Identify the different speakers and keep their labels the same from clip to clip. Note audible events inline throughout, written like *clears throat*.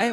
Speaker 1: 哎，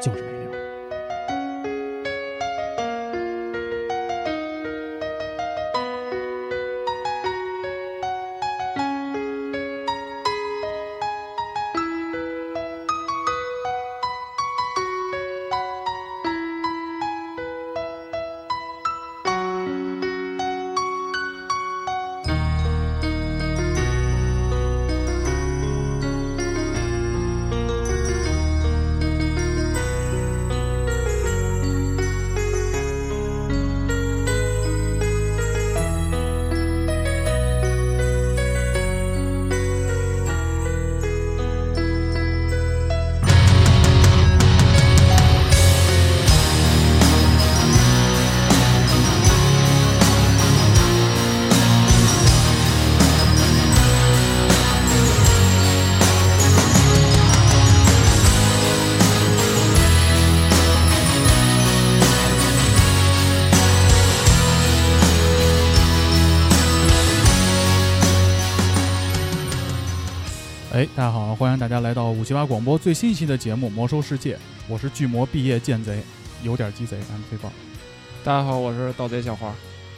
Speaker 2: 就是没聊。哎，大家好，欢迎大家来到五七八广播最新一期的节目《魔兽世界》，我是巨魔毕业剑贼，有点鸡贼 MC 豹，
Speaker 3: 大家好，我是盗贼小花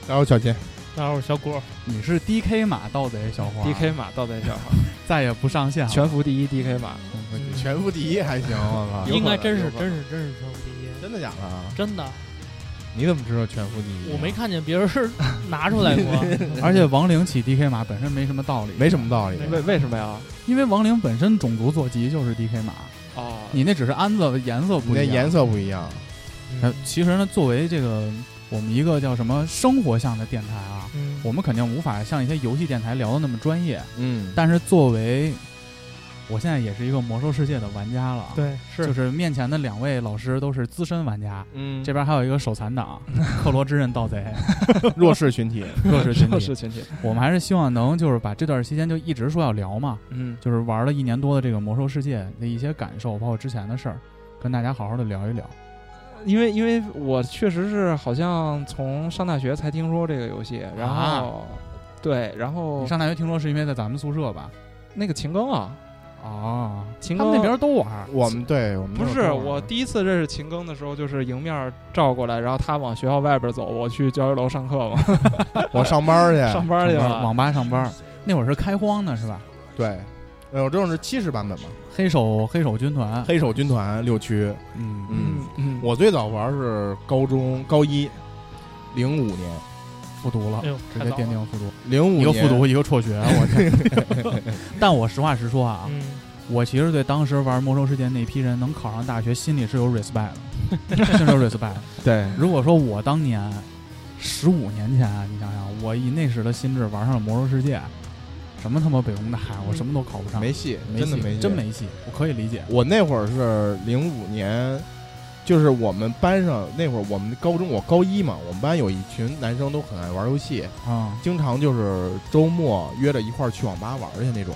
Speaker 4: 大家好，小杰，
Speaker 3: 大家好，我是小果
Speaker 2: 你是 DK 马盗贼小花
Speaker 3: DK 马盗贼小花，
Speaker 2: 再也不上线了，
Speaker 3: 全服第一 DK 马，
Speaker 4: 全服第一还行，我靠，
Speaker 5: 应该真
Speaker 4: 有
Speaker 5: 是
Speaker 4: 可能
Speaker 5: 真是真是全服第一，
Speaker 4: 真的假的啊？
Speaker 5: 真的，
Speaker 4: 你怎么知道全服第一啊？
Speaker 5: 我没看见别人是拿出来过。
Speaker 2: 而且亡灵起 DK 马本身没什么道理，
Speaker 4: 没什么道理，啊啊
Speaker 3: 为为什么呀？
Speaker 2: 因为亡灵本身种族坐骑就是 DK 马，
Speaker 3: 哦，
Speaker 2: 你那只是鞍子颜色
Speaker 4: 你
Speaker 2: 不一
Speaker 4: 那
Speaker 2: 样。
Speaker 4: 颜色不一样，
Speaker 2: 呃，其实呢，作为这个我们一个叫什么生活向的电台啊，
Speaker 5: 嗯，
Speaker 2: 我们肯定无法像一些游戏电台聊的那么专业。
Speaker 4: 嗯，
Speaker 2: 但是作为我现在也是一个魔兽世界的玩家了，，啊
Speaker 5: 对是
Speaker 2: 就是面前的两位老师都是资深玩家，
Speaker 3: 嗯
Speaker 2: 这边还有一个手残
Speaker 5: *laughs*
Speaker 2: 党克罗之刃盗贼，
Speaker 4: 弱势群体，
Speaker 2: 弱势群
Speaker 3: 弱
Speaker 2: 体
Speaker 3: 势。群体，
Speaker 2: 我们还是希望能就是把这段期间就一直说要聊嘛，
Speaker 3: 嗯，
Speaker 2: 就是玩了一年多的这个魔兽世界的一些感受，包括之前的事儿，跟大家好好的聊一聊。
Speaker 3: 因为因为我确实是好像从上大学才听说这个游戏，然后对，然后
Speaker 5: 哦
Speaker 2: 你上大学听说是因为在咱们宿舍吧？
Speaker 3: 那个秦庚啊，
Speaker 2: 哦，
Speaker 3: 秦
Speaker 2: 他
Speaker 3: 庚
Speaker 2: 们那边都玩。
Speaker 4: 我们对我们
Speaker 3: 不
Speaker 4: 那
Speaker 3: 是
Speaker 4: 种
Speaker 3: 我第一次认识秦庚的时候，就是迎面照过来，然后他往学校外边走，我去教学楼上课嘛，
Speaker 4: 我上班啊去，
Speaker 3: *laughs* 上班去
Speaker 2: 上班
Speaker 3: 了。
Speaker 2: 网吧上班，那会儿是开荒呢，是吧？
Speaker 4: 对，哎我这种是七十版本嘛，
Speaker 2: 黑手黑手军团，
Speaker 4: 黑手军团六区，
Speaker 2: 嗯
Speaker 4: 嗯，
Speaker 3: 嗯，
Speaker 4: 我最早玩是高中高一，零五年，
Speaker 2: 复读了
Speaker 5: 哎，呦，
Speaker 2: 直
Speaker 5: 太
Speaker 2: 接
Speaker 5: 早
Speaker 2: 奠
Speaker 5: 了。
Speaker 2: 定复读，
Speaker 4: 零五
Speaker 2: 一个
Speaker 4: 年
Speaker 2: 复读，一个辍学，啊我天！
Speaker 4: *laughs*
Speaker 2: 但我实话实说啊，
Speaker 5: 嗯，
Speaker 2: 我其实对当时玩魔兽世界那批人能考上大学，心里是有 respect 的，
Speaker 5: *laughs*
Speaker 2: 真是有 respect 的。
Speaker 4: 对，
Speaker 2: 如果说我当年十五年前啊，你想想，我以那时的心智玩上了魔兽世界，什么他妈北工大，我什么都考不上，
Speaker 4: 没戏，
Speaker 2: 没
Speaker 4: 真的
Speaker 2: 戏
Speaker 4: 没戏，
Speaker 2: 真没戏，我可以理解。
Speaker 4: 我那会儿是零五年，就是我们班上那会儿，我们高中我高一嘛，我们班有一群男生都很爱玩游戏，
Speaker 2: 啊、
Speaker 4: 经常就是周末约着一块儿去网吧玩去那种。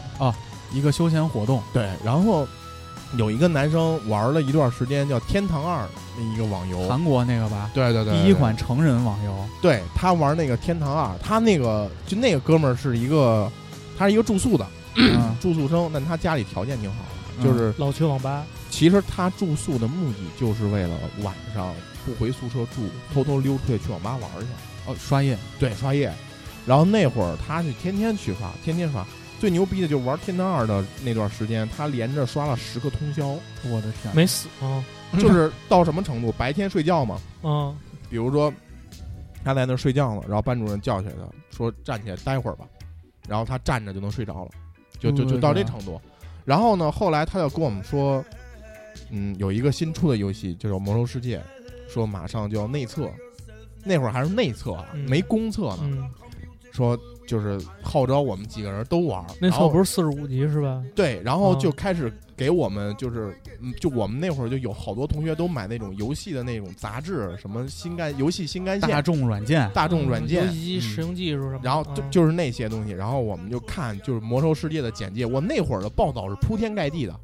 Speaker 2: 一个休闲活动，
Speaker 4: 对，然后有一个男生玩了一段时间叫《天堂二》那一个网游，
Speaker 2: 韩国那个吧，
Speaker 4: 对对对，
Speaker 2: 第一款成人网游，
Speaker 4: 对他玩那个《天堂二》，他那个就那个哥们儿是一个，他是一个住宿的
Speaker 2: 嗯
Speaker 4: 住宿生，但他家里条件挺好的，就是
Speaker 5: 老去网吧，
Speaker 4: 其实他住宿的目的就是为了晚上不回宿舍住，偷偷溜出去去网吧玩去，
Speaker 2: 哦刷夜，
Speaker 4: 对，刷夜。然后那会儿他是天天去刷，天天刷。最牛逼的就是玩《天堂二》的那段时间，他连着刷了十个通宵，
Speaker 2: 我的天，
Speaker 5: 没死吗？
Speaker 4: 就是到什么程度？白天睡觉嘛，
Speaker 5: 嗯，
Speaker 4: 比如说他在那儿睡觉呢，然后班主任叫起来他，说站起来待会儿吧，然后他站着就能睡着了，就就就到这程度。然后呢，后来他就跟我们说，嗯，有一个新出的游戏就是《魔兽世界》，说马上就要内测，那会儿还是内测啊，
Speaker 5: 嗯
Speaker 4: 没公测呢。
Speaker 5: 嗯，
Speaker 4: 说就是号召我们几个人都玩儿，
Speaker 5: 那
Speaker 4: 然后
Speaker 5: 错不是四十五级是吧？
Speaker 4: 对，然后
Speaker 5: 哦
Speaker 4: 就开始给我们就是，嗯就我们那会儿就有好多同学都买那种游戏的那种杂志，什么新干游戏新干线、
Speaker 2: 大众软件，嗯
Speaker 4: 大众软件
Speaker 5: 嗯游，戏机使用技术什么的，
Speaker 4: 然后就
Speaker 5: 嗯
Speaker 4: 就是那些东西，然后我们就看就是《魔兽世界》的简介，我那会儿的报道是铺天盖地的，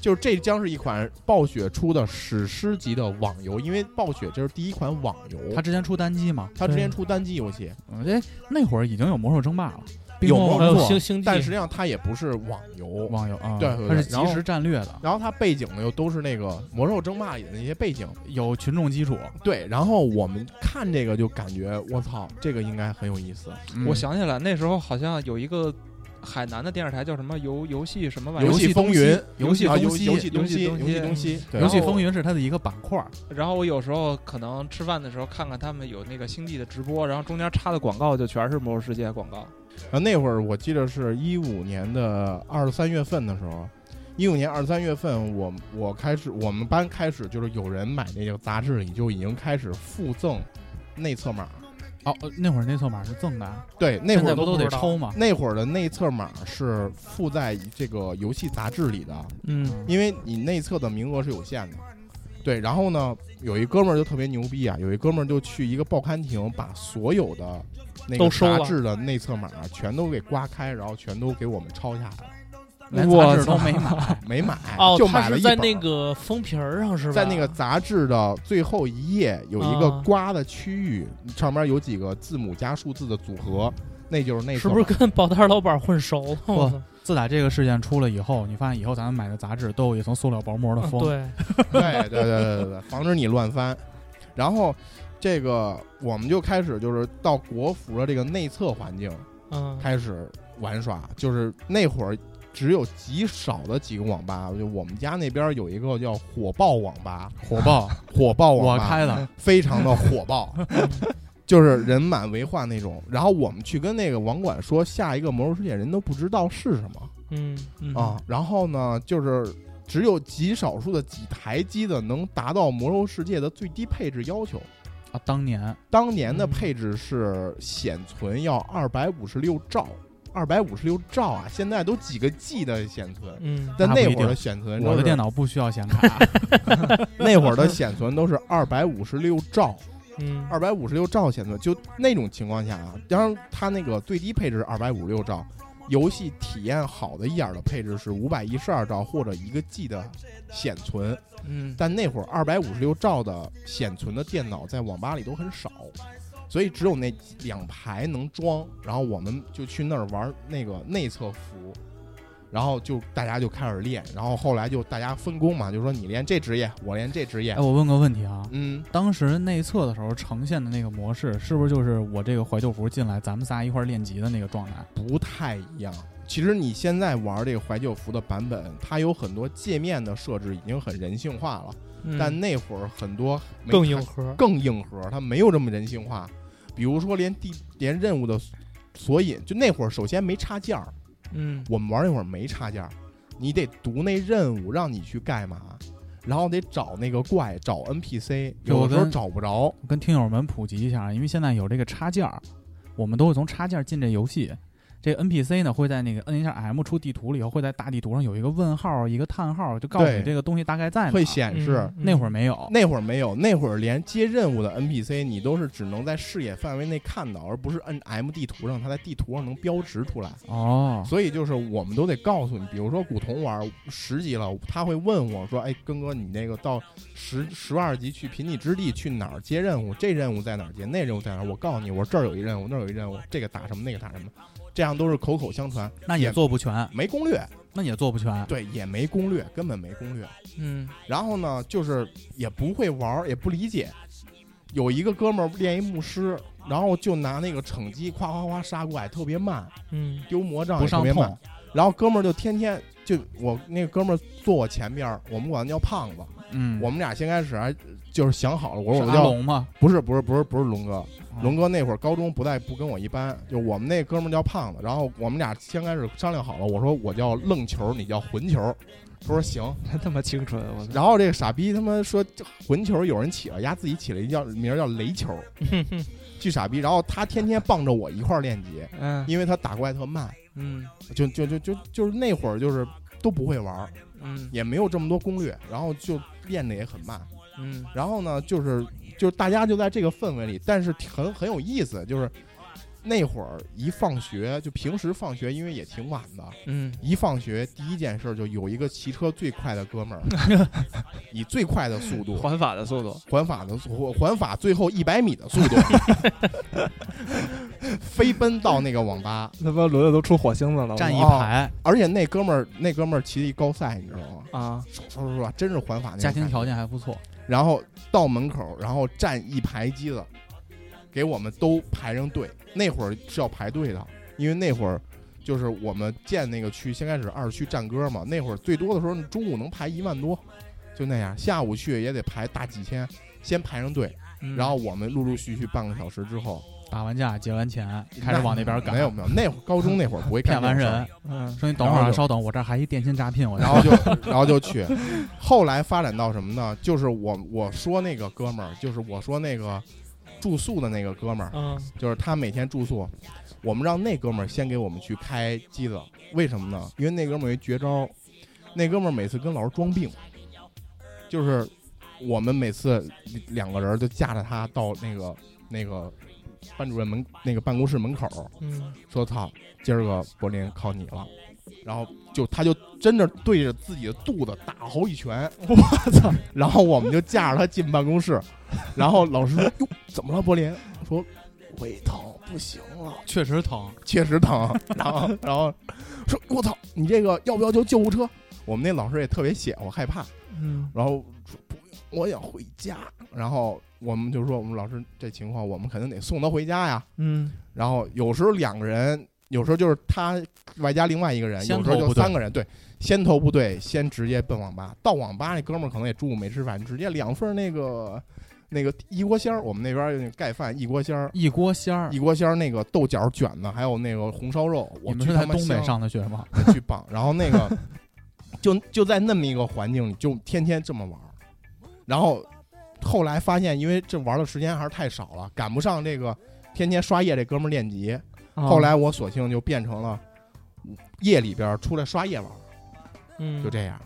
Speaker 4: 就是这将是一款暴雪出的史诗级的网游，因为暴雪这是第一款网游，
Speaker 2: 他之前出单机嘛，
Speaker 4: 它之前出单机游戏，
Speaker 2: 嗯哎，那会儿已经有魔兽争霸了，
Speaker 4: 有
Speaker 2: 冰
Speaker 4: 魔
Speaker 2: 封
Speaker 4: 兽
Speaker 5: 还有
Speaker 4: 不错
Speaker 5: 哦星星际，
Speaker 4: 但实际上它也不是网游，
Speaker 2: 网游啊，
Speaker 4: 对对对
Speaker 2: 它是
Speaker 4: 然
Speaker 2: 即
Speaker 4: 后
Speaker 2: 时战略的，
Speaker 4: 然后它背景呢又都是那个魔兽争霸里的那些背景，
Speaker 2: 有群众基础。
Speaker 4: 对，然后我们看这个就感觉我操，这个应该很有意思，
Speaker 2: 嗯
Speaker 3: 我想起来那时候好像有一个海南的电视台叫什么游游戏什么玩意
Speaker 4: 游
Speaker 3: 儿，
Speaker 4: 戏风云
Speaker 2: 游戏
Speaker 4: 啊
Speaker 2: 东
Speaker 4: 游
Speaker 2: 西，
Speaker 4: 游戏东
Speaker 3: 游戏
Speaker 4: 西，
Speaker 3: 东
Speaker 4: 游戏
Speaker 3: 西
Speaker 4: 东西，
Speaker 2: 游
Speaker 4: 对然后
Speaker 2: 戏风云是它的一个板块儿，
Speaker 3: 然后我有时候可能吃饭的时候看看他们有那个星际的直播，然后中间插的广告就全是《魔兽世界》广告。
Speaker 4: 然后那会儿我记得是一五年的二三月份的时候，一五年二三月份我，我开始我们班开始就是有人买那个杂志里就已经开始附赠内测码，
Speaker 2: 哦，呃那会儿内测码是赠的啊，
Speaker 4: 对，那
Speaker 2: 现
Speaker 4: 会儿
Speaker 2: 在不
Speaker 4: 都
Speaker 2: 都得
Speaker 5: 知道
Speaker 2: 抽吗？
Speaker 4: 那会儿的内测码是附在这个游戏杂志里的，
Speaker 5: 嗯，
Speaker 4: 因为你内测的名额是有限的。对，然后呢，有一哥们儿就特别牛逼啊，有一哥们儿就去一个报刊亭，把所有的那个
Speaker 5: 都收
Speaker 4: 杂
Speaker 5: 了
Speaker 4: 志的内测码全都给刮开，然后全都给我们抄下来了，
Speaker 2: 连杂
Speaker 3: 我
Speaker 2: 志都
Speaker 3: 操
Speaker 2: 没
Speaker 4: *laughs*
Speaker 2: 买，
Speaker 4: 没买，
Speaker 5: 哦，
Speaker 4: 就
Speaker 5: 它
Speaker 4: 买了
Speaker 5: 是
Speaker 4: 一
Speaker 5: 在
Speaker 4: 本。
Speaker 5: 那个封皮儿上是吧？啊
Speaker 4: 在那个杂志的最后一页有一个刮的区域，上面有几个字母加数字的组合，那就是内
Speaker 5: 是
Speaker 4: 测码。
Speaker 5: 不是跟报摊老板混熟了？我操
Speaker 2: 自打这个事件出了以后，你发现以后咱们买的杂志都有一层塑料薄膜的封，
Speaker 5: 嗯对，
Speaker 4: *laughs* 对对对对对对，防止你乱翻。然后这个我们就开始就是到国服的这个内测环境
Speaker 5: 嗯，
Speaker 4: 开始玩耍，就是那会儿只有极少的几个网吧，就我们家那边有一个叫火爆网吧，
Speaker 2: *laughs* 火爆，
Speaker 4: 火 *laughs* 爆网
Speaker 2: 我
Speaker 4: 吧嗯
Speaker 2: 开的，
Speaker 4: 非常的火
Speaker 2: *laughs*
Speaker 4: 爆。就是人满为患那种，然后我们去跟那个网管说下一个魔兽世界，人都不知道是什么，
Speaker 5: 嗯嗯
Speaker 4: 啊，，然后呢，就是只有极少数的几台机子能达到《魔兽世界》的最低配置要求。
Speaker 2: 啊，当年
Speaker 4: 当年的
Speaker 5: 嗯
Speaker 4: 配置是显存要二百五十六兆，二百五十六兆啊！现在都几个 G 的显存，
Speaker 5: 嗯
Speaker 4: 但
Speaker 2: 那
Speaker 4: 那
Speaker 2: 不一
Speaker 4: 会儿的
Speaker 2: 定
Speaker 4: 显存，
Speaker 2: 我的电
Speaker 4: 脑
Speaker 2: 脑不需要显
Speaker 4: *laughs*
Speaker 2: 卡，
Speaker 4: 那会儿的显存都是二百五十六兆，
Speaker 5: 嗯，
Speaker 4: 二百五十六兆显存，就那种情况下啊，当然它那个最低配置二百五十六兆，游戏体验好的一点儿的配置是五百一十二兆或者一个 G 的显存。
Speaker 3: 嗯，
Speaker 4: 但那会儿二百五十六兆的显存的电脑在网吧里都很少，所以只有那两排能装。然后我们就去那儿玩那个内测服，然后就大家就开始练，然后后来就大家分工嘛，就说你练这职业，我练这职业
Speaker 2: 哎，。我问个问题啊，
Speaker 4: 嗯，
Speaker 2: 当时内测的时候呈现的那个模式，是不是就是我这个怀旧服进来，咱们仨一块儿练级的那个状态？
Speaker 4: 不太一样。其实你现在玩这个怀旧服的版本，它有很多界面的设置已经很人性化了，但那会儿很多没
Speaker 5: 嗯更
Speaker 4: 太
Speaker 5: 硬核，
Speaker 4: 更硬核，它没有这么人性化。比如说连地连任务的索引，就那会儿首先没插件儿，
Speaker 5: 嗯
Speaker 4: 我们玩那会儿没插件儿，你得读那任务让你去干嘛，然后得找那个怪，找 NPC，
Speaker 2: 就
Speaker 4: 有的时候
Speaker 2: 跟
Speaker 4: 找不着。
Speaker 2: 跟听友们普及一下，因为现在有这个插件儿，我们都会从插件儿进这游戏。这 NPC 呢会在那个摁一下 M 出地图了以后，会在大地图上有一个问号、一个叹号，就告诉
Speaker 4: 对
Speaker 2: 你这个东西大概在哪儿。
Speaker 4: 会显示、
Speaker 5: 嗯
Speaker 2: 那会儿没有，
Speaker 4: 那会儿没有，那会儿连接任务的 NPC 你都是只能在视野范围内看到，而不是摁 M 地图上，它在地图上能标识出来。
Speaker 2: 哦，
Speaker 4: 所以就是我们都得告诉你，比如说古潼玩十级了，他会问我说：“哎，根哥，你那个到十十二级去平地之地去哪儿接任务？这任务在哪儿接？那任务在哪儿？我告诉你，我这儿有一任务，那儿有一任务，这个打什么，那个打什么，这样都是口口相传，
Speaker 2: 那也做不全，
Speaker 4: 没攻略，
Speaker 2: 那也做不全。
Speaker 4: 对，也没攻略，根本没攻略。
Speaker 3: 嗯，
Speaker 4: 然后呢，就是也不会玩儿，也不理解。有一个哥们儿练一牧师，然后就拿那个惩击夸夸夸杀怪，特别慢，
Speaker 5: 嗯
Speaker 4: 丢魔杖
Speaker 2: 不
Speaker 4: 也特
Speaker 2: 上
Speaker 4: 别慢
Speaker 2: 痛。
Speaker 4: 然后哥们儿就天天就我那个哥们儿坐我前边儿，我们管他叫胖子。
Speaker 2: 嗯，
Speaker 4: 我们俩先开始还就是想好了，我
Speaker 2: 是
Speaker 4: 说我
Speaker 2: 阿
Speaker 4: 叫
Speaker 2: 龙吗？
Speaker 4: 不是不是不是不是龙哥，
Speaker 2: 啊
Speaker 4: 龙哥那会儿高中不在不跟我一班，就我们那哥们儿叫胖子，然后我们俩先开始商量好了，我说我叫愣球，你叫混球，他说行，
Speaker 3: *laughs* 还他妈清纯，我操！
Speaker 4: 然后这个傻逼他妈说这混球有人起了，丫自己起了一叫名儿叫雷球，
Speaker 2: *laughs*
Speaker 4: 巨傻逼。然后他天天傍着我一块儿练级，
Speaker 3: 嗯
Speaker 4: 因为他打怪特慢，
Speaker 3: 嗯
Speaker 4: 就就就就就是那会儿就是都不会玩儿，
Speaker 3: 嗯
Speaker 4: 也没有这么多攻略，然后就练的也很慢。
Speaker 3: 嗯
Speaker 4: 然后呢，就是就是大家就在这个氛围里，但是很很有意思，就是那会儿一放学，就平时放学，因为也挺晚的，
Speaker 3: 嗯
Speaker 4: 一放学第一件事就有一个骑车最快的哥们儿，以最快的速度
Speaker 3: 环法的速度，
Speaker 4: 环法的速环法最后一百米的速度， *laughs* 飞奔到那个网吧，
Speaker 3: 他妈轮子都出火星子了
Speaker 2: 站一
Speaker 4: 哦
Speaker 2: 排，
Speaker 4: 而且那哥们儿那哥们儿骑了一高赛，你知道吗？
Speaker 3: 啊，
Speaker 4: 说实话，真是环法那种
Speaker 2: 家庭
Speaker 4: 感觉
Speaker 2: 条件还不错，
Speaker 4: 然后到门口，然后站一排机子，给我们都排上队。那会儿是要排队的，因为那会儿就是我们建那个区，先开始二区站歌嘛。那会儿最多的时候，中午能排一万多，就那样。下午去也得排大几千，先排上队。
Speaker 3: 嗯
Speaker 4: 然后我们陆陆续续半个小时之后
Speaker 2: 打完架结完钱，开始往那边赶，
Speaker 4: 没有没有，那会儿高中那会儿
Speaker 2: *laughs*
Speaker 4: 不会
Speaker 2: 骗完
Speaker 4: 干这种事儿
Speaker 2: 嗯人，
Speaker 3: 嗯
Speaker 2: 说你等会儿
Speaker 4: 然
Speaker 2: 啊，
Speaker 4: 后就
Speaker 2: 稍等，我这儿还一电信诈骗，我
Speaker 4: 然后就然后就去。后来发展到什么呢？就是我我说那个哥们儿，就是我说那个住宿的那个哥们儿，
Speaker 5: 嗯
Speaker 4: 就是他每天住宿，我们让那哥们儿先给我们去开机子，为什么呢？因为那哥们儿有一绝招，那哥们儿每次跟老师装病，就是我们每次两个人就架着他到那个那个班主任门那个办公室门口，
Speaker 5: 嗯
Speaker 4: 说操，今儿个柏林靠你了，然后就他就真的对着自己的肚子打了好几拳，我操！ *laughs* 然后我们就架着他进办公室，然后老师说：“哟，怎么了，柏林？”说：“胃疼，不行了，
Speaker 2: 确实疼，
Speaker 4: 确实疼。”然后然后说：“我操，你这个要不要叫救护车？”我们那老师也特别险，我害怕，
Speaker 5: 嗯
Speaker 4: 然后说不用，我想回家。然后我们就说：“我们老师这情况，我们肯定得送他回家呀。”
Speaker 5: 嗯
Speaker 4: 然后有时候两个人，有时候就是他外加另外一个人，
Speaker 2: 先
Speaker 4: 有
Speaker 2: 头
Speaker 4: 时
Speaker 2: 部队
Speaker 4: 候就三个人，对，先头部队先直接奔网吧。到网吧那哥们儿可能也中午没吃饭，直接两份那个那个一锅鲜儿，我们那边儿有那个盖饭一锅鲜儿。
Speaker 2: 一锅鲜儿
Speaker 4: 一。锅鲜儿那个豆角卷子，还有那个红烧肉，我
Speaker 2: 你们
Speaker 4: 去
Speaker 2: 是
Speaker 4: 他
Speaker 2: 在
Speaker 4: 妈
Speaker 2: 东北
Speaker 4: 香
Speaker 2: 上的学吗？
Speaker 4: 去棒，然后那个就就在那么一个环境里，就天天这么玩儿，然后后来发现，因为这玩儿的时间还是太少了，赶不上这个天天刷夜这哥们儿练级。
Speaker 5: 嗯哦
Speaker 4: 后来我索性就变成了夜里边儿出来刷夜玩儿，
Speaker 5: 嗯，
Speaker 4: 就这样。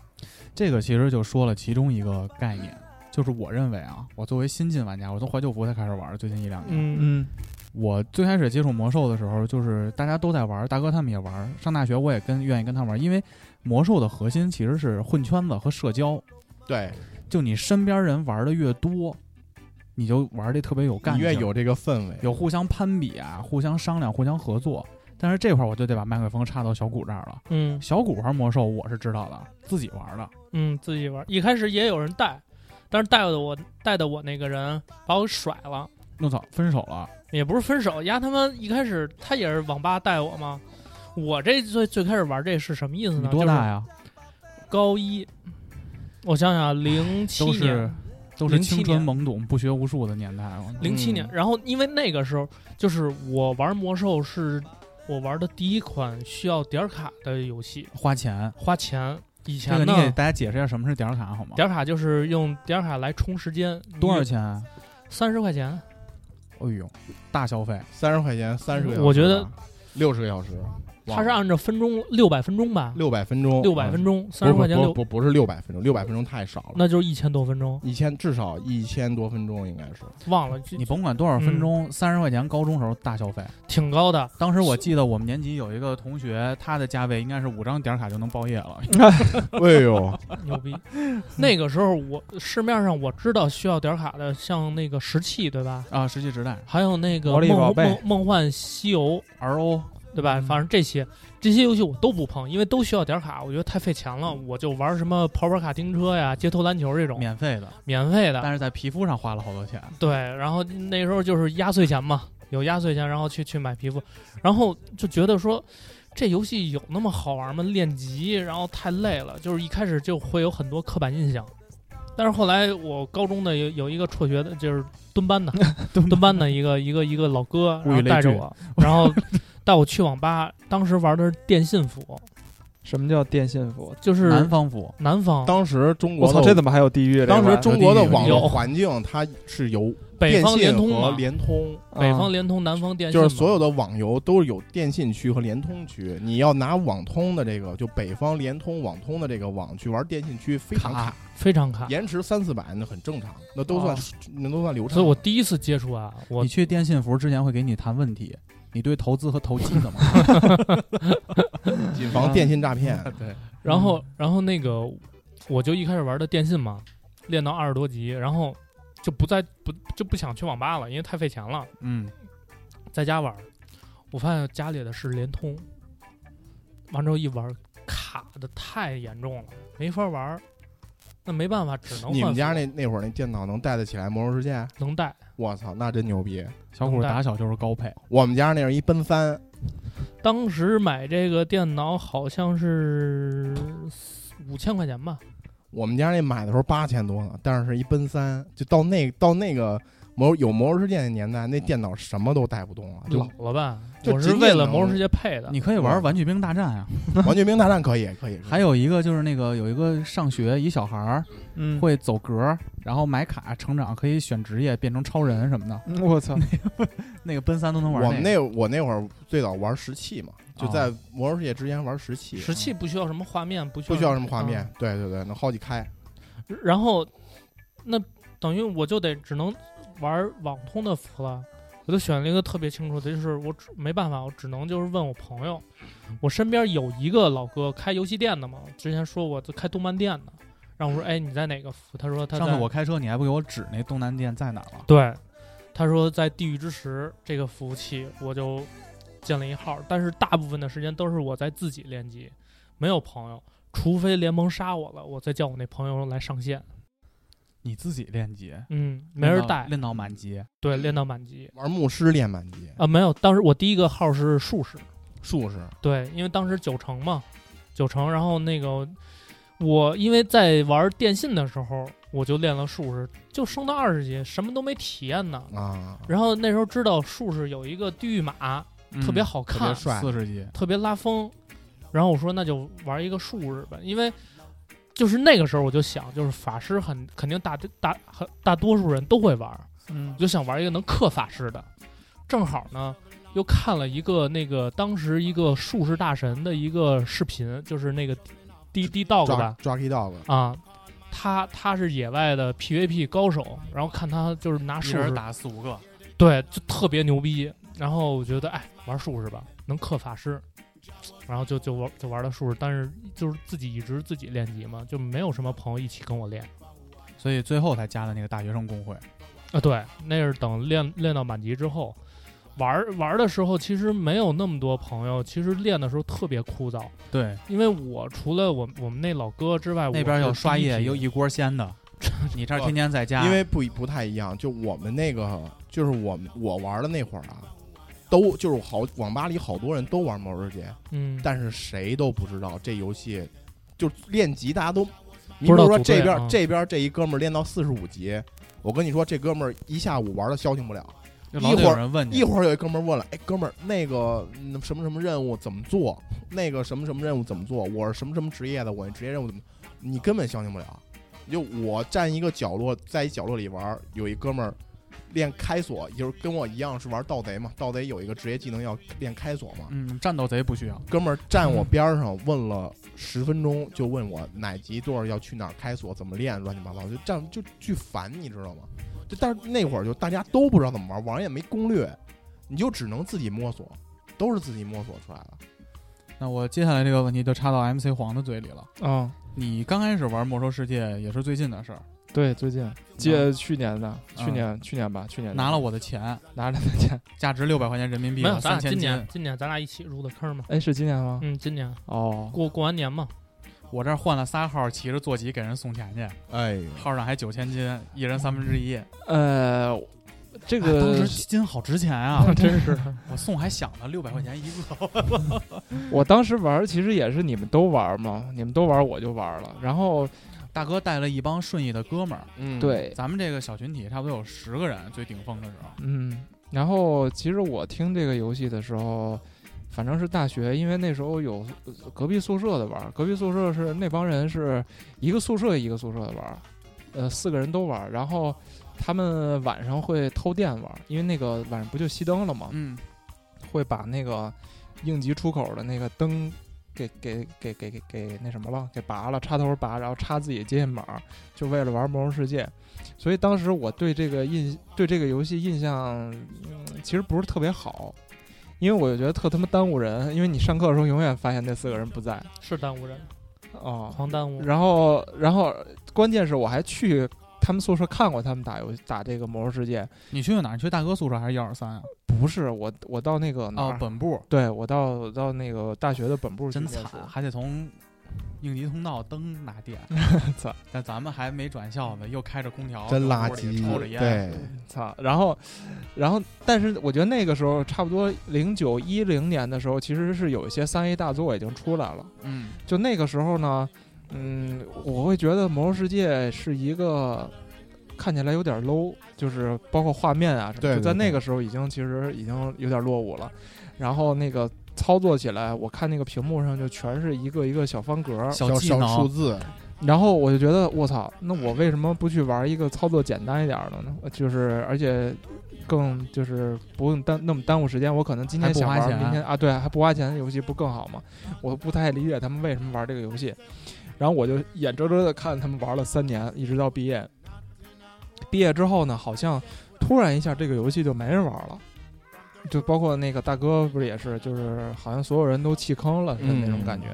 Speaker 2: 这个其实就说了其中一个概念，就是我认为啊，我作为新进玩家，我从怀旧服才开始玩的，最近一两年。
Speaker 5: 嗯
Speaker 3: 嗯
Speaker 2: 我最开始接触魔兽的时候，就是大家都在玩，大哥他们也玩，上大学我也跟愿意跟他玩，因为魔兽的核心其实是混圈子和社交，
Speaker 4: 对，
Speaker 2: 就你身边人玩的越多，你就玩的特别有干
Speaker 4: 你
Speaker 2: 劲儿，
Speaker 4: 越有这个氛围，
Speaker 2: 有互相攀比啊，互相商量，互相合作。但是这块儿我就得把麦克风插到小谷这儿了。
Speaker 5: 嗯
Speaker 2: 小谷玩魔兽我是知道的，自己玩的。
Speaker 5: 嗯，自己玩。一开始也有人带，但是带的我带的我那个人把我甩了，
Speaker 2: 弄草分手了，
Speaker 5: 也不是分手，丫他妈一开始他也是网吧带我嘛。我这最最开始玩这是什么意思
Speaker 2: 你
Speaker 5: 呢？
Speaker 2: 多大？呀？
Speaker 5: 高一，我想想啊，零七
Speaker 2: 都
Speaker 5: 年
Speaker 2: 是，都是
Speaker 5: 07
Speaker 2: 青春
Speaker 5: 年
Speaker 2: 懵懂、不学无术的年代了。
Speaker 5: 零七
Speaker 4: 嗯
Speaker 5: 年，然后因为那个时候就是我玩魔兽是我玩的第一款需要点儿卡的游戏，
Speaker 2: 花钱，
Speaker 5: 花钱。以
Speaker 2: 这
Speaker 5: 前
Speaker 2: 啊个你
Speaker 5: 呢，
Speaker 2: 给大家解释一下什么是点儿卡好吗？
Speaker 5: 点儿卡就是用点儿卡来充时间，
Speaker 2: 多少？钱啊？
Speaker 5: 三十块钱。
Speaker 2: 哎呦，大消费！
Speaker 4: 三十块钱三十个小时吧，
Speaker 5: 我觉得
Speaker 4: 六十个小时，
Speaker 5: 它是按照分钟六百分钟吧，
Speaker 4: 六百分钟，嗯
Speaker 5: 六百分
Speaker 4: 钟，
Speaker 5: 钟，三十块钱
Speaker 4: 哦不
Speaker 5: 六
Speaker 4: 不，不不是六百分钟，六百分钟太少了，
Speaker 5: 那就是一千多分钟，
Speaker 4: 一千至少一千多分钟应该
Speaker 3: *laughs*
Speaker 4: 是。
Speaker 5: 忘了，就
Speaker 2: 你甭管多少
Speaker 5: 嗯
Speaker 2: 分钟，三十块钱，高中时候大消费。
Speaker 5: 挺高的。
Speaker 2: 当时我记得我们年级有一个同学，他的价位应该是五张点儿卡就能包夜了。
Speaker 5: *laughs*
Speaker 4: 哎呦，
Speaker 5: 牛逼！那个时候我市面上我知道需要点卡的，像那个石器，对吧？
Speaker 2: 啊，实际值代
Speaker 5: 还有那个
Speaker 3: 魔力
Speaker 5: 梦
Speaker 3: 宝贝
Speaker 5: 梦梦幻西游，
Speaker 2: R O
Speaker 5: 对吧？
Speaker 2: 嗯
Speaker 5: 反正这些这些游戏我都不碰，因为都需要点卡，我觉得太费钱了。我就玩什么跑跑卡丁车呀、街头篮球这种
Speaker 2: 嗯免费的，
Speaker 5: 免费的。
Speaker 2: 但是在皮肤上花了好多钱。
Speaker 5: 对，然后那时候就是压岁钱嘛，有压岁钱，然后去去买皮肤，然后就觉得说。这游戏有那么好玩吗？练级，然后太累了，就是一开始就会有很多刻板印象。但是后来我高中的有有一个辍学的，就是蹲
Speaker 4: *laughs*
Speaker 5: 班的
Speaker 2: 蹲
Speaker 5: 蹲班的一个一个一个老哥，
Speaker 2: 物以
Speaker 5: 然后
Speaker 2: 类
Speaker 5: 带着
Speaker 2: 聚
Speaker 5: 我，然后带我去网吧。当时玩的是电信服，
Speaker 3: 什么叫电信服？
Speaker 5: 就是
Speaker 2: 南方府
Speaker 5: 南方、
Speaker 4: *laughs* 当时中
Speaker 3: 我
Speaker 4: 国
Speaker 3: 操，
Speaker 4: 的
Speaker 3: 这怎么还有地狱？
Speaker 4: 当时中国的网
Speaker 5: 有
Speaker 4: 络环境它是由
Speaker 5: *laughs* 北
Speaker 4: 电
Speaker 5: 方联
Speaker 4: 信
Speaker 5: 通
Speaker 4: 和
Speaker 5: 嘛，
Speaker 4: 联通，
Speaker 5: 北
Speaker 3: 啊
Speaker 5: 方联通、南方电信
Speaker 4: 就
Speaker 5: 嘛，
Speaker 4: 是所有的网游都是有电信区和联通区。你要拿网通的这个，就北方联通、网通的这个网去玩电信区，非常卡，
Speaker 5: 非常卡。哦
Speaker 4: 延迟三四百那很正常，那都算那都算流畅。
Speaker 5: 所以我第一次接触啊，我
Speaker 2: 你去电信服之前会给你谈问题，你对投资和投机怎么？
Speaker 5: *laughs*
Speaker 4: 谨防电信诈骗。
Speaker 5: 嗯
Speaker 3: 对，
Speaker 5: 然
Speaker 4: 嗯
Speaker 5: 后然后那个我就一开始玩的电信嘛，练到二十多级，然后就不再不就不想去网吧了，因为太费钱了，
Speaker 2: 嗯，
Speaker 5: 在家玩儿。我发现家里的是联通，完之后一玩儿卡的太严重了，没法玩儿。那没办法，只能
Speaker 4: 你
Speaker 5: 换
Speaker 4: 们家
Speaker 5: 服
Speaker 4: 那那会儿那电脑能带得起来《魔兽世界》？
Speaker 5: 能带，
Speaker 4: 我操，那真牛逼！
Speaker 2: 小虎打小就是高配，
Speaker 4: 我们家那是一奔三，
Speaker 5: 当时买这个电脑好像是五千块钱吧，
Speaker 4: 我们家那买的时候八千多呢，但是是一奔三，就到那到那个魔有《魔兽世界》那年代，那电脑什么都带不动啊
Speaker 2: 嗯
Speaker 4: 了，就
Speaker 5: 老了吧？
Speaker 4: 就
Speaker 5: 我
Speaker 4: 仅
Speaker 5: 是
Speaker 4: 仅
Speaker 5: 为了《
Speaker 4: 能
Speaker 5: 魔兽世界》配的。
Speaker 2: 你可以玩《玩具兵大战》啊。
Speaker 5: 嗯
Speaker 4: 《玩具兵大战》可以可以。可以
Speaker 2: 还有一个就是那个有一个上学一小孩儿
Speaker 3: 嗯，
Speaker 2: 会走格，然后买卡成长，可以选职业变成超人什么的，
Speaker 3: 嗯我操，
Speaker 2: 那个奔啊三都能玩。
Speaker 4: 我们
Speaker 2: 那
Speaker 4: 那我那会儿最早玩石器嘛，就在《魔兽世界》之前玩石器，
Speaker 5: 石器不需要什么画面，不需
Speaker 4: 不需要什么画
Speaker 5: 嗯
Speaker 4: 面，
Speaker 2: 啊
Speaker 4: 对对对，能好几开。
Speaker 5: 然后那等于我就得只能玩网通的服了。我就选了一个特别清楚的，就是我只没办法，我只能就是问我朋友。我身边有一个老哥开游戏店的嘛，之前说我就开动漫店的，然后我说哎你在哪个服？他说他
Speaker 2: 上次
Speaker 5: 在
Speaker 2: 我开车，你还不给我指那东南店在哪儿了？
Speaker 5: 对，他说在地狱之石这个服务器我就建了一号，但是大部分的时间都是我在自己练级，没有朋友，除非联盟杀我了，我再叫我那朋友来上线。
Speaker 2: 你自己练级，
Speaker 5: 嗯，没人带，
Speaker 2: 练到满级。
Speaker 5: 对，
Speaker 4: 嗯
Speaker 5: 练到满级
Speaker 4: 玩牧师练满级，
Speaker 5: 啊，没有。当时我第一个号是术士，
Speaker 4: 术士
Speaker 5: 对，因为当时九成嘛，九成。然后那个我因为在玩电信的时候，我就练了术士，就升到二十级，什么都没体验呢。
Speaker 4: 啊，
Speaker 5: 然后那时候知道术士有一个地狱马，
Speaker 2: 嗯
Speaker 5: 特别好
Speaker 4: 嗯特
Speaker 5: 看
Speaker 4: 别，帅。
Speaker 2: 四十级，
Speaker 5: 特别拉风。然后我说那就玩一个术士吧，因为就是那个时候我就想，就是法师很肯定大大很大多数人都会玩，
Speaker 3: 嗯
Speaker 5: 我，就想玩一个能克法师的。正好呢，又看了一个那个当时一个术士大神的一个视频，就是那个滴滴 dog
Speaker 4: 抓
Speaker 5: 吧
Speaker 4: 抓 K dog，
Speaker 5: 啊，他他是野外的 PVP 高手，然后看他就是拿术士
Speaker 2: 打四五个，
Speaker 5: 对，就特别牛逼。然后我觉得，哎，玩术士吧，能克法师，然后就就玩就玩了术士，但是就是自己一直自己练级嘛，就没有什么朋友一起跟我练
Speaker 2: 所以最后才加了那个大学生工会。
Speaker 5: 啊。对，那是等练练到满级之后，玩玩的时候其实没有那么多朋友，其实练的时候特别枯燥，
Speaker 2: 对，
Speaker 5: 因为我除了我我们那老哥之外，
Speaker 2: 那边
Speaker 5: 我是
Speaker 2: 有刷
Speaker 5: 第一
Speaker 2: 夜，
Speaker 5: 批
Speaker 2: 有一锅鲜 *laughs* 的，你这儿天天在家，
Speaker 4: 因为不不太一样。就我们那个，就是我们我玩的那会儿啊，都就是好网吧里好多人都玩魔兽世界，
Speaker 5: 嗯，
Speaker 4: 但是谁都不知道这游戏，就是练级大家都，你比
Speaker 5: 知道
Speaker 4: 如说
Speaker 5: 组队
Speaker 4: 这边、
Speaker 5: 啊
Speaker 4: 这边这一哥们儿练到四十五级，我跟你说这哥们儿一下午玩的消停不了。
Speaker 2: 就老得有人
Speaker 5: 嗯
Speaker 2: 问
Speaker 4: 一
Speaker 2: 你，
Speaker 4: 会儿有一哥们儿问了，哎，哥们儿，那个嗯什么什么任务怎么做？那个什么什么任务怎么做？我是什么什么职业的？我职业任务怎么？你根本相信不了。就我站一个角落，在一角落里玩儿，有一哥们儿练开锁，就是跟我一样是玩盗贼嘛。盗贼有一个职业技能要练开锁嘛。
Speaker 2: 嗯，战斗贼不需要，
Speaker 4: 哥们儿站
Speaker 2: 嗯
Speaker 4: 我边儿上问了十分钟，就问我哪级多少要去哪儿开锁，怎么练，乱七八糟，就站就巨烦，你知道吗？就但是那会儿就大家都不知道怎么玩，网上也没攻略，你就只能自己摸索，都是自己摸索出来的。
Speaker 2: 那我接下来这个问题就插到 MC 黄的嘴里了。
Speaker 3: 嗯，
Speaker 2: 你刚开始玩《魔兽世界》也是最近的事儿，
Speaker 3: 对，最近借去年的，去年去年吧，去年
Speaker 2: 拿了我的钱，
Speaker 3: 拿了的钱， *laughs*
Speaker 2: 价值六百块钱人民币
Speaker 5: 没有，，咱俩
Speaker 2: 三千
Speaker 5: 今年
Speaker 2: 斤。
Speaker 5: 今年咱俩一起入的坑嘛，
Speaker 3: 哎，是今年吗？
Speaker 5: 嗯，今年
Speaker 3: 哦，
Speaker 5: 过过完年嘛，
Speaker 2: 我这儿换了仨号，骑着坐骑给人送钱去，
Speaker 4: 哎呦，
Speaker 2: 号上还九千斤，一人三分之一。
Speaker 3: 呃，这
Speaker 2: 啊
Speaker 3: 个
Speaker 2: 当时金好值钱啊！
Speaker 4: *laughs*
Speaker 5: 真是
Speaker 2: *laughs* 我送还想呢，六百块钱一个。
Speaker 3: 我当时玩儿，其实也是你们都玩儿嘛，你们都玩儿我就玩儿了，然后
Speaker 2: 大哥带了一帮顺义的哥们儿，
Speaker 4: 嗯，
Speaker 3: 对，
Speaker 2: 咱们这个小群体差不多有十个人，最顶峰的时候。
Speaker 3: 嗯，然后其实我听这个游戏的时候，反正是大学，因为那时候有呃隔壁宿舍的玩儿，隔壁宿舍是那帮人是一个宿舍一个宿舍的玩儿，呃，四个人都玩儿，然后他们晚上会偷电玩儿，因为那个晚上不就熄灯了嘛，
Speaker 2: 嗯，
Speaker 3: 会把那个应急出口的那个灯给给给给给给那什么了，给拔了，插头拔，然后插自己的接线板儿，就为了玩《魔兽世界》。所以当时我对这个印对这个游戏印象，嗯，其实不是特别好，因为我就觉得特他妈耽误人，因为你上课的时候永远发现那四个人不在
Speaker 5: 是耽误人，
Speaker 3: 哦。
Speaker 5: 狂耽误。
Speaker 3: 然后，然后关键是我还去他们宿舍看过他们打游打这个魔兽世界，
Speaker 2: 你去哪儿？你去大哥宿舍还是幺二三啊？
Speaker 3: 不是我我到那个哪儿
Speaker 2: 哦，本部，
Speaker 3: 对我到我到那个大学的本部去
Speaker 2: 真
Speaker 3: 念
Speaker 2: 惨
Speaker 3: 书，
Speaker 2: 还得从应急通道灯拿
Speaker 5: *laughs*
Speaker 2: 电。
Speaker 3: 惨！
Speaker 2: 但咱们还没转校呢，又开着空调，
Speaker 4: 真
Speaker 2: 又
Speaker 4: 垃
Speaker 2: 屋里
Speaker 4: 圾
Speaker 2: 抽着，烟，
Speaker 4: 对，
Speaker 3: 操！然后，然后，但是我觉得那个时候差不多零九一零年的时候，其实是有一些三 A 大作已经出来了。
Speaker 2: 嗯，
Speaker 3: 就那个时候呢，嗯，我会觉得《魔兽世界》是一个看起来有点 low，就是包括画面啊什么，
Speaker 4: 对
Speaker 3: 就在
Speaker 4: 对
Speaker 3: 那
Speaker 4: 对
Speaker 3: 个时候已经其实已经有点落伍了。然后那个操作起来，我看那个屏幕上就全是一个一个小方格儿，
Speaker 2: 小
Speaker 4: 小
Speaker 2: 技
Speaker 4: 小数
Speaker 2: 能，
Speaker 4: 字，
Speaker 3: 然后我就觉得我操，那我为什么不去玩一个操作简单一点儿的呢？就是而且更就是不用耽那么耽误时间，我可能今天
Speaker 2: 还不
Speaker 3: 想
Speaker 2: 花
Speaker 3: 玩，
Speaker 2: 钱
Speaker 3: 明天啊对，还不花钱的游戏不更好吗？我不太理解他们为什么玩这个游戏，然后我就眼睁睁的看他们玩了三年，一直到毕业。毕业之后呢，好像突然一下这个游戏就没人玩了。就包括那个大哥，不是也是，就是好像所有人都弃坑了的
Speaker 2: 嗯
Speaker 3: 那种感觉。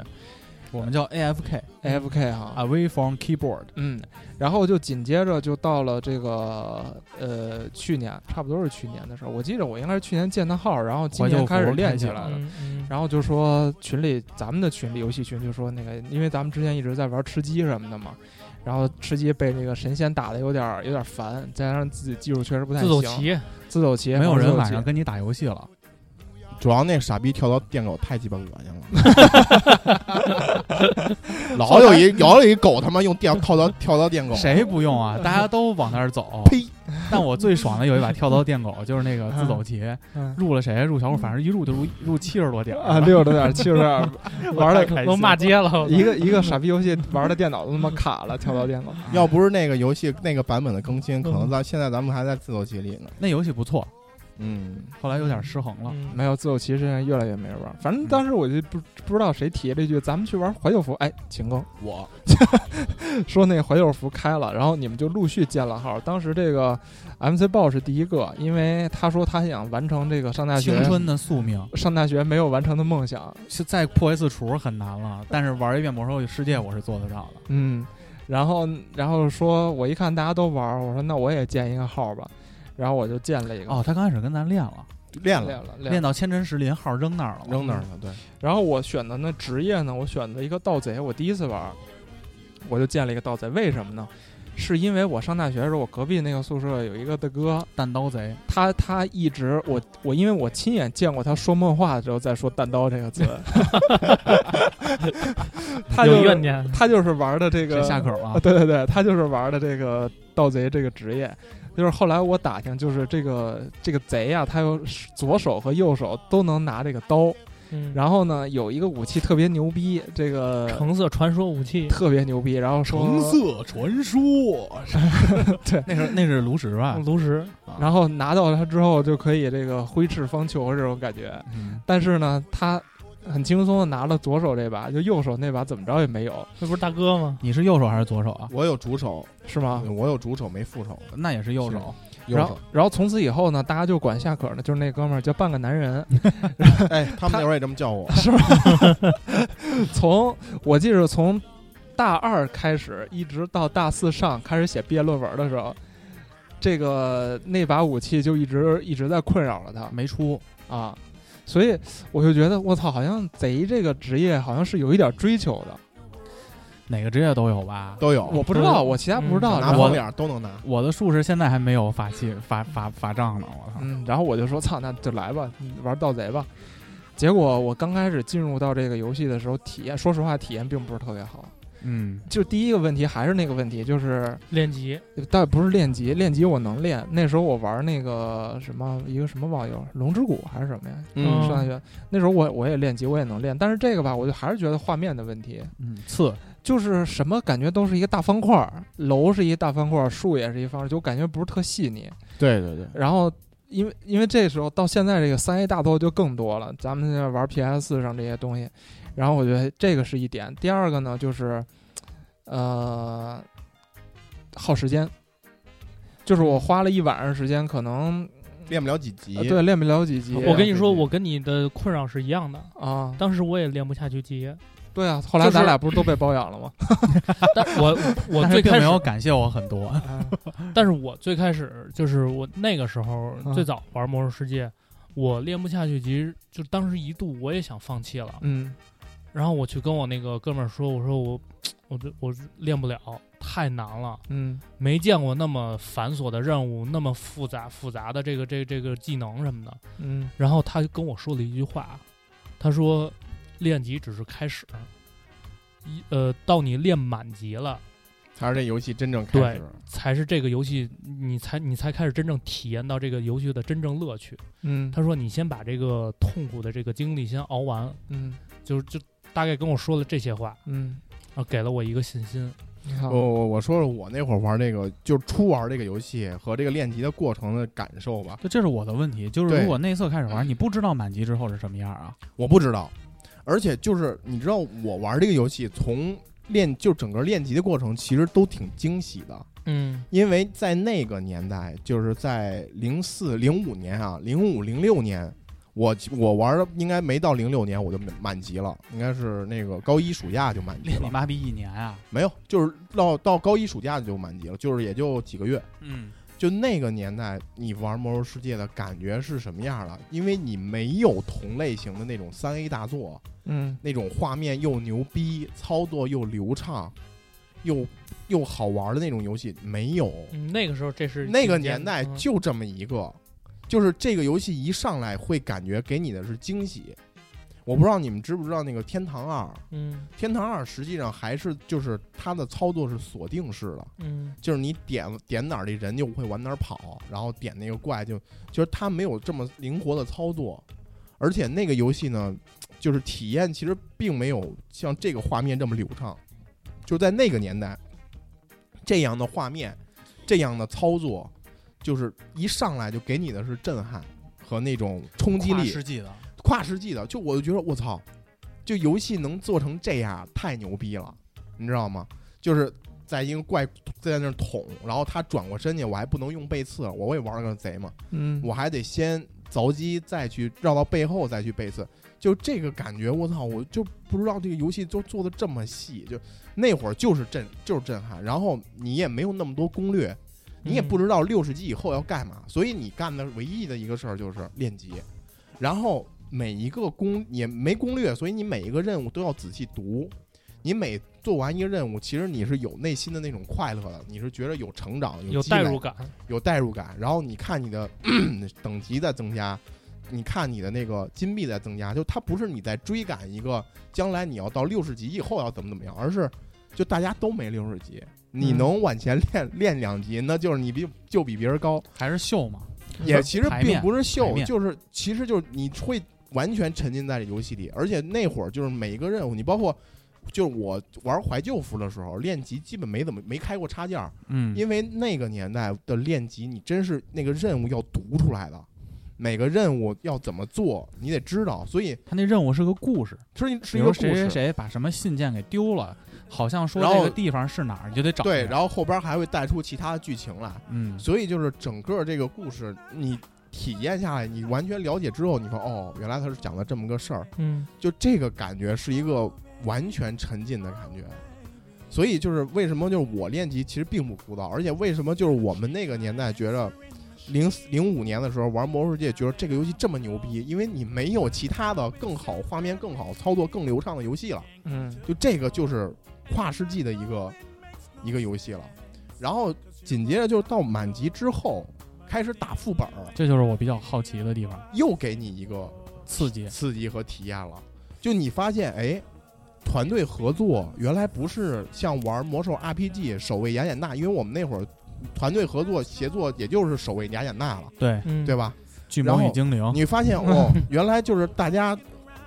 Speaker 2: 我们叫 AFK
Speaker 3: AFK 哈、
Speaker 2: Away from 啊 Keyboard，
Speaker 3: 嗯，然后就紧接着就到了这个呃去年，差不多是去年的时候，我记得我应该是去年建的号，然后今
Speaker 2: 怀旧服
Speaker 3: 年开始
Speaker 2: 开
Speaker 3: 练
Speaker 2: 起
Speaker 3: 起
Speaker 2: 来
Speaker 3: 来了。
Speaker 5: 嗯嗯，
Speaker 3: 然后就说群里咱们的群里游戏群就说那个，因为咱们之前一直在玩吃鸡什么的嘛，然后吃鸡被这个神仙打的有点儿有点儿烦，再加上自己技术确实不太
Speaker 5: 自走
Speaker 3: 行，
Speaker 5: 棋，
Speaker 3: 自走棋
Speaker 2: 没有
Speaker 3: 防自
Speaker 2: 人
Speaker 3: 走
Speaker 2: 晚
Speaker 3: 棋 *laughs*
Speaker 2: 上跟你打游戏了。
Speaker 4: 主要那傻逼跳蚤电狗太鸡巴恶心
Speaker 2: *laughs*
Speaker 4: 了，老有一老有一狗他妈用电跳蚤跳蚤电狗，
Speaker 2: 谁不用
Speaker 3: *laughs*
Speaker 2: 啊？大家都往那儿走。
Speaker 4: 呸！
Speaker 2: 但我最爽的有一把跳蚤电狗，就是那个自走棋，
Speaker 3: 嗯
Speaker 2: 入了谁？入小虎，反正一入就入入七十多点儿
Speaker 3: 啊，六十多点儿，七十多点儿， *laughs* 玩的
Speaker 5: 都骂街了。我操
Speaker 3: 一个一个傻逼游戏玩的电脑都他妈卡了，跳到电脑。
Speaker 4: 要不是那个游戏那个版本的更新，可能咱现在咱们还在自走棋里呢。
Speaker 2: 那游戏不错，
Speaker 4: 嗯，
Speaker 2: 后来有点失衡了。
Speaker 5: 嗯
Speaker 3: 没有自由棋，现在越来越没人玩。反正当时我就不不知道谁提了一句，咱们去玩怀旧服。哎，秦哥
Speaker 4: 我
Speaker 3: *laughs* 说那怀旧服开了，然后你们就陆续建了号。当时这个 MC 豹是第一个，因为他说他想完成这个上大
Speaker 2: 青
Speaker 3: 学
Speaker 2: 春的宿命
Speaker 3: 上大学没有完成的梦想。
Speaker 2: 是再破一次除很难了，但是玩一遍《魔兽世界》我是做得到的。
Speaker 3: 嗯，然后然后说我一看大家都玩，我说那我也建一个号吧。然后我就建了一个
Speaker 2: 哦，，他刚开始跟咱练了，
Speaker 4: 练
Speaker 3: 练
Speaker 4: 了，
Speaker 3: 了练
Speaker 2: 练
Speaker 3: 了。
Speaker 2: 到千真石林号扔那儿了嘛，
Speaker 4: 扔那儿了，对，
Speaker 3: 然后我选的那职业呢，我选择一个盗贼。我第一次玩儿，我就建了一个盗贼。为什么呢？是因为我上大学的时候，我隔壁那个宿舍有一个大哥，
Speaker 2: 嗯弹刀贼。
Speaker 3: 他他一直我我因为我亲眼见过他说梦话的时候在说“单刀”这个词，他就
Speaker 5: 嗯有
Speaker 3: 是
Speaker 5: 怨念，
Speaker 3: 他就是玩的这
Speaker 2: 这
Speaker 3: 个
Speaker 2: 下口了
Speaker 3: 啊，，对对对，他就是玩的这个盗贼这个职业。就是后来我打听，就是这个这个贼啊，他有左手和右手都能拿这个刀，
Speaker 5: 嗯，
Speaker 3: 然后呢，有一个武器特别牛逼，这个
Speaker 5: 橙色传说武器，
Speaker 3: 特别牛逼，然后说，
Speaker 4: 色传
Speaker 2: *laughs*
Speaker 4: 说，
Speaker 2: 那是那是炉石吧？
Speaker 5: 炉石，
Speaker 3: 然后拿到它之后就可以这个挥斥方遒这种感觉。
Speaker 2: 嗯
Speaker 3: 但是呢，他很轻松的拿了左手这把，就右手那把怎么着也没有，
Speaker 5: 这不是大哥吗？
Speaker 2: 你是右手还是左手啊？
Speaker 4: 我有主手，
Speaker 3: 是吗？
Speaker 4: 我有主手没副手，
Speaker 2: 那也是右手，
Speaker 4: 右
Speaker 3: 然后
Speaker 4: 手，，
Speaker 3: 然后从此以后呢，大家就管夏可呢，就是那哥们儿叫半个男
Speaker 4: *laughs*
Speaker 3: 人。
Speaker 4: 哎，他们那会儿也这么叫我，
Speaker 3: 从我记着从大二开始，一直到大四上开始写毕业论文的时候，这个那把武器就一直一直在困扰了他。
Speaker 2: 没出。
Speaker 3: 啊，所以我就觉得我操，好像贼这个职业好像是有一点追求的。
Speaker 2: 哪个职业都有吧？
Speaker 4: 都有，
Speaker 3: 我不知道，
Speaker 5: 嗯
Speaker 3: 我其他不知道。
Speaker 5: 嗯
Speaker 4: 拿
Speaker 3: 然
Speaker 4: 方
Speaker 3: 后
Speaker 4: 脸儿都能拿，
Speaker 2: 我的术士现在还没有法器法法法杖呢，我操！
Speaker 3: 嗯，然后我就说操，那就来吧，玩盗贼吧。结果我刚开始进入到这个游戏的时候，体验说实话体验并不是特别好。
Speaker 2: 嗯，
Speaker 3: 就第一个问题还是那个问题，就是
Speaker 5: 练级，
Speaker 3: 但不是练级，练级我能练。那时候我玩那个什么一个什么网游《龙之谷》还是什么呀？
Speaker 5: 嗯
Speaker 3: 上大学那时候我我也练级，我也能练，但是这个吧，我就还是觉得画面的问题。
Speaker 2: 嗯，刺
Speaker 3: 就是什么感觉都是一个大方块儿，楼是一大方块儿，树也是一方块儿，就感觉不是特细腻。
Speaker 4: 对对对，
Speaker 3: 然后因为因为这时候到现在这个三 A 大作就更多了，咱们现在玩 PS 上这些东西，然后我觉得这个是一点。第二个呢，就是呃耗时间，就是我花了一晚上时间，可能
Speaker 4: 练不了几级。
Speaker 3: 呃对，练不了几级。
Speaker 5: 我跟你说，
Speaker 4: 对对
Speaker 5: 我跟你的困扰是一样的。
Speaker 3: 啊，
Speaker 5: 当时我也练不下去吉爷，
Speaker 3: 对啊，后来
Speaker 5: 就是
Speaker 3: 咱俩不是都被包养了吗？
Speaker 5: *laughs* 但我我我
Speaker 2: 但是
Speaker 5: 最
Speaker 2: 并
Speaker 5: 开
Speaker 2: 没
Speaker 5: 始
Speaker 2: 有感谢我很多。 *laughs*
Speaker 5: 但是我最开始就是我那个时候
Speaker 3: 嗯
Speaker 5: 最早玩魔兽世界，我练不下去，其实就当时一度我也想放弃了。
Speaker 3: 嗯，
Speaker 5: 然后我去跟我那个哥们儿说，我说我我这我练不了，太难了，
Speaker 3: 嗯
Speaker 5: 没见过那么繁琐的任务，那么复杂复杂的这个这个这个技能什么的。
Speaker 3: 嗯
Speaker 5: 然后他就跟我说了一句话，他说练级只是开始。一呃，到你练满级了，
Speaker 4: 才是这游戏真正开始。
Speaker 5: 才是这个游戏，你才你才开始真正体验到这个游戏的真正乐趣。
Speaker 3: 嗯
Speaker 5: 他说你先把这个痛苦的这个经历先熬完，
Speaker 3: 嗯
Speaker 5: 就是就大概跟我说了这些话，
Speaker 3: 嗯，
Speaker 5: 然后给了我一个信心。
Speaker 3: 你看
Speaker 4: 我，我我说说我那会儿玩这个，就是初玩这个游戏和这个练级的过程的感受吧。
Speaker 2: 就这是我的问题，就是
Speaker 4: 对
Speaker 2: 如果内测开始玩，你不知道满级之后是什么样啊？
Speaker 4: 我不知道，而且就是你知道，我玩这个游戏从练就整个练级的过程，其实都挺惊喜的。
Speaker 5: 嗯
Speaker 4: 因为在那个年代，就是在零四零五年啊，零五零六年，我我玩儿应该没到零六年我就满级了，应该是那个高一暑假就满级
Speaker 2: 练你
Speaker 4: 了，
Speaker 2: 妈逼一年啊！
Speaker 4: 没有，就是到到高一暑假就满级了，就是也就几个月。
Speaker 2: 嗯，
Speaker 4: 就那个年代，你玩魔兽世界的感觉是什么样的？因为你没有同类型的那种三 A 大作，
Speaker 3: 嗯
Speaker 4: 那种画面又牛逼、操作又流畅、又又好玩的那种游戏没有。
Speaker 5: 嗯，那个时候这是
Speaker 4: 那个
Speaker 5: 顶尖
Speaker 4: 年代
Speaker 5: 嗯
Speaker 4: 就这么一个，就是这个游戏一上来会感觉给你的是惊喜。我不知道你们知不知道那个《天堂二》，《
Speaker 5: 嗯
Speaker 4: 天堂二》实际上还是就是它的操作是锁定式的，
Speaker 5: 嗯
Speaker 4: 就是你点点哪儿的人就会往哪儿跑，然后点那个怪就就是它没有这么灵活的操作，而且那个游戏呢，就是体验其实并没有像这个画面这么流畅，就在那个年代，这样的画面，这样的操作，就是一上来就给你的是震撼和那种冲击
Speaker 2: 跨
Speaker 4: 力，
Speaker 2: 世纪的，
Speaker 4: 跨世纪的，就我就觉得我操，就游戏能做成这样太牛逼了，你知道吗？就是在一个怪在那儿捅，然后他转过身去，我还不能用背刺，我也玩个贼嘛，
Speaker 3: 嗯，
Speaker 4: 我还得先凿击，再去绕到背后再去背刺，就这个感觉，我操，我就不知道这个游戏就做的这么细，就那会儿就是震就是震撼，然后你也没有那么多攻略，你也
Speaker 5: 嗯
Speaker 4: 不知道六十级以后要干嘛，所以你干的唯一的一个事儿就是练级，然后每一个攻也没攻略，所以你每一个任务都要仔细读。你每做完一个任务，其实你是有内心的那种快乐的，你是觉得有成长、
Speaker 5: 有
Speaker 4: 积累
Speaker 5: 代入感，
Speaker 4: 有代入感。然后你看你的 *clears throat* 等级在增加，你看你的那个金币在增加，就它不是你在追赶一个将来你要到六十级以后要怎么怎么样，而是就大家都没六十级，你
Speaker 3: 嗯
Speaker 4: 能往前练练两级，那就是你比就比别人高。
Speaker 2: 还是秀嘛？
Speaker 4: 也其实
Speaker 2: 牌嗯
Speaker 4: 并
Speaker 2: 面
Speaker 4: 不是秀
Speaker 2: 牌，面
Speaker 4: 就是其实就是你会完全沉浸在这游戏里，而且那会儿就是每一个任务，你包括就是我玩怀旧服的时候，练级基本没怎么没开过插件儿，
Speaker 2: 嗯，
Speaker 4: 因为那个年代的练级，你真是那个任务要读出来的，每个任务要怎么做，你得知道，所以
Speaker 2: 他那任务是个故事，
Speaker 4: 是一
Speaker 2: 比
Speaker 4: 是一个
Speaker 2: 如
Speaker 4: 故
Speaker 2: 谁谁
Speaker 4: 事。
Speaker 2: 谁把什么信件给丢了，好像说
Speaker 4: 然
Speaker 2: 这
Speaker 4: 后
Speaker 2: 个地方是哪儿，你就得找去。
Speaker 4: 对，然后后边还会带出其他的剧情来，
Speaker 2: 嗯，
Speaker 4: 所以就是整个这个故事，你体验下来，你完全了解之后，你说哦，原来他是讲了这么个事儿，
Speaker 5: 嗯
Speaker 4: 就这个感觉是一个完全沉浸的感觉。所以就是为什么就是我练级其实并不枯燥，而且为什么就是我们那个年代觉着零零五年的时候玩《魔兽世界》，觉得这个游戏这么牛逼，因为你没有其他的更好、画面更好、操作更流畅的游戏了。
Speaker 3: 嗯
Speaker 4: 就这个就是跨世纪的一个一个游戏了。然后紧接着就到满级之后开始打副本儿，
Speaker 2: 这就是我比较好奇的地方，
Speaker 4: 又给你一个
Speaker 2: 刺激。
Speaker 4: 刺激和体验了。就你发现，哎，团队合作原来不是像玩魔兽 RPG 守卫雅典娜，因为我们那会儿团队合作协作也就是守卫雅典娜了，
Speaker 2: 对，
Speaker 5: 嗯，
Speaker 4: 对？吧？
Speaker 2: 巨
Speaker 4: 然
Speaker 2: 魔
Speaker 4: 后
Speaker 2: 与精灵，
Speaker 4: 你发现
Speaker 2: *laughs*
Speaker 4: 哦，原来就是大家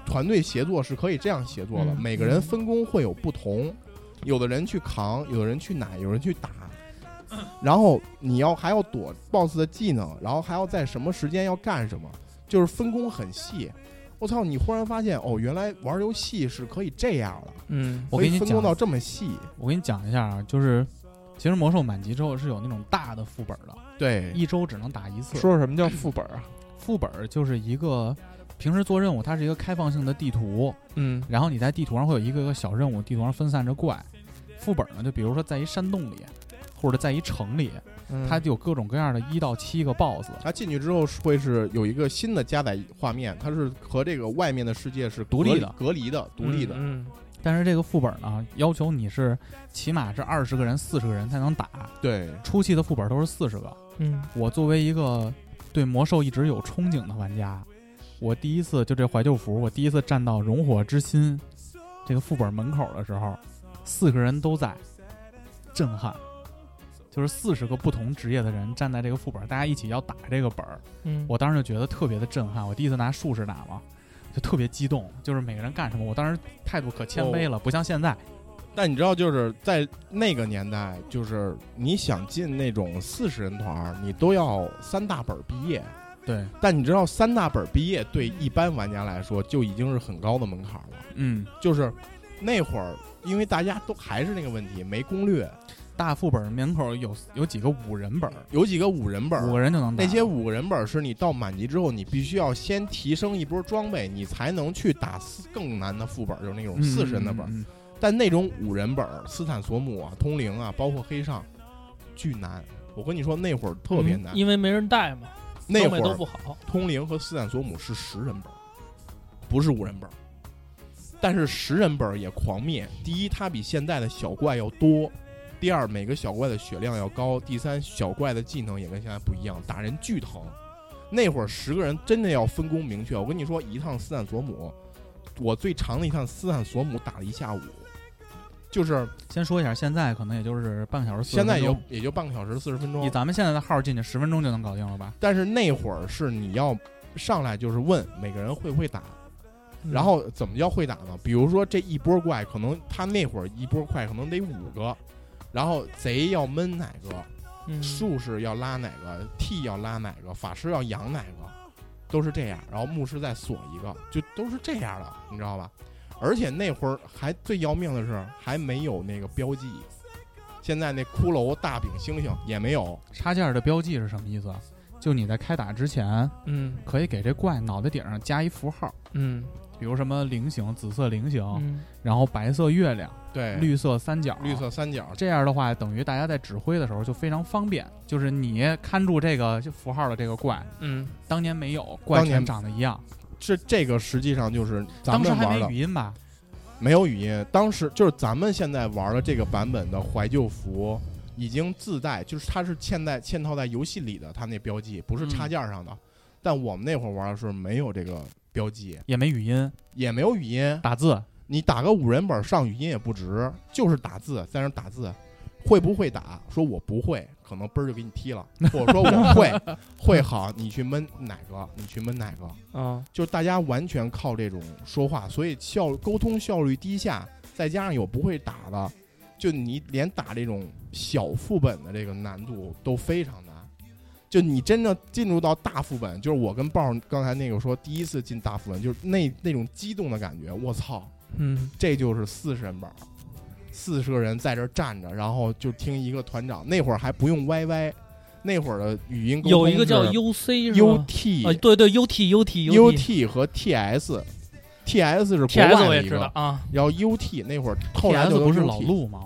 Speaker 4: 团队协作是可以这样协作的，
Speaker 5: 嗯
Speaker 4: 每个人分工会有不同，有的人去扛，有的人去奶，有人去打。然后你要还要躲 BOSS 的技能，然后还要在什么时间要干什么，就是分工很细。我操！你忽然发现哦，原来玩游戏是可以这样的，
Speaker 3: 嗯
Speaker 2: 我
Speaker 4: 可以
Speaker 2: 跟你
Speaker 4: 分
Speaker 2: 讲
Speaker 4: 工到这么细。
Speaker 2: 我给你讲一下啊，就是其实魔兽满级之后是有那种大的副本的，
Speaker 4: 对，
Speaker 2: 一周只能打一次。
Speaker 3: 说说什么叫副本啊？
Speaker 2: 副本就是一个平时做任务，它是一个开放性的地图，
Speaker 3: 嗯
Speaker 2: 然后你在地图上会有一个个小任务，地图上分散着怪。副本呢，就比如说在一山洞里，或者在一城里，
Speaker 3: 嗯，
Speaker 2: 它有各种各样的一到七个 BOSS，
Speaker 4: 它进去之后是会是有一个新的加载画面，它是和这个外面的世界是
Speaker 2: 独立的
Speaker 4: 隔离的、独立的。
Speaker 3: 嗯，
Speaker 2: 但是这个副本呢，要求你是起码是二十个人、四十个人才能打。
Speaker 4: 对，
Speaker 2: 初期的副本都是四十个。
Speaker 5: 嗯，
Speaker 2: 我作为一个对魔兽一直有憧憬的玩家，我第一次就这怀旧服，我第一次站到熔火之心这个副本门口的时候，四个人都在，震撼。就是四十个不同职业的人站在这个副本，大家一起要打这个本儿，
Speaker 5: 嗯，
Speaker 2: 我当时就觉得特别的震撼。我第一次拿术士打嘛，就特别激动，就是每个人干什么，我当时态度可谦
Speaker 4: 哦
Speaker 2: 卑了，不像现在。
Speaker 4: 但你知道，就是在那个年代，就是你想进那种四十人团儿，你都要三大本儿毕业。
Speaker 2: 对，
Speaker 4: 但你知道，三大本儿毕业对一般玩家来说就已经是很高的门槛了。
Speaker 2: 嗯，
Speaker 4: 就是那会儿，因为大家都还是那个问题，没攻略，
Speaker 2: 大副本门口有有几个五人本儿，
Speaker 4: 有几个五人本儿，
Speaker 2: 五个人就能打
Speaker 4: 那些五个人本儿是你到满级之后，你必须要先提升一波装备，你才能去打四更难的副本儿，就是那种四十人的本儿。
Speaker 2: 嗯嗯嗯
Speaker 4: 但那种五人本儿，斯坦索姆啊、通灵啊，包括黑上，巨难。我跟你说，那会儿特别难。
Speaker 5: 嗯因为没人带嘛，
Speaker 4: 那
Speaker 5: 装
Speaker 4: 会
Speaker 5: 备都
Speaker 4: 儿
Speaker 5: 不好，
Speaker 4: 通灵和斯坦索姆是十人本儿，不是五人本儿。但是十人本儿也狂灭。第一，它比现在的小怪要多；第二，每个小怪的血量要高；第三，小怪的技能也跟现在不一样，打人巨疼。那会儿十个人真的要分工明确。我跟你说，一趟斯坦索姆，我最长的一趟斯坦索姆打了一下午，就是
Speaker 2: 先说一下，现在可能也就是半个小时40
Speaker 4: 现在也
Speaker 2: 分
Speaker 4: 就
Speaker 2: 钟
Speaker 4: 也就半个小时四十分钟。
Speaker 2: 以咱们现在的号进去十分钟就能搞定了吧？
Speaker 4: 但是那会儿是你要上来就是问每个人会不会打，
Speaker 5: 嗯
Speaker 4: 然后怎么叫会打呢？比如说这一波怪，可能他那会儿一波怪可能得五个，然后贼要闷哪个，
Speaker 5: 嗯
Speaker 4: 术士要拉哪个，T 要拉哪个，法师要养哪个，都是这样。然后牧师再锁一个，就都是这样的，你知道吧？而且那会儿还最要命的是还没有那个标记，现在那骷髅、大饼、星星也没有，
Speaker 2: 插件的标记是什么意思？啊就你在开打之前，
Speaker 3: 嗯
Speaker 2: 可以给这怪脑袋顶上加一符号，
Speaker 3: 嗯
Speaker 2: 比如什么菱形、紫色菱形，
Speaker 5: 嗯
Speaker 2: 然后白色月亮、
Speaker 4: 对，
Speaker 2: 绿色三角、
Speaker 4: 绿。色三角
Speaker 2: 这样的话，等于大家在指挥的时候就非常方便，就是你看住这个符号的这个怪，
Speaker 3: 嗯，
Speaker 2: 当年没有，怪
Speaker 4: 当年
Speaker 2: 全长得一样。
Speaker 4: 这这个实际上就是咱
Speaker 2: 当
Speaker 4: 们
Speaker 2: 时还
Speaker 4: 玩的
Speaker 2: 没语音吧？
Speaker 4: 没有语音，当时就是咱们现在玩的这个版本的怀旧服已经自带，就是它是嵌在嵌套在游戏里的，它那标记不是
Speaker 2: 嗯
Speaker 4: 插件上的。但我们那会儿玩的时候没有这个标记，
Speaker 2: 也没语音，
Speaker 4: 也没有语音，
Speaker 2: 打字。
Speaker 4: 你打个五人本上语音也不值，就是打字，在那打字。会不会打？说我不会，可能嘣儿就给你踢了。或者说我
Speaker 2: *laughs*
Speaker 4: 会，会好，你去闷哪个？你去闷哪个？
Speaker 3: 啊，
Speaker 4: 就大家完全靠这种说话，所以效沟通效率低下，再加上有不会打的，就你连打这种小副本的这个难度都非常难。就你真正进入到大副本，就是我跟豹儿刚才那个说，第一次进大副本，就是那那种激动的感觉，我操，
Speaker 3: 嗯
Speaker 4: 这就是四十人本儿，四十个人在这儿站着，然后就听一个团长，那会儿还不用 YY，那会儿的语音沟通
Speaker 5: 有一个叫
Speaker 4: 是
Speaker 5: UC 是吗？
Speaker 4: UT
Speaker 5: 啊，对对，UT UT
Speaker 4: UT 和 TS，TS 是国
Speaker 5: TS
Speaker 4: 外
Speaker 5: 我
Speaker 4: 的
Speaker 5: 也
Speaker 4: 一
Speaker 5: 知道
Speaker 4: 个，
Speaker 5: 啊，
Speaker 4: 然后 UT 那会儿后来
Speaker 2: PS
Speaker 4: 就都
Speaker 2: 不是
Speaker 4: UT
Speaker 2: 老，陆吗？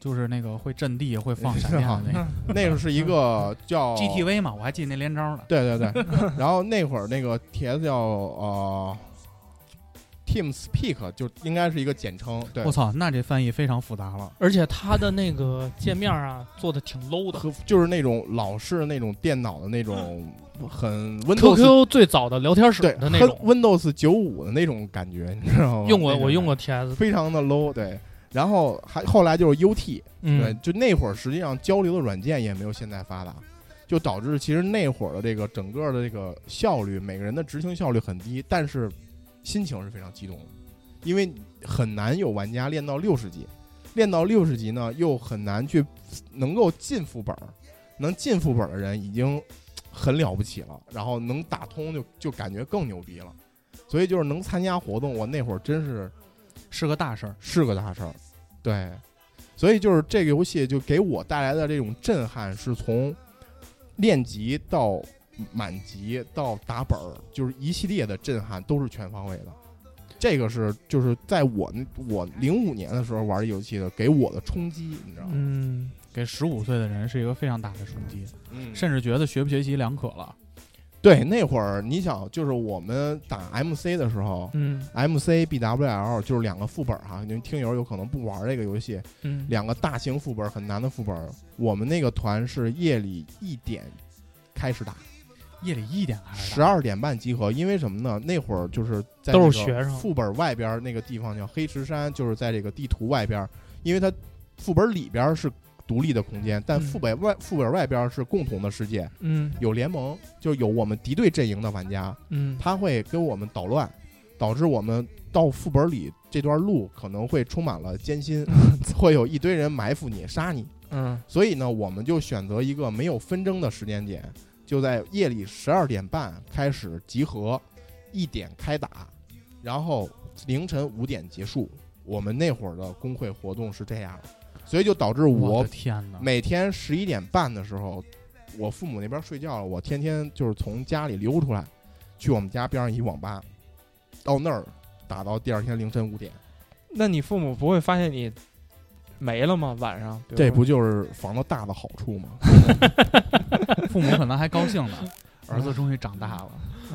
Speaker 2: 就是那个会阵地、会放
Speaker 4: *laughs* 啊
Speaker 2: 闪电的那个
Speaker 4: 那个是一
Speaker 5: *laughs*
Speaker 4: 个叫
Speaker 2: GTV 嘛，我还记得那连招呢。
Speaker 4: 对对对，然后那会儿那个 TS 叫呃 Team Speak，就应该是一个简称，对
Speaker 2: 我，操，那这翻译非常复杂了。
Speaker 5: 而且它的那个界面啊做的挺 low 的。
Speaker 4: 和就是那种老式那种电脑的那种很 Windows。
Speaker 5: QQ 最早的聊天室
Speaker 4: 对
Speaker 5: 的那
Speaker 4: 很
Speaker 5: 种，
Speaker 4: ，Windows 九五的那种感觉，你知道吗？
Speaker 5: 用过
Speaker 4: 那种
Speaker 5: 我用过 TS，
Speaker 4: 非常的 low，对。然后还后来就是 UT，对，
Speaker 5: 嗯
Speaker 4: 就那会儿实际上交流的软件也没有现在发达，就导致其实那会儿的这个整个的这个效率，每个人的执行效率很低，但是心情是非常激动的，因为很难有玩家练到六十级，练到六十级呢又很难去能够进副本儿，能进副本儿的人已经很了不起了，然后能打通就就感觉更牛逼了，所以就是能参加活动，我那会儿真是
Speaker 2: 是个大事儿。
Speaker 4: 是个大事儿，对。所以就是这个游戏就给我带来的这种震撼，是从练级到满级到打本儿，就是一系列的震撼都是全方位的。这个是就是在我那我零五年的时候玩这游戏的给我的冲击，你知道吗？
Speaker 5: 嗯，
Speaker 2: 给十五岁的人是一个非常大的冲击，
Speaker 4: 嗯
Speaker 2: 甚至觉得学不学习两可了。
Speaker 4: 对那会儿你想，就是我们打 MC 的时候。
Speaker 5: 嗯
Speaker 4: MC BWL 就是两个副本哈、你们听友有可能不玩这个游戏，
Speaker 5: 嗯，
Speaker 4: 两个大型副本很难的副本。我们那个团是夜里一点开始打，
Speaker 2: 夜里一点开始
Speaker 4: 十
Speaker 2: 打，
Speaker 4: 二点半集合，因为什么呢？那会儿就是在
Speaker 5: 都
Speaker 4: 那
Speaker 5: 是
Speaker 4: 个
Speaker 5: 学生啊
Speaker 4: 副本外边那个地方叫黑石山，就是在这个地图外边，因为它副本里边是独立的空间，但
Speaker 5: 嗯
Speaker 4: 副本外副本外边是共同的世界，
Speaker 5: 嗯
Speaker 4: 有联盟，就有我们敌对阵营的玩家，
Speaker 5: 嗯
Speaker 4: 他会跟我们捣乱，导致我们到副本里这段路可能会充满了艰
Speaker 5: *laughs*
Speaker 4: 辛，会有一堆人埋伏你、杀你。
Speaker 5: 嗯
Speaker 4: 所以呢，我们就选择一个没有纷争的时间点，就在夜里十二点半开始集合，一点开打，然后凌晨五点结束。我们那会儿的工会活动是这样的，所以就导致
Speaker 2: 我
Speaker 4: 我
Speaker 2: 的天哪！
Speaker 4: 每天啊十一点半的时候，我父母那边睡觉了，我天天就是从家里溜出来，去我们家边上一网吧，到那儿打到第二天凌晨五点，
Speaker 3: 那你父母不会发现你没了吗？晚上比如
Speaker 4: 这
Speaker 3: 说
Speaker 4: 不就是房子大的好处吗？
Speaker 2: 父母可能还高兴呢，儿子终于长大了，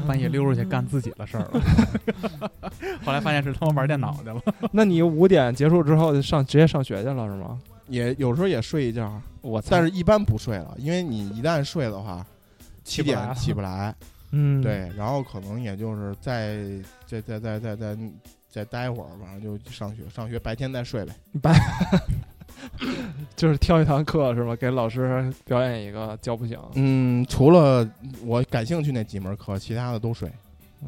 Speaker 2: 半夜溜出去干自己的事儿了。 *laughs* 后来发现是他妈玩电脑去了。
Speaker 3: 那你五点结束之后就上直接上学去了是吗？
Speaker 4: 也有时候也睡一觉，啊
Speaker 3: 我操
Speaker 4: 但是一般不睡了，因为你一旦睡的话，七
Speaker 5: 不来
Speaker 4: 点
Speaker 5: 了
Speaker 4: 起不 *laughs* 来，
Speaker 5: 嗯，
Speaker 4: 对，然后可能也就是再再再再再再再待会儿，晚上就去上学，上学白天再睡呗。
Speaker 3: 就是挑一堂课是吧？给老师表演一个叫不醒。
Speaker 4: 嗯，除了我感兴趣那几门课，其他的都睡。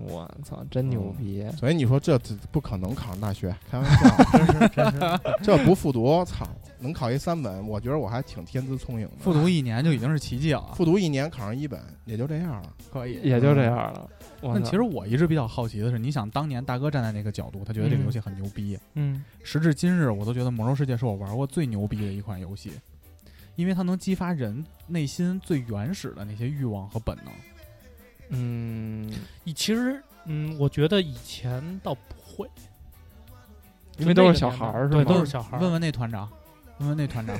Speaker 3: 我操，真牛逼！
Speaker 4: 所以你说这不可能考上大学，开玩笑， *laughs*
Speaker 5: 真是真是，
Speaker 4: 这不复读，操，能考一三本，我觉得我还挺天资聪颖的。
Speaker 2: 复读一年就已经是奇迹了，
Speaker 4: 复读一年考上一本也就这样了。
Speaker 2: 可以
Speaker 3: 也就这样了。我
Speaker 2: 那其
Speaker 3: 操
Speaker 2: 实我一直比较好奇的是，你想当年大哥站在那个角度，他觉得这个游戏很牛逼。
Speaker 5: 嗯
Speaker 2: 时至今日，我都觉得《魔兽世界》是我玩过最牛逼的一款游戏，因为它能激发人内心最原始的那些欲望和本能。
Speaker 3: 嗯，
Speaker 5: 以其实嗯，我觉得以前倒不会，
Speaker 3: 因为都是小孩儿是
Speaker 5: 对，
Speaker 3: 吗？
Speaker 5: 都是小孩儿。
Speaker 2: 问问那团长，问问那团长，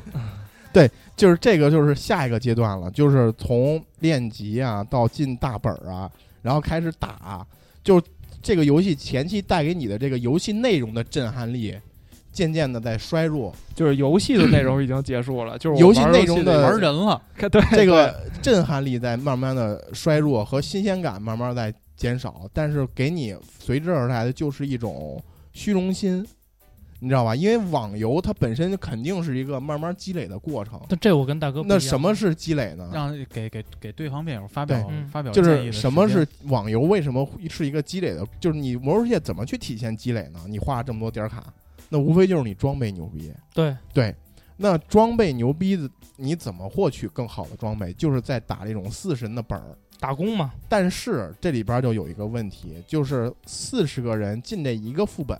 Speaker 4: 就是这个，就是下一个阶段了，就是从练级啊到进大本儿啊，然后开始打啊，就这个游戏前期带给你的这个游戏内容的震撼力，渐渐的在衰弱。
Speaker 3: 就是游戏的内容已经结束了，就是我
Speaker 4: 游戏
Speaker 3: 玩
Speaker 4: 内容的
Speaker 2: 玩人了，
Speaker 3: 看 *laughs* 对
Speaker 4: 这个震撼力在慢慢的衰弱和新鲜感慢慢在减少，但是给你随之而来的就是一种虚荣心，你知道吧？因为网游它本身肯定是一个慢慢积累的过程。
Speaker 5: 但这我跟大哥不一样
Speaker 4: 那什么是积累呢？
Speaker 2: 让给给给对方辩友发表
Speaker 5: 对嗯
Speaker 2: 发表
Speaker 4: 嗯就
Speaker 2: 建议
Speaker 4: 是
Speaker 2: 的
Speaker 4: 什么
Speaker 2: 时间
Speaker 4: 是网游？为什么会是一个积累的？就是你魔兽世界怎么去体现积累呢？你花了这么多点儿卡，那无非就是你装备牛逼。
Speaker 5: 对，
Speaker 4: 对，那装备牛逼的，你怎么获取更好的装备？就是在打这种四神的本儿。
Speaker 5: 打工嘛，
Speaker 4: 但是这里边就有一个问题，就是四十个人进这一个副本，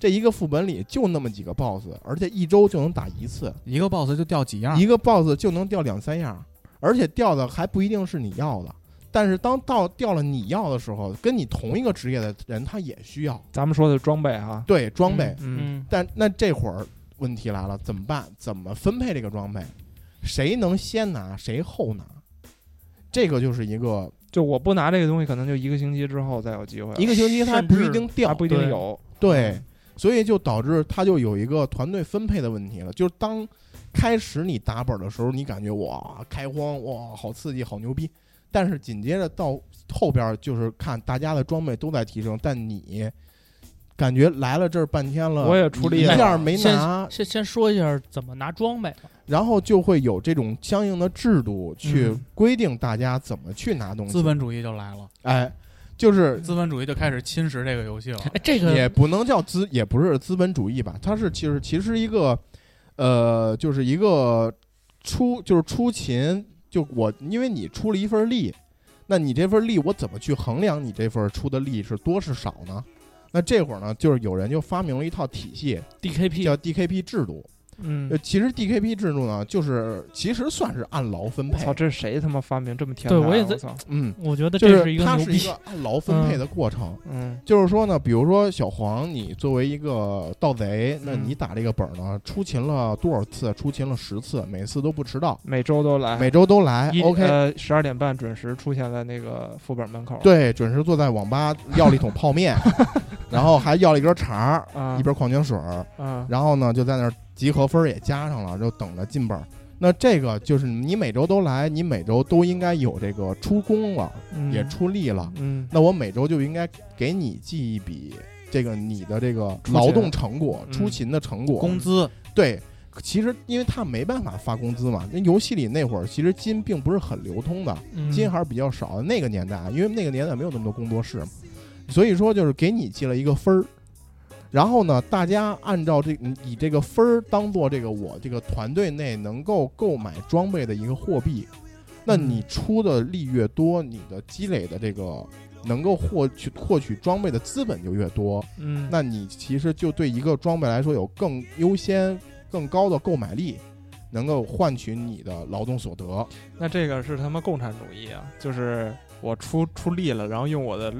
Speaker 4: 这一个副本里就那么几个 BOSS，而且一周就能打一次，
Speaker 2: 一个 boss 就掉几
Speaker 3: 啊
Speaker 2: 样
Speaker 4: 一，个 BOSS 就能掉两三样，而且掉的还不一定是你要的。但是当到掉了你要的时候，跟你同一个职业的人他也需要
Speaker 3: 咱们说的装备哈，
Speaker 4: 对装备，
Speaker 3: 嗯，
Speaker 5: 嗯，
Speaker 4: 但那这会儿问题来了，怎么办？怎么分配这个装备？谁能先拿，谁后拿？这个就是一个
Speaker 3: 就我不拿这个东西，可能就一个星期之后再有机会了，
Speaker 4: 一个星期它还不一定掉
Speaker 3: 呃还，不一定
Speaker 5: 对
Speaker 3: 有。
Speaker 4: 对，所以就导致它就有一个团队分配的问题了。就是当开始你打本的时候，你感觉哇开荒哇好刺激好牛逼，但是紧接着到后边就是看大家的装备都在提升，但你感觉来了这儿半天了，
Speaker 3: 我也出
Speaker 4: 你
Speaker 3: 力
Speaker 4: 一
Speaker 3: 了
Speaker 4: 件没
Speaker 5: 先
Speaker 4: 拿，
Speaker 5: 先先说一下怎么拿装备吧。
Speaker 4: 然后就会有这种相应的制度去
Speaker 5: 嗯
Speaker 4: 规定大家怎么去拿东西。
Speaker 2: 资本主义就来了，
Speaker 4: 哎，就是
Speaker 2: 资本主义就开始侵蚀这个游戏
Speaker 4: *laughs*
Speaker 2: 了。
Speaker 5: 哎，这
Speaker 4: 也
Speaker 5: 个
Speaker 4: 不能叫资，也不是资本主义吧，它是其实其实一个，呃，就是一个出就是出勤，就我因为你出了一份力，那你这份力我怎么去衡量你这份出的力是多是少呢？那这会儿呢，就是有人就发明了一套体系，
Speaker 5: DKP
Speaker 4: 叫 DKP 制度。
Speaker 5: 嗯
Speaker 4: 呃，，其实 DKP 制度呢，就是其实算是按劳分
Speaker 3: 我操，
Speaker 4: 配，
Speaker 3: 这是谁他妈发明这么天才
Speaker 5: 对
Speaker 3: 啊？
Speaker 5: 我也在
Speaker 3: 操，
Speaker 4: 嗯，
Speaker 5: 我觉得
Speaker 4: 就
Speaker 5: 这一个
Speaker 4: 它
Speaker 5: 牛
Speaker 4: 是一
Speaker 5: 逼，
Speaker 4: 个按劳分配的过程。
Speaker 3: 嗯
Speaker 4: 就是说呢，比如说小黄，你作为一个盗贼，那你打这个本儿呢，出勤了多少次？出勤了十次，每次都不迟到，
Speaker 3: 每周都来，
Speaker 4: 每周都
Speaker 3: 哎
Speaker 4: 来
Speaker 3: 一。
Speaker 4: OK，
Speaker 3: 呃十二点半准时出现在那个副本门口。
Speaker 4: 对，准时坐在网吧要了一桶
Speaker 3: *laughs*
Speaker 4: 泡面，然后还要了一根肠儿，
Speaker 3: 啊，
Speaker 4: 一瓶矿泉水儿，
Speaker 3: 啊，
Speaker 4: 然后呢就在那儿集合分儿也加上了，就等着进本儿。那这个就是你每周都来，你每周都应该有这个出工了，
Speaker 3: 嗯
Speaker 4: 也出力了。
Speaker 3: 嗯
Speaker 4: 那我每周就应该给你记一笔这个你的这个
Speaker 3: 出勤
Speaker 4: 劳动成果、
Speaker 3: 嗯
Speaker 4: 出勤的成果。
Speaker 2: 工资
Speaker 4: 对，其实因为他没办法发工资嘛，那游戏里那会儿其实金并不是很流通的，
Speaker 5: 嗯
Speaker 4: 金还是比较少。那个年代啊，因为那个年代没有那么多工作室嘛，所以说就是给你记了一个分儿。然后呢，大家按照这嗯以这个分儿当做这个我这个团队内能够购买装备的一个货币，
Speaker 5: 嗯
Speaker 4: 那你出的力越多，你的积累的这个能够获取获取装备的资本就越多，
Speaker 5: 嗯，
Speaker 4: 那你其实就对一个装备来说有更优先、更高的购买力，能够换取你的劳动所得。
Speaker 3: 那这个是他妈共产主义啊！就是我出出力了，然后用我的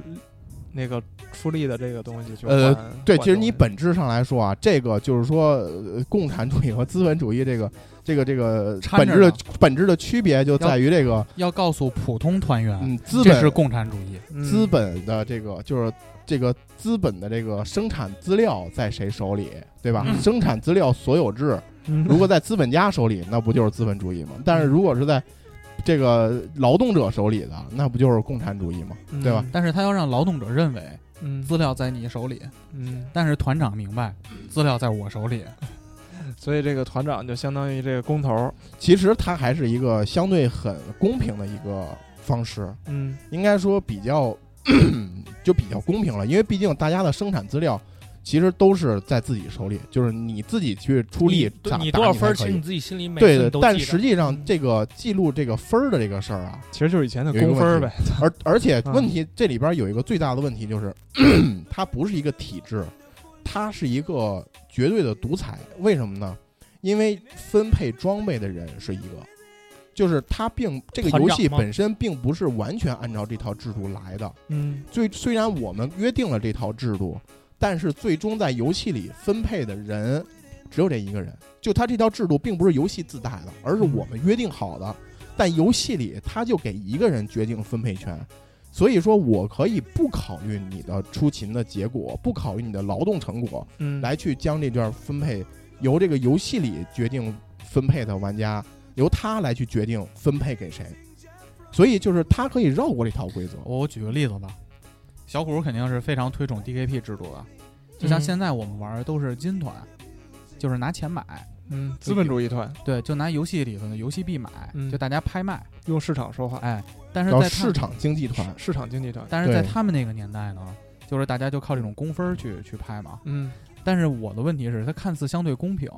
Speaker 3: 那个出力的这个东西去换。
Speaker 4: 呃
Speaker 3: 换
Speaker 4: 对，其实你
Speaker 3: 东西
Speaker 4: 本质上来说啊，这个就是说，呃共产主义和资本主义这个这个这个
Speaker 2: 掺着
Speaker 4: 本质的
Speaker 2: 呢
Speaker 4: 本质的区别就在于这个，
Speaker 2: 要告诉普通团员，
Speaker 4: 嗯，资
Speaker 2: 这是
Speaker 4: 本
Speaker 2: 共产主义。
Speaker 3: 嗯
Speaker 4: 资本的这个就是这个资本的这个生产资料在谁手里，对吧？
Speaker 5: 嗯
Speaker 4: 生产资料所有制，
Speaker 5: 嗯
Speaker 4: 如果在资本家手里，那不就是资本主义吗？但
Speaker 2: 嗯
Speaker 4: 是如果是在这个劳动者手里的，那不就是共产主义吗？对吧？
Speaker 2: 但是他要让劳动者认为
Speaker 3: 嗯
Speaker 2: 资料在你手里，
Speaker 3: 嗯，
Speaker 2: 但是团长明白资料在我手里。
Speaker 3: 所以这个团长就相当于这个工头儿。
Speaker 4: 其实它还是一个相对很公平的一个方式，
Speaker 3: 嗯
Speaker 4: 应该说比较就比较公平了，因为毕竟大家的生产资料其实都是在自己手里，就是你自己去出力
Speaker 5: 你
Speaker 4: 打
Speaker 5: 你
Speaker 4: 打
Speaker 5: 多少
Speaker 4: 才
Speaker 5: 分儿，
Speaker 4: 可
Speaker 5: 其实
Speaker 4: 以
Speaker 5: 你自己心里每
Speaker 4: 对
Speaker 5: 次
Speaker 4: 的
Speaker 5: 你都，
Speaker 4: 但
Speaker 5: 记着嗯
Speaker 4: 实际上这个记录这个分儿的这个事儿啊，
Speaker 3: 其实就是以前的
Speaker 4: 有一个
Speaker 3: 工分儿
Speaker 4: 问
Speaker 3: 呗。
Speaker 4: 而而且
Speaker 3: 嗯
Speaker 4: 问题这里边有一个最大的问题
Speaker 5: *clears throat*
Speaker 4: 就是，它不是一个体制，它是一个绝对的独裁。为什么呢？因为分配装备的人是一个，就是它并这个
Speaker 5: 团
Speaker 4: 游
Speaker 5: 长
Speaker 4: 戏
Speaker 5: 吗
Speaker 4: 本身并不是完全按照这套制度来的。
Speaker 3: 嗯
Speaker 4: 最虽然我们约定了这套制度，但是最终在游戏里分配的人只有这一个人。就他这套制度并不是游戏自带的，
Speaker 5: 嗯
Speaker 4: 而是我们约定好的。但游戏里他就给一个人决定分配权，所以说我可以不考虑你的出勤的结果，不考虑你的劳动成果，
Speaker 3: 嗯，
Speaker 4: 来去将这段分配由这个游戏里决定分配的玩家，由他来去决定分配给谁。所以就是他可以绕过这套规则。
Speaker 2: 我举个例子吧，小虎肯定是非常推崇 DKP 制度的，就像
Speaker 5: 嗯
Speaker 2: 现在我们玩的都是金团，就是拿钱买，
Speaker 3: 嗯资本主义团
Speaker 2: 对，就拿游戏里头的游戏币买，
Speaker 3: 嗯
Speaker 2: 就大家拍卖，
Speaker 3: 用市场说话，
Speaker 2: 哎，但是
Speaker 4: 然后
Speaker 2: 在他
Speaker 4: 市，场经济团
Speaker 3: 市，市场经济团。
Speaker 2: 但是在
Speaker 4: 对
Speaker 2: 他们那个年代呢，就是大家就靠这种工分儿去去拍嘛。
Speaker 3: 嗯，
Speaker 2: 但是我的问题是，它看似相对公平，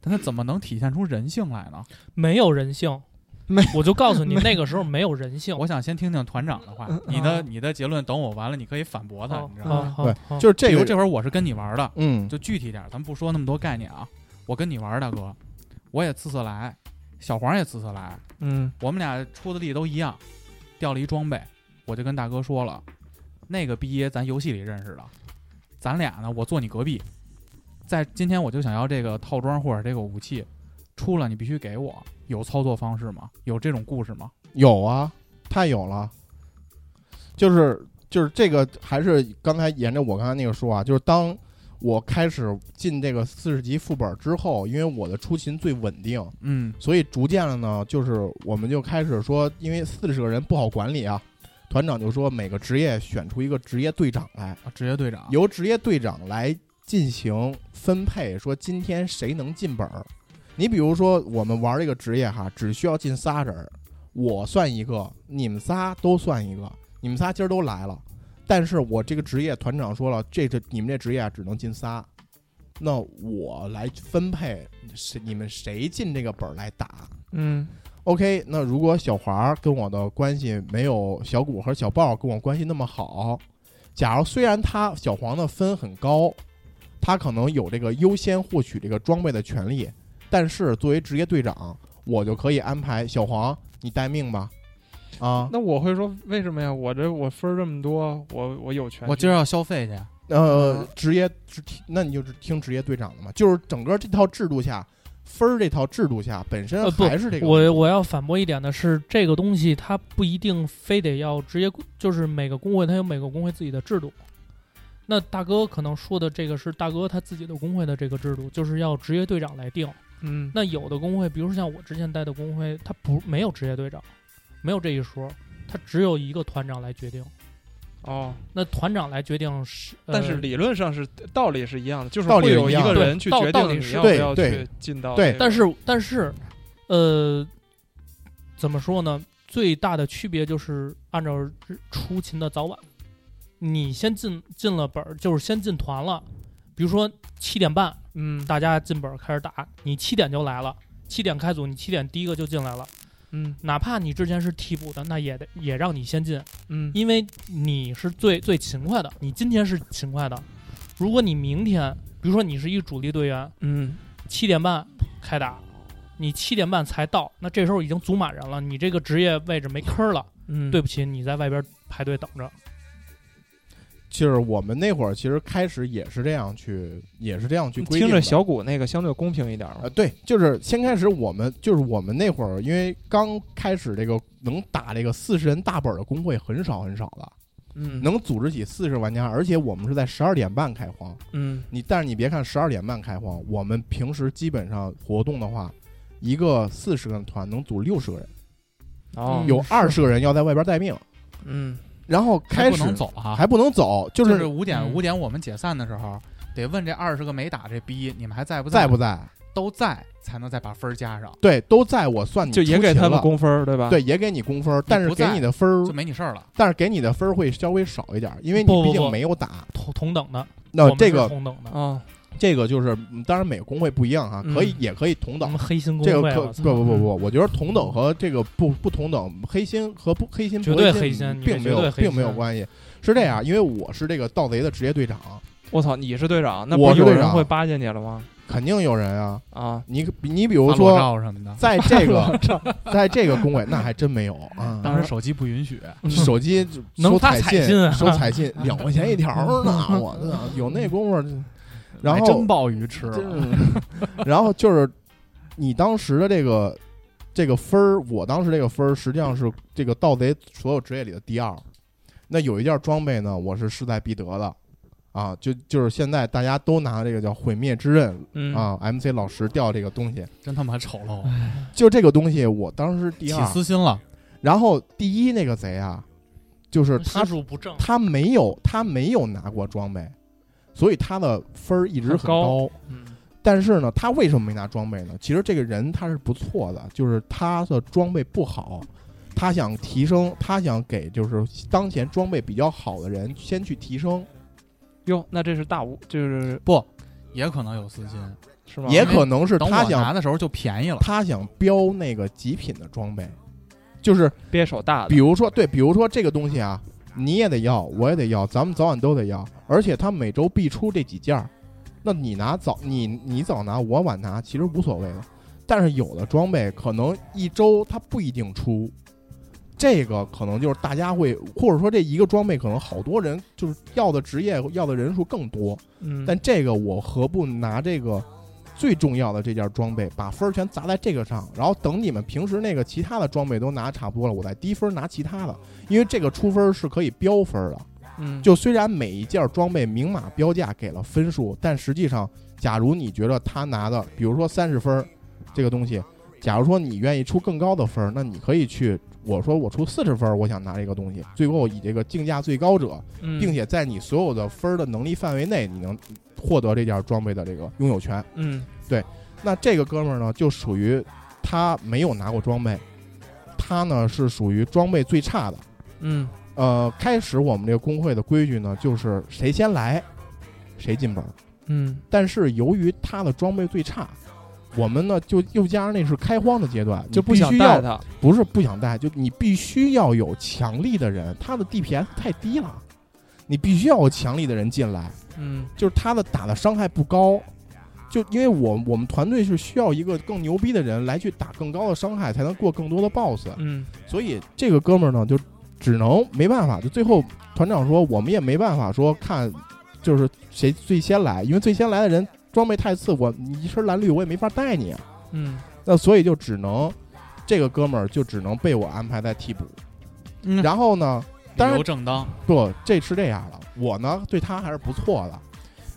Speaker 2: 但它怎么能体现出人性来呢？
Speaker 5: 没有人性
Speaker 3: 没。
Speaker 5: 我就告诉你，那个时候没有人性。
Speaker 2: 我想先听听团长的话
Speaker 3: 嗯，
Speaker 2: 你的
Speaker 5: 啊
Speaker 2: 你的结论，等我完了你可以反驳他，
Speaker 5: 好
Speaker 2: 你知
Speaker 4: 嗯
Speaker 2: 道吗？
Speaker 5: 哦好好，好
Speaker 4: 就是这
Speaker 2: 哦比
Speaker 4: 个
Speaker 2: 如这会儿我是跟你玩的，
Speaker 4: 嗯，
Speaker 2: 就具体点儿，咱不说那么多概念啊。我跟你玩儿，大哥，我也次次来，小黄也次次来，
Speaker 3: 嗯
Speaker 2: 我们俩出的力都一样，掉了一装备，我就跟大哥说了，那个逼咱游戏里认识的，咱俩呢，我坐你隔壁，在今天我就想要这个套装或者这个武器，出了你必须给我，有操作方式吗？有这种故事吗？
Speaker 4: 有啊，太有了，就是就是这个还是刚才沿着我刚才那个说啊，就是当我开始进这个四十级副本之后，因为我的出勤最稳定，
Speaker 2: 嗯，
Speaker 4: 所以逐渐了呢，就是我们就开始说，因为四十个人不好管理啊，团长就说每个职业选出一个职业队长来，
Speaker 2: 啊职业队长，
Speaker 4: 由职业队长来进行分配，说今天谁能进本儿。你比如说，我们玩这个职业哈，只需要进仨人儿，我算一个，你们仨都算一个，你们仨今儿都来了，但是我这个职业团长说了，这这你们这职业啊只能进仨，那我来分配是你们谁进这个本儿来打。
Speaker 3: 嗯
Speaker 4: OK，那如果小华儿跟我的关系没有小谷和小豹跟我关系那么好，假如虽然他小黄的分很高，他可能有这个优先获取这个装备的权利，但是作为职业队长，我就可以安排小黄，你待命吧，啊，
Speaker 3: 那我会说为什么呀？我这我分儿这么多，我我有权。
Speaker 2: 我今儿要消费去，
Speaker 4: 呃，职业职那你就是听职业队长的嘛，就是整个这套制度下，分儿这套制度下本身
Speaker 5: 呃不
Speaker 4: 还是这个问题、
Speaker 5: 我我要反驳一点的是，这个东西它不一定非得要职业，就是每个工会它有每个工会自己的制度。那大哥可能说的这个是大哥他自己的工会的这个制度，就是要职业队长来定。
Speaker 3: 嗯，
Speaker 5: 那有的工会，比如说像我之前待的工会，它不没有职业队长，没有这一说，它只有一个团长来决定。
Speaker 3: 哦，
Speaker 5: 那团长来决定是，呃
Speaker 3: 但是理论上是道理是一样的，就是
Speaker 4: 道理
Speaker 3: 会
Speaker 4: 是
Speaker 3: 有
Speaker 4: 一
Speaker 3: 一
Speaker 4: 样
Speaker 3: 个
Speaker 4: 的
Speaker 3: 人去
Speaker 5: 道
Speaker 3: 决
Speaker 5: 道理
Speaker 3: 定你
Speaker 5: 是
Speaker 3: 要
Speaker 4: 对
Speaker 3: 不要
Speaker 4: 对
Speaker 3: 去进到
Speaker 4: 对
Speaker 3: 这个。
Speaker 5: 但是但是，呃，怎么说呢？最大的区别就是按照出勤的早晚，你先进进了本儿，就是先进团了。比如说七点半，
Speaker 3: 嗯
Speaker 5: 大家进本儿开始打，你七点就来了，七点开组，你七点第一个就进来了。
Speaker 3: 嗯
Speaker 5: 哪怕你之前是替补的，那也得也让你先进，
Speaker 3: 嗯
Speaker 5: 因为你是最最勤快的，你今天是勤快的。如果你明天，比如说你是一主力队员，
Speaker 3: 嗯
Speaker 5: 七点半开打，你七点半才到，那这时候已经足满人了，你这个职业位置没坑了。
Speaker 3: 嗯，
Speaker 5: 对不起，你在外边排队等着。
Speaker 4: 就是我们那会儿其实开始也是这样去，也是这样去规
Speaker 3: 嗯
Speaker 4: 定
Speaker 3: 听
Speaker 4: 的
Speaker 3: 着小谷那个相对公平一点嘛
Speaker 4: 呃，对，就是先开始我们就是我们那会儿，因为刚开始这个能打这个四十人大本儿的工会很少很少了，
Speaker 3: 嗯
Speaker 4: 能组织起四十玩家，而且我们是在十二点半开荒。
Speaker 3: 嗯
Speaker 4: 你但是你别看十二点半开荒，我们平时基本上活动的话，一个四十个团能组六十个人，
Speaker 3: 哦
Speaker 4: 有二十个人要在外边待命，
Speaker 3: 嗯
Speaker 4: 然后
Speaker 2: 还
Speaker 4: 开
Speaker 2: 不
Speaker 4: 始
Speaker 2: 能走啊，
Speaker 4: 还不能走，就
Speaker 2: 就是
Speaker 4: 是
Speaker 2: 五点
Speaker 5: 嗯
Speaker 2: 五点我们解散的时候，得问这二十个没打这逼，你们还在不
Speaker 4: 在
Speaker 2: 在
Speaker 4: 不在？
Speaker 2: 都在，才能再把分儿加上，
Speaker 4: 对，都在我算你
Speaker 3: 就也
Speaker 4: 出
Speaker 3: 给
Speaker 4: 勤
Speaker 3: 他们
Speaker 4: 了
Speaker 3: 公分儿对吧？
Speaker 4: 对，也给你公分儿，但是
Speaker 2: 不
Speaker 4: 给
Speaker 2: 在
Speaker 4: 你的分儿
Speaker 2: 就没你事儿了。
Speaker 4: 但是给你的分儿会稍微少一点儿，因为
Speaker 5: 不
Speaker 4: 你
Speaker 5: 不
Speaker 4: 毕竟
Speaker 5: 不
Speaker 4: 没有打。
Speaker 5: 同同等的，我
Speaker 4: 那
Speaker 5: 们
Speaker 4: 哦这
Speaker 5: 是
Speaker 4: 个
Speaker 5: 同等的，
Speaker 3: 啊，
Speaker 4: 这个就是，嗯当然每个工会不一样哈，可以
Speaker 3: 嗯
Speaker 4: 也可以同
Speaker 5: 咱
Speaker 4: 等
Speaker 5: 们。黑心
Speaker 4: 这
Speaker 5: 工
Speaker 4: 个
Speaker 5: 会啊嗯
Speaker 4: 可
Speaker 5: 了，
Speaker 4: 不不不不，我觉得同等和这个不不同等，黑心和不黑心
Speaker 5: 绝
Speaker 4: 不
Speaker 5: 对
Speaker 4: 黑
Speaker 5: 黑心你
Speaker 4: 并没
Speaker 5: 绝对
Speaker 4: 有
Speaker 5: 黑心
Speaker 4: 并没有关系。是这样，因为我是这个盗贼的职业队长，
Speaker 3: 我操，你是队长，那
Speaker 4: 我
Speaker 3: 不
Speaker 4: 是
Speaker 3: 有
Speaker 4: 队
Speaker 3: 人
Speaker 4: 长
Speaker 3: 会巴结你了吗？
Speaker 4: 肯定有人啊。
Speaker 3: 啊，
Speaker 4: 你你比如
Speaker 2: 发裸
Speaker 4: 说，
Speaker 2: 照什么的，
Speaker 4: 在这个在这个工会，那还真没有啊。
Speaker 2: 当时手机不允许，
Speaker 4: 手机
Speaker 5: 能
Speaker 4: 收
Speaker 5: 发
Speaker 4: 彩
Speaker 5: 彩信啊
Speaker 4: 收彩信两块钱一条呢，我操，有那功夫就，然
Speaker 2: 还
Speaker 4: 后
Speaker 2: 真鲍鱼吃了。
Speaker 4: 真是
Speaker 3: *laughs*
Speaker 4: 然后就是你当时的这个这个分儿，我当时这个分儿实际上是这个盗贼所有职业里的第二。那有一件装备呢，我是势在必得的，啊，就就是现在大家都拿这个叫毁灭之刃
Speaker 3: 嗯，
Speaker 4: 啊，MC 老师掉这个东西，
Speaker 2: 真他妈丑陋，
Speaker 4: 就这个东西我当时第
Speaker 2: 起
Speaker 4: 二，
Speaker 2: 私心了。
Speaker 4: 然后第一那个贼啊，
Speaker 3: 嗯
Speaker 4: 就是
Speaker 5: 心
Speaker 4: 他
Speaker 5: 术不正。
Speaker 4: 他没有他没有拿过装备，所以他的分儿一直很
Speaker 3: 很高
Speaker 4: 高
Speaker 3: 嗯
Speaker 4: 但是呢，他为什么没拿装备呢？其实这个人他是不错的，就是他的装备不好，他想提升，他想给就是当前装备比较好的人先去提升，
Speaker 3: 哟，那这是大五，就是
Speaker 2: 不，也可能有私心。
Speaker 3: 是吗？
Speaker 4: 也可能是
Speaker 2: 哎等
Speaker 4: 他
Speaker 2: 我拿
Speaker 4: 想
Speaker 2: 的时候就便宜了，
Speaker 4: 他想标那个极品的装备，就是
Speaker 3: 憋手大
Speaker 4: 比
Speaker 3: 的，
Speaker 4: 如说对，比如说这个东西啊，你也得要，我也得要，咱们早晚都得要，而且他每周必出这几件儿，那你拿早你你早拿我晚拿其实无所谓了，但是有的装备可能一周它不一定出，这个可能就是大家会或者说这一个装备可能好多人就是要的职业要的人数更多，
Speaker 3: 嗯，
Speaker 4: 但这个我何不拿这个最重要的这件装备，把分儿全砸在这个上，然后等你们平时那个其他的装备都拿差不多了，我再低分拿其他的，因为这个出分是可以标分的。
Speaker 3: 嗯
Speaker 4: 就虽然每一件装备明码标价给了分数，但实际上，假如你觉得他拿的，比如说三十分儿这个东西，假如说你愿意出更高的分儿，那你可以去。我说我出四十分儿，我想拿这个东西，最后以这个竞价最高者
Speaker 3: 嗯
Speaker 4: 并且在你所有的分儿的能力范围内，你能获得这件装备的这个拥有权。
Speaker 3: 嗯
Speaker 4: 那这个哥们儿呢，就属于他没有拿过装备，他呢是属于装备最差的。
Speaker 3: 嗯
Speaker 4: 呃，开始我们这个工会的规矩呢，就是谁先来，谁进本儿。
Speaker 3: 嗯
Speaker 4: 但是由于他的装备最差，我们呢就又加上那是开荒的阶段，
Speaker 3: 就
Speaker 4: 你
Speaker 3: 不
Speaker 4: 必
Speaker 3: 想
Speaker 4: 须
Speaker 3: 带
Speaker 4: 要
Speaker 3: 他，
Speaker 4: 不是不想带，就你必须要有强力的人，他的 DPS 太低了，你必须要有强力的人进来。
Speaker 3: 嗯
Speaker 4: 就是他的打的伤害不高，就因为我我们团队是需要一个更牛逼的人来去打更高的伤害，才能过更多的 BOSS。
Speaker 5: 嗯，
Speaker 4: 所以这个哥们儿呢，就只能没办法，就最后团长说，我们也没办法说看，就是谁最先来，因为最先来的人装备太次，我你一身蓝绿我也没法带你啊，
Speaker 5: 嗯，
Speaker 4: 那所以就只能这个哥们儿就只能被我安排在替补，
Speaker 2: 嗯
Speaker 4: 然后呢，当然
Speaker 2: 有正当，
Speaker 4: 不，这是这样的，我呢对他还是不错的。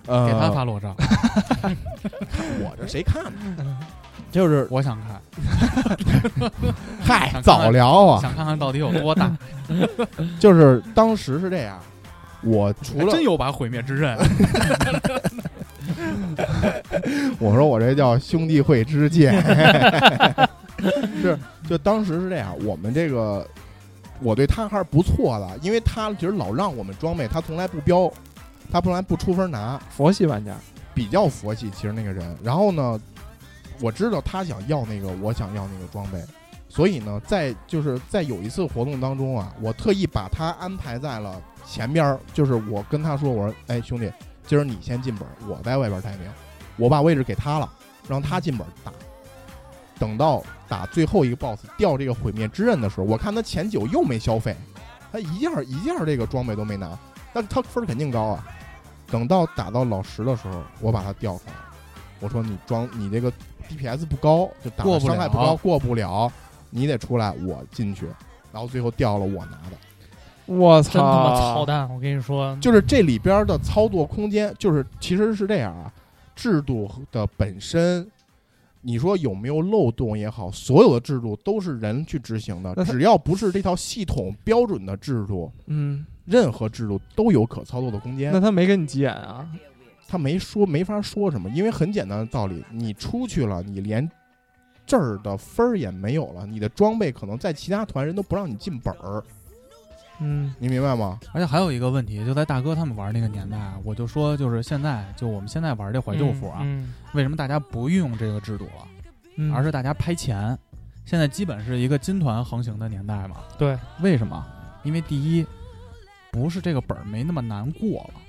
Speaker 4: 呃，
Speaker 2: 给他发裸照，
Speaker 4: 我这谁看呢？
Speaker 2: *laughs*
Speaker 4: 就是
Speaker 2: 我想看，
Speaker 4: *laughs* 嗨，
Speaker 2: 看
Speaker 4: 早聊啊！
Speaker 2: 想看看到底有多
Speaker 4: *laughs*
Speaker 2: 大。
Speaker 4: 就是当时是这样，我除
Speaker 2: 还
Speaker 4: 了
Speaker 2: 真有把毁灭之
Speaker 4: *laughs*
Speaker 2: 刃，
Speaker 4: 我说我这叫兄弟会之剑， *laughs* 是就当时是这样，我们这个我对他还是不错的，因为他其实老让我们装备，他从来不标，他从来不出分拿，
Speaker 3: 佛系玩家，
Speaker 4: 比较佛系。其实那个人，然后呢，我知道他想要那个，我想要那个装备，所以呢，在就是在有一次活动当中啊，我特意把他安排在了前边儿，就是我跟他说，我说，哎，兄弟，今儿你先进本儿，我在外边儿待命，我把位置给他了，让他进本儿打。等到打最后一个 BOSS 掉这个毁灭之刃的时候，我看他前九又没消费，他一件儿一件儿这个装备都没拿，那他分儿肯定高啊。等到打到老十的时候，我把他调出来了，我说你装你这个 DPS 不高，就打
Speaker 2: 过
Speaker 4: 的
Speaker 2: 不了
Speaker 4: 伤害不高，过不了，你得出来，我进去。然后最后掉了我拿的，
Speaker 3: 我
Speaker 5: 真他妈操
Speaker 3: 操！
Speaker 5: 蛋！我跟你说，
Speaker 4: 就是这里边的操作空间，就是其实是这样啊，制度的本身。你说有没有漏洞也好，所有的制度都是人去执行的
Speaker 3: 那，它
Speaker 4: 只要不是这套系统标准的制度，
Speaker 3: 嗯，
Speaker 4: 任何制度都有可操作的空间
Speaker 3: 那。他没跟你急眼啊？
Speaker 4: 他没说，没法说什么，因为很简单的道理，你出去了，你连这儿的分儿也没有了，你的装备可能在其他团人都不让你进本儿，
Speaker 3: 嗯，
Speaker 4: 你明白吗？
Speaker 2: 而且还有一个问题，就在大哥他们玩那个年代啊，我就说，就是现在，就我们现在玩这怀旧服啊，
Speaker 5: 嗯，
Speaker 2: 为什么大家不运用这个制度了，
Speaker 5: 嗯
Speaker 2: 而是大家拍钱？现在基本是一个金团横行的年代嘛。
Speaker 5: 对，
Speaker 2: 为什么？因为第一，不是这个本儿没那么难过了，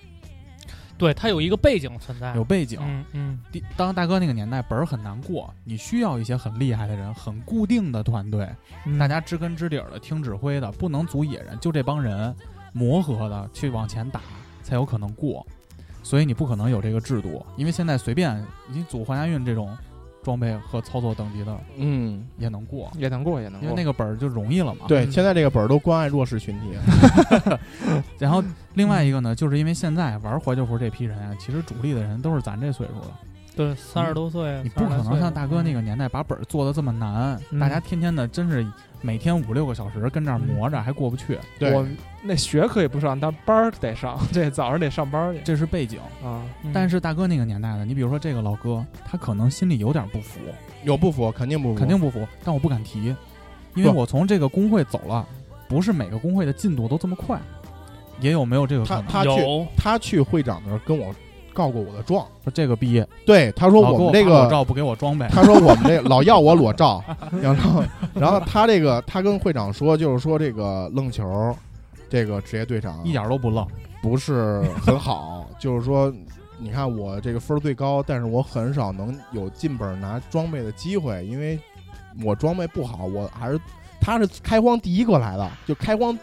Speaker 5: 对，它有一个背景存在
Speaker 2: 有。背景。
Speaker 5: 嗯嗯
Speaker 2: 第当大哥那个年代，本儿很难过，你需要一些很厉害的人，很固定的团队，
Speaker 5: 嗯，
Speaker 2: 大家知根知底儿的听指挥的，不能组野人，就这帮人磨合的去往前打才有可能过。所以你不可能有这个制度，因为现在随便你组环押运这种装备和操作等级的
Speaker 4: 嗯，
Speaker 2: 也能过，
Speaker 3: 也能过，也能
Speaker 2: 因
Speaker 3: 过。
Speaker 2: 为那个本儿就容易了嘛。
Speaker 4: 对，
Speaker 5: 嗯
Speaker 4: 现在这个本儿都关爱弱势群体，
Speaker 2: 然后另外一个呢，就是因为现在玩怀旧服这批人啊，其实主力的人都是咱这岁数了，
Speaker 5: 对三十多
Speaker 4: 嗯
Speaker 5: 岁，
Speaker 2: 你不可能像大哥那个年代把本儿做的这么难，
Speaker 5: 嗯
Speaker 2: 大家天天的真是每天五六个小时跟这儿磨着，还过不去，
Speaker 4: 对
Speaker 3: 我那学可以不上，但班儿得上， *laughs* 这早上得上班去
Speaker 2: 这是背景。
Speaker 4: 嗯
Speaker 3: 啊。
Speaker 2: 但
Speaker 5: 是
Speaker 2: 是大哥那个年代的，你比如说这个老哥，他可能心里有点不服，
Speaker 4: 有不服肯定不服，
Speaker 2: 肯定不服，但我不敢提，因为
Speaker 4: 不
Speaker 2: 我从这个工会走了，不是每个工会的进度都这么快，也有没有这个可
Speaker 4: 他
Speaker 2: 能？
Speaker 4: 他去
Speaker 5: 有
Speaker 4: 他去会长那儿跟我告过我的状，
Speaker 2: 说这个毕业，
Speaker 4: 对，他说
Speaker 2: 老给
Speaker 4: 我
Speaker 2: 我
Speaker 4: 们这
Speaker 2: 发裸
Speaker 4: 个
Speaker 2: 照不给我装备，
Speaker 4: 他说我们这老要我裸 *laughs* 照，然后然后他这个他跟会长说，就是说这个愣球，这个职业队长啊
Speaker 2: 一点都不愣。
Speaker 4: 不是很好，就是说。你看我这个分儿最高，但是我很少能有进本儿拿装备的机会，因为我装备不好，我还是他是开荒第一个来的，就开荒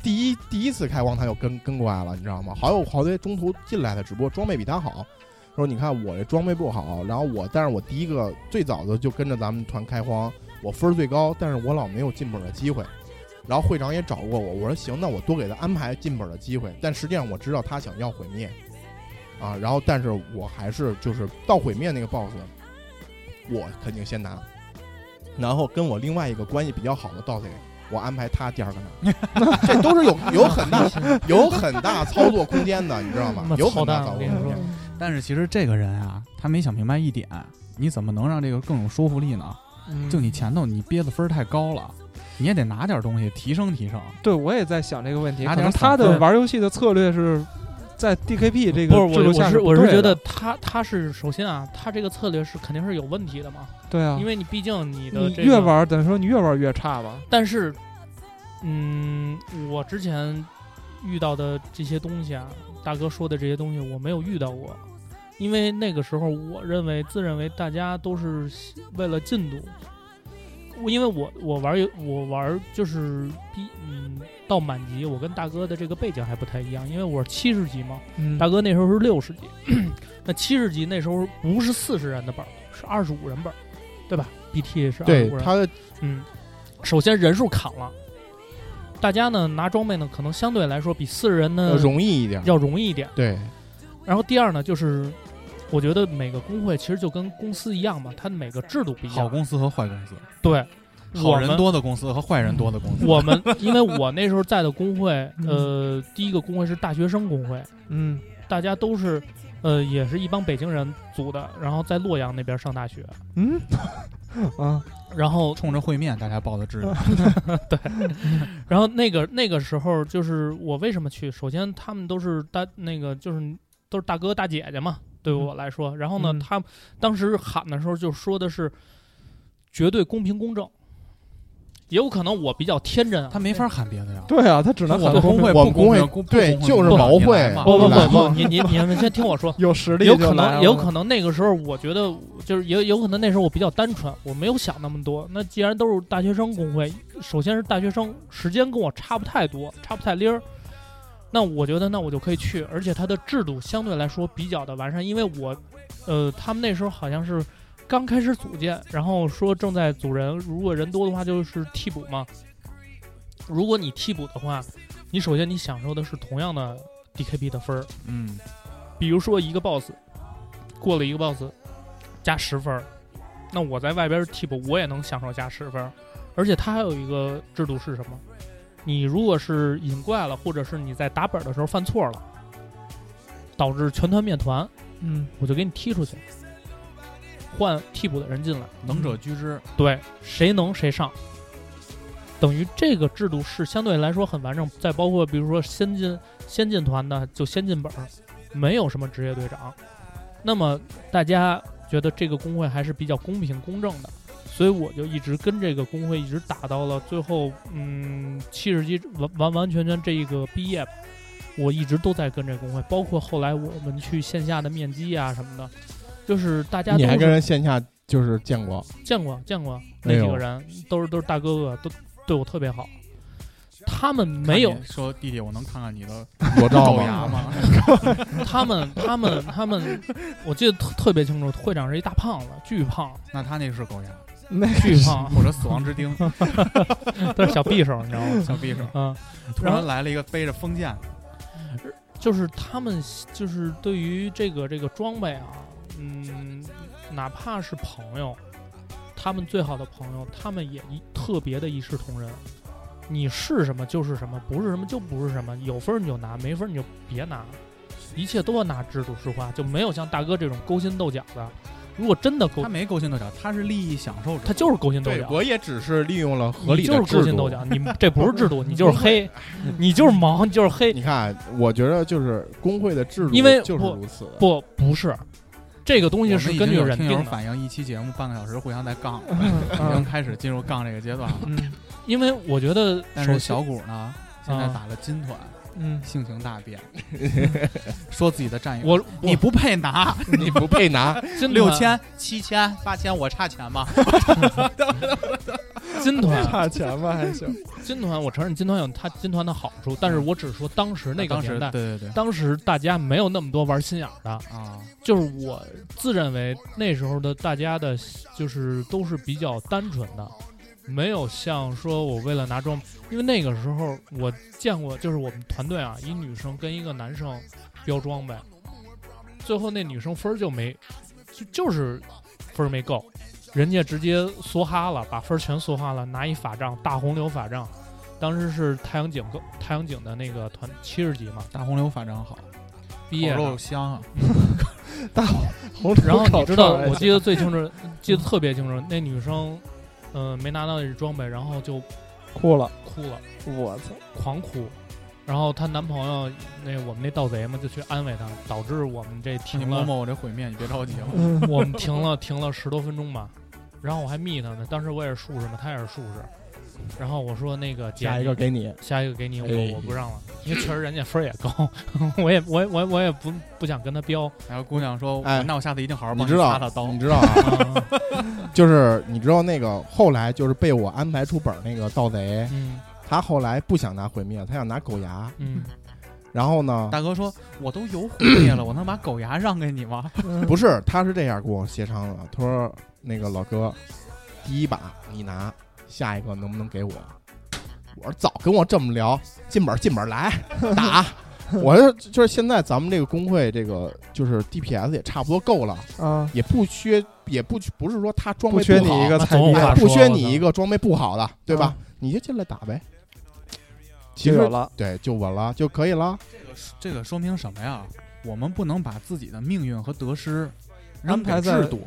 Speaker 4: 第一第一次开荒他就跟跟过来了，你知道吗？好有好多中途进来的，只不过装备比他好。说你看我这装备不好，然后我但是我第一个最早的就跟着咱们团开荒，我分儿最高，但是我老没有进本儿的机会。然后会长也找过我，我说行，那我多给他安排进本儿的机会，但实际上我知道他想要毁灭，啊，然后但是我还是就是到毁灭那个 boss，我肯定先拿，然后跟我另外一个关系比较好的 boss，我安排他第二个拿，这都是有有很 *laughs* 大有很大操作空间的，你知道吗
Speaker 5: 那？
Speaker 4: 有
Speaker 5: 操
Speaker 4: 很大
Speaker 5: 蛋
Speaker 4: 操
Speaker 5: 我
Speaker 4: 作
Speaker 5: 跟
Speaker 4: 空
Speaker 5: 你说
Speaker 4: 间。，
Speaker 2: 但是其实这个人啊，他没想明白一点，你怎么能让这个更有说服力呢？
Speaker 3: 嗯
Speaker 2: 就你前头你憋的分儿太高了，你也得拿点东西提升提升。
Speaker 3: 对，我也在想这个问题。
Speaker 2: 拿
Speaker 3: 可能
Speaker 2: 点
Speaker 3: 他
Speaker 2: 散
Speaker 3: 的
Speaker 2: 分
Speaker 3: 玩游戏的策略是在 DKP 这个
Speaker 5: 不是
Speaker 3: 制
Speaker 5: 我
Speaker 3: 度
Speaker 5: 我
Speaker 3: 下
Speaker 5: 是
Speaker 3: 不
Speaker 5: 我是
Speaker 3: 对
Speaker 5: 觉
Speaker 3: 的
Speaker 5: 得他他是首先啊，他这个策略是肯定是有问题的嘛，
Speaker 3: 对啊，
Speaker 5: 因为你毕竟你的
Speaker 3: 你
Speaker 5: 这
Speaker 3: 越
Speaker 5: 个
Speaker 3: 玩儿等于说你越玩儿越差吧。
Speaker 5: 但是，嗯，我之前遇到的这些东西啊，大哥说的这些东西，我没有遇到过，因为那个时候我认为自认为大家都是为了进度，我因为我我玩游我玩就是第嗯到满级，我跟大哥的这个背景还不太一样，因为我是七十级嘛，
Speaker 3: 嗯
Speaker 5: 大哥那时候是六十级， *coughs* 那七十级那时候不是四十人的本儿，是二十五人本儿，对吧？BT 是二
Speaker 4: 对
Speaker 5: 十五人，
Speaker 4: 他的
Speaker 5: 嗯，首先人数砍了，大家呢拿装备呢可能相对来说比四十人呢
Speaker 4: 呃容易一点，
Speaker 5: 要容易一点。
Speaker 4: 对，
Speaker 5: 然后第二呢，就是我觉得每个工会其实就跟公司一样嘛，它的每个制度不一
Speaker 2: 好
Speaker 5: 样。
Speaker 2: 公司和坏公司，
Speaker 5: 对，
Speaker 2: 好
Speaker 5: 我
Speaker 2: 人
Speaker 5: 们嗯
Speaker 2: 多的公司和坏人多的公司。
Speaker 5: 我们因为我那时候在的工会，呃，第一个工会是大学生工会，
Speaker 3: 嗯
Speaker 5: 大家都是。呃，也是一帮北京人组的，然后在洛阳那边上大学，
Speaker 3: 嗯 *laughs* 啊，
Speaker 5: 然
Speaker 2: *laughs*
Speaker 5: 后，
Speaker 2: 冲着烩面大家报的志愿，
Speaker 5: 然后那个那个时候就是我为什么去？首先他们都是大那个就是都是大哥大姐姐嘛，对我来说。然后呢，
Speaker 3: 嗯
Speaker 5: 他们当时喊的时候就说的是绝对公平公正，也有可能我比较天真啊。
Speaker 2: 他没法喊别的呀。
Speaker 3: 对啊，他只能
Speaker 2: 我
Speaker 3: 喊
Speaker 2: 们工
Speaker 3: 公，
Speaker 2: 会
Speaker 4: 我们
Speaker 2: 不公
Speaker 4: 工会
Speaker 2: 平公
Speaker 4: 对
Speaker 2: 不公平
Speaker 4: 就是
Speaker 2: 不
Speaker 4: 毛
Speaker 2: 你来
Speaker 4: 会
Speaker 2: 嘛
Speaker 5: 不不
Speaker 4: 来
Speaker 5: 不不，
Speaker 4: 吧
Speaker 5: 你你你们先听我说
Speaker 3: 有实力
Speaker 5: 有
Speaker 3: 就来
Speaker 5: 可能
Speaker 3: 了
Speaker 5: 有可能那个时候我觉得就是也有可能那时候我比较单纯，我没有想那么多。那既然都是大学生工会，首先是大学生，时间跟我差不太多，差不太离儿。那我觉得那我就可以去，而且它的制度相对来说比较的完善，因为我，呃，他们那时候好像是刚开始组建，然后说正在组人，如果人多的话就是替补嘛。如果你替补的话，你首先你享受的是同样的 DKB 的分儿，
Speaker 2: 嗯，
Speaker 5: 比如说一个 boss 过了一个 boss 加十分儿，那我在外边儿替补我也能享受加十分儿，而且它还有一个制度是什么？你如果是引怪了，或者是你在打本儿的时候犯错了，导致全团灭团，
Speaker 3: 嗯
Speaker 5: 我就给你踢出去，换替补的人进来。
Speaker 2: 能者居之。
Speaker 5: 对，谁能谁上，等于这个制度是相对来说很完整。再包括比如说先进先进团的就先进本儿，没有什么职业队长。那么大家觉得这个工会还是比较公平公正的，所以我就一直跟这个工会一直打到了最后，嗯，七十级完完完全全这一个毕业吧。我一直都在跟这个工会，包括后来我们去线下的面基啊什么的，就是大家都
Speaker 4: 你还
Speaker 5: 是
Speaker 4: 跟人线下就是见 *laughs* 过，
Speaker 5: 见过见过
Speaker 4: 没
Speaker 5: 那
Speaker 4: 有
Speaker 5: 几个人，都是都是大哥哥，都对我特别好。他们没有
Speaker 2: 看，你说弟弟，我能看看你的
Speaker 4: 裸照
Speaker 2: 豆
Speaker 4: 吗？
Speaker 2: 芽吗？ *laughs*
Speaker 5: 他们他们他们，我记得特特别清楚，会长是一大胖子，巨胖
Speaker 2: 那他那是狗牙，，
Speaker 3: 那
Speaker 5: 巨胖
Speaker 2: 或者死亡之钉，
Speaker 5: 他是小匕首，你知道吗？
Speaker 2: 小匕首。
Speaker 5: 嗯，
Speaker 2: 突然来了一个背着封建，
Speaker 5: 就是他们就是对于这个这个装备啊，嗯，哪怕是朋友，他们最好的朋友，他们也一特别的一视同仁。你是什么就是什么，不是什么就不是什么，有分儿你就拿，没分儿你就别拿，一切都要拿制度说话，就没有像大哥这种勾心斗角的。如果真的勾
Speaker 2: 他，没勾心斗角，他是利益享受者。
Speaker 5: 他就是勾心斗
Speaker 4: 对
Speaker 5: 角，，
Speaker 4: 我也只是利用了合
Speaker 5: 你
Speaker 4: 理的
Speaker 5: 就是勾
Speaker 4: 制
Speaker 5: 心
Speaker 4: 度
Speaker 5: 斗。角，你这不是制度，
Speaker 2: *laughs*
Speaker 5: 你就是黑，你就是毛，你就是黑，
Speaker 4: 你看，我觉得就是工会的制度，
Speaker 5: 因为
Speaker 4: 就是
Speaker 5: 不
Speaker 4: 如此的。
Speaker 5: 不不是，这个东
Speaker 2: 我
Speaker 5: 西
Speaker 2: 们
Speaker 5: 是
Speaker 2: 已经
Speaker 5: 根据
Speaker 2: 有
Speaker 5: 人
Speaker 2: 听
Speaker 5: 定
Speaker 2: 友
Speaker 5: 的。嗯
Speaker 2: 反映，一期节目半个小时互相在杠，
Speaker 5: *laughs*
Speaker 2: 已经开始进入杠这个阶段了。
Speaker 3: 嗯
Speaker 5: 因为我觉得，
Speaker 2: 但
Speaker 5: 首
Speaker 2: 是
Speaker 5: 先
Speaker 2: 小谷呢，现在
Speaker 5: 啊
Speaker 2: 打了金团，
Speaker 3: 嗯
Speaker 2: 性情大变， *laughs* 说自己的战友，
Speaker 5: 嗯我
Speaker 2: 你不配拿
Speaker 4: 你不配拿，
Speaker 5: *laughs*
Speaker 4: *laughs*
Speaker 5: 金
Speaker 2: 六
Speaker 5: 团
Speaker 2: 千、七千、八千，我差钱吗？
Speaker 5: 金团
Speaker 3: *laughs* 差钱吧还
Speaker 5: *laughs*
Speaker 3: 行，
Speaker 5: 金团，我承认金团有它金团的好处，但是我只是说当时那
Speaker 2: 嗯啊
Speaker 5: 个
Speaker 2: 当时
Speaker 5: 年代，
Speaker 2: 对对对
Speaker 5: 当时大家没有那么多玩心眼儿的，
Speaker 2: 啊，
Speaker 5: 就是我自认为那时候的大家的，就是都是比较单纯的，没有像说我为了拿装，因为那个时候我见过，就是我们团队啊，一女生跟一个男生标装备，最后那女生分儿就没，就就是分儿没够，人家直接梭哈了，把分儿全梭哈了，拿一法杖大红流法杖，当时是太阳井太阳井的那个团七十级嘛，
Speaker 2: 大红柳法杖好，
Speaker 5: 毕业
Speaker 2: 烤
Speaker 5: 了
Speaker 2: 肉香啊，
Speaker 3: 红柳
Speaker 5: 然后
Speaker 3: 烤
Speaker 5: 你知道
Speaker 3: 串儿，还
Speaker 5: 我
Speaker 3: 行
Speaker 5: 记得最清楚，记得特别清楚，那女生，嗯、没拿到那装备，然后就
Speaker 3: 哭了，
Speaker 5: 哭了，
Speaker 3: 我操，
Speaker 5: 狂哭。然后她男朋友，那我们那盗贼嘛，就去安慰她，导致我们
Speaker 4: 哎
Speaker 5: 这
Speaker 2: 你
Speaker 5: 停
Speaker 2: 摸
Speaker 5: 了，
Speaker 2: 摸我这毁灭，你别着急了。啊
Speaker 3: 嗯
Speaker 5: 我们停了停了十多分钟吧。然后我还密她呢，当时我也是术士嘛，她也是术士，然后我说那个姐
Speaker 4: 下一个
Speaker 5: 你
Speaker 4: 给你，
Speaker 5: 下一个给你，
Speaker 4: 哎
Speaker 5: 我我不让了，因为确实人家分儿也高， *laughs* 我也我也我也我也不不想跟他飙。
Speaker 2: 然后姑娘说：“
Speaker 4: 哎
Speaker 2: 那我下次一定好好帮
Speaker 4: 你知道
Speaker 2: 擦擦刀。
Speaker 4: 你知道啊，
Speaker 5: 啊
Speaker 4: *laughs* 就是你知道那个后来就是被我安排出本儿那个盗贼，
Speaker 5: 嗯
Speaker 4: 他后来不想拿毁灭，他想拿狗牙，
Speaker 5: 嗯，
Speaker 4: 然后呢，
Speaker 2: 大哥说：“我都有虎灭了，我能把狗牙让给你吗
Speaker 4: 不是，他是这样跟我协商的，他说那个老哥，第一把你拿，下一个能不能给我？我说早跟我这么聊，进本儿进本儿来 *laughs* 打。我说就是现在咱们这个工会这个就是 DPS 也差不多够了，
Speaker 3: 啊，
Speaker 4: 也不缺也不不是说他装备
Speaker 3: 不缺
Speaker 4: 不好
Speaker 3: 你一个
Speaker 5: 那
Speaker 3: 菜逼
Speaker 5: 总有，话
Speaker 4: 哎不
Speaker 5: 说
Speaker 4: 缺
Speaker 5: 我
Speaker 4: 你
Speaker 5: 操
Speaker 4: 一个装备不好的，对吧？你就进来打呗。
Speaker 3: 嗯
Speaker 4: 其
Speaker 3: 就有
Speaker 4: 实
Speaker 3: 了。
Speaker 4: 对，就稳了就可以了。？”
Speaker 2: 这个说明什么呀？我们不能把自己的命运和得失
Speaker 3: 安
Speaker 2: 扔给
Speaker 3: 排在
Speaker 2: 制度，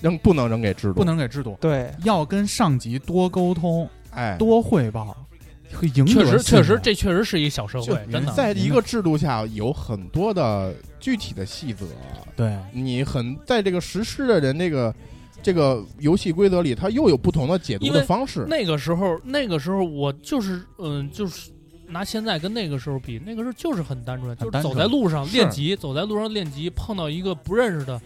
Speaker 4: 扔不能扔给制度，
Speaker 2: 不能给制度，
Speaker 3: 对，
Speaker 2: 要跟上级多沟通、
Speaker 4: 哎，
Speaker 2: 多汇报，会赢
Speaker 5: 确实
Speaker 2: 得信
Speaker 5: 确实
Speaker 2: 任，
Speaker 5: 这确实是一小社
Speaker 4: 就
Speaker 5: 会，真啊的。
Speaker 4: 在一个制度下有很多的具体的细则，
Speaker 2: 对
Speaker 4: 你很在这个实施的人这个这个游戏规则里，它又有不同的解读
Speaker 5: 因
Speaker 4: 的
Speaker 5: 为
Speaker 4: 方式。
Speaker 5: 那个时候，那个时候我就是，嗯，就是拿现在跟那个时候比，那个时候就是很单纯，就是
Speaker 2: 单纯
Speaker 5: 走在路上
Speaker 4: 是
Speaker 5: 练级，走在路上练级，碰到一个不认识的，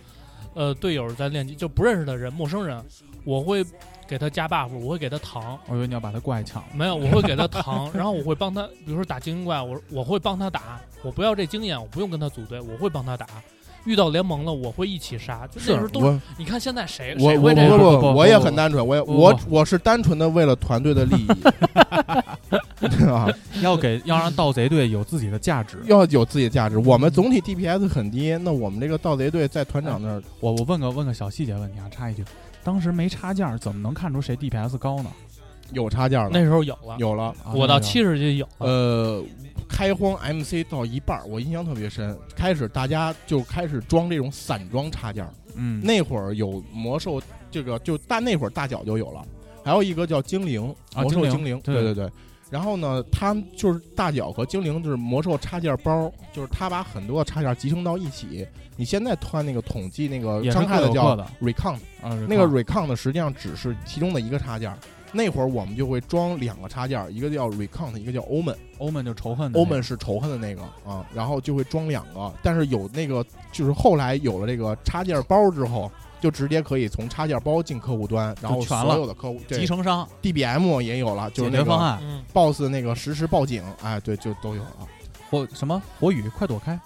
Speaker 5: 呃，队友在练级，就不认识的人，陌生人，我会给他加 buff，我会给他糖，
Speaker 2: 我以为你要把他怪
Speaker 5: *laughs*
Speaker 2: 抢了。
Speaker 5: 没有，我会给他糖，然后我会帮他，比如说打精英怪，我我会帮他打，我不要这经验，我不用跟他组队，我会帮他打。遇到联盟了，我会一起杀。就那时候都是，
Speaker 4: 我
Speaker 5: 你看现在谁
Speaker 4: 我
Speaker 5: 谁
Speaker 4: 我
Speaker 5: 会这样？
Speaker 2: 不不不
Speaker 4: 不我也
Speaker 2: 不
Speaker 4: 很单纯，我也
Speaker 2: 不
Speaker 4: 我
Speaker 2: 不
Speaker 4: 我是单纯的为了团队的利益，
Speaker 5: *laughs*
Speaker 4: 啊，
Speaker 2: 要给要让盗贼队有自己的价值。
Speaker 4: 要有自己的价值。我们总体 DPS 很低，那我们这个盗贼队在团长那儿
Speaker 2: 我我问个问个小细节问题啊，插一句，当时没插件儿怎么能看出谁 DPS 高呢？
Speaker 4: 有差价了，
Speaker 5: 那时候有了，
Speaker 4: 有了。
Speaker 2: 啊
Speaker 5: 我到
Speaker 2: 那个
Speaker 5: 七十就有
Speaker 2: 嗯
Speaker 5: 了。
Speaker 4: 呃，开荒 MC 到一半儿，我印象特别深，开始大家就开始装这种散装插件儿。
Speaker 2: 嗯，
Speaker 4: 那会儿有魔兽，这个就大那会儿大脚就有了，还有一个叫精灵，
Speaker 2: 啊
Speaker 4: 魔兽
Speaker 2: 精灵
Speaker 4: 灵，
Speaker 2: 对
Speaker 4: 对对。然后呢，他们就是大脚和精灵就是魔兽插件包，就是他把很多的插件集成到一起。你现在看那个统计那个
Speaker 2: 也是
Speaker 4: 伤害
Speaker 2: 各
Speaker 4: 的
Speaker 2: 有
Speaker 4: 叫
Speaker 2: 各的啊
Speaker 4: recon，
Speaker 2: recon，
Speaker 4: 那个 recon 的实际上只是其中的一个插件。那会儿我们就会装两个插件，一个叫 recon，一个叫 omen。
Speaker 2: 欧盟就仇恨的那个
Speaker 4: omen 是仇恨的那个啊，然后就会装两个，但是有那个就是后来有了这个插件包之后，就直接可以从插件包进客户端，然后
Speaker 2: 全
Speaker 4: 所
Speaker 2: 了
Speaker 4: 有的客户对
Speaker 2: 集成商
Speaker 4: DBM 也有了，就是
Speaker 2: 解
Speaker 4: 那
Speaker 2: 决方
Speaker 4: 个
Speaker 2: 案，嗯
Speaker 5: 嗯，
Speaker 4: boss 那个实时报警，哎，对，就都有了。
Speaker 2: 火什么火雨快躲开，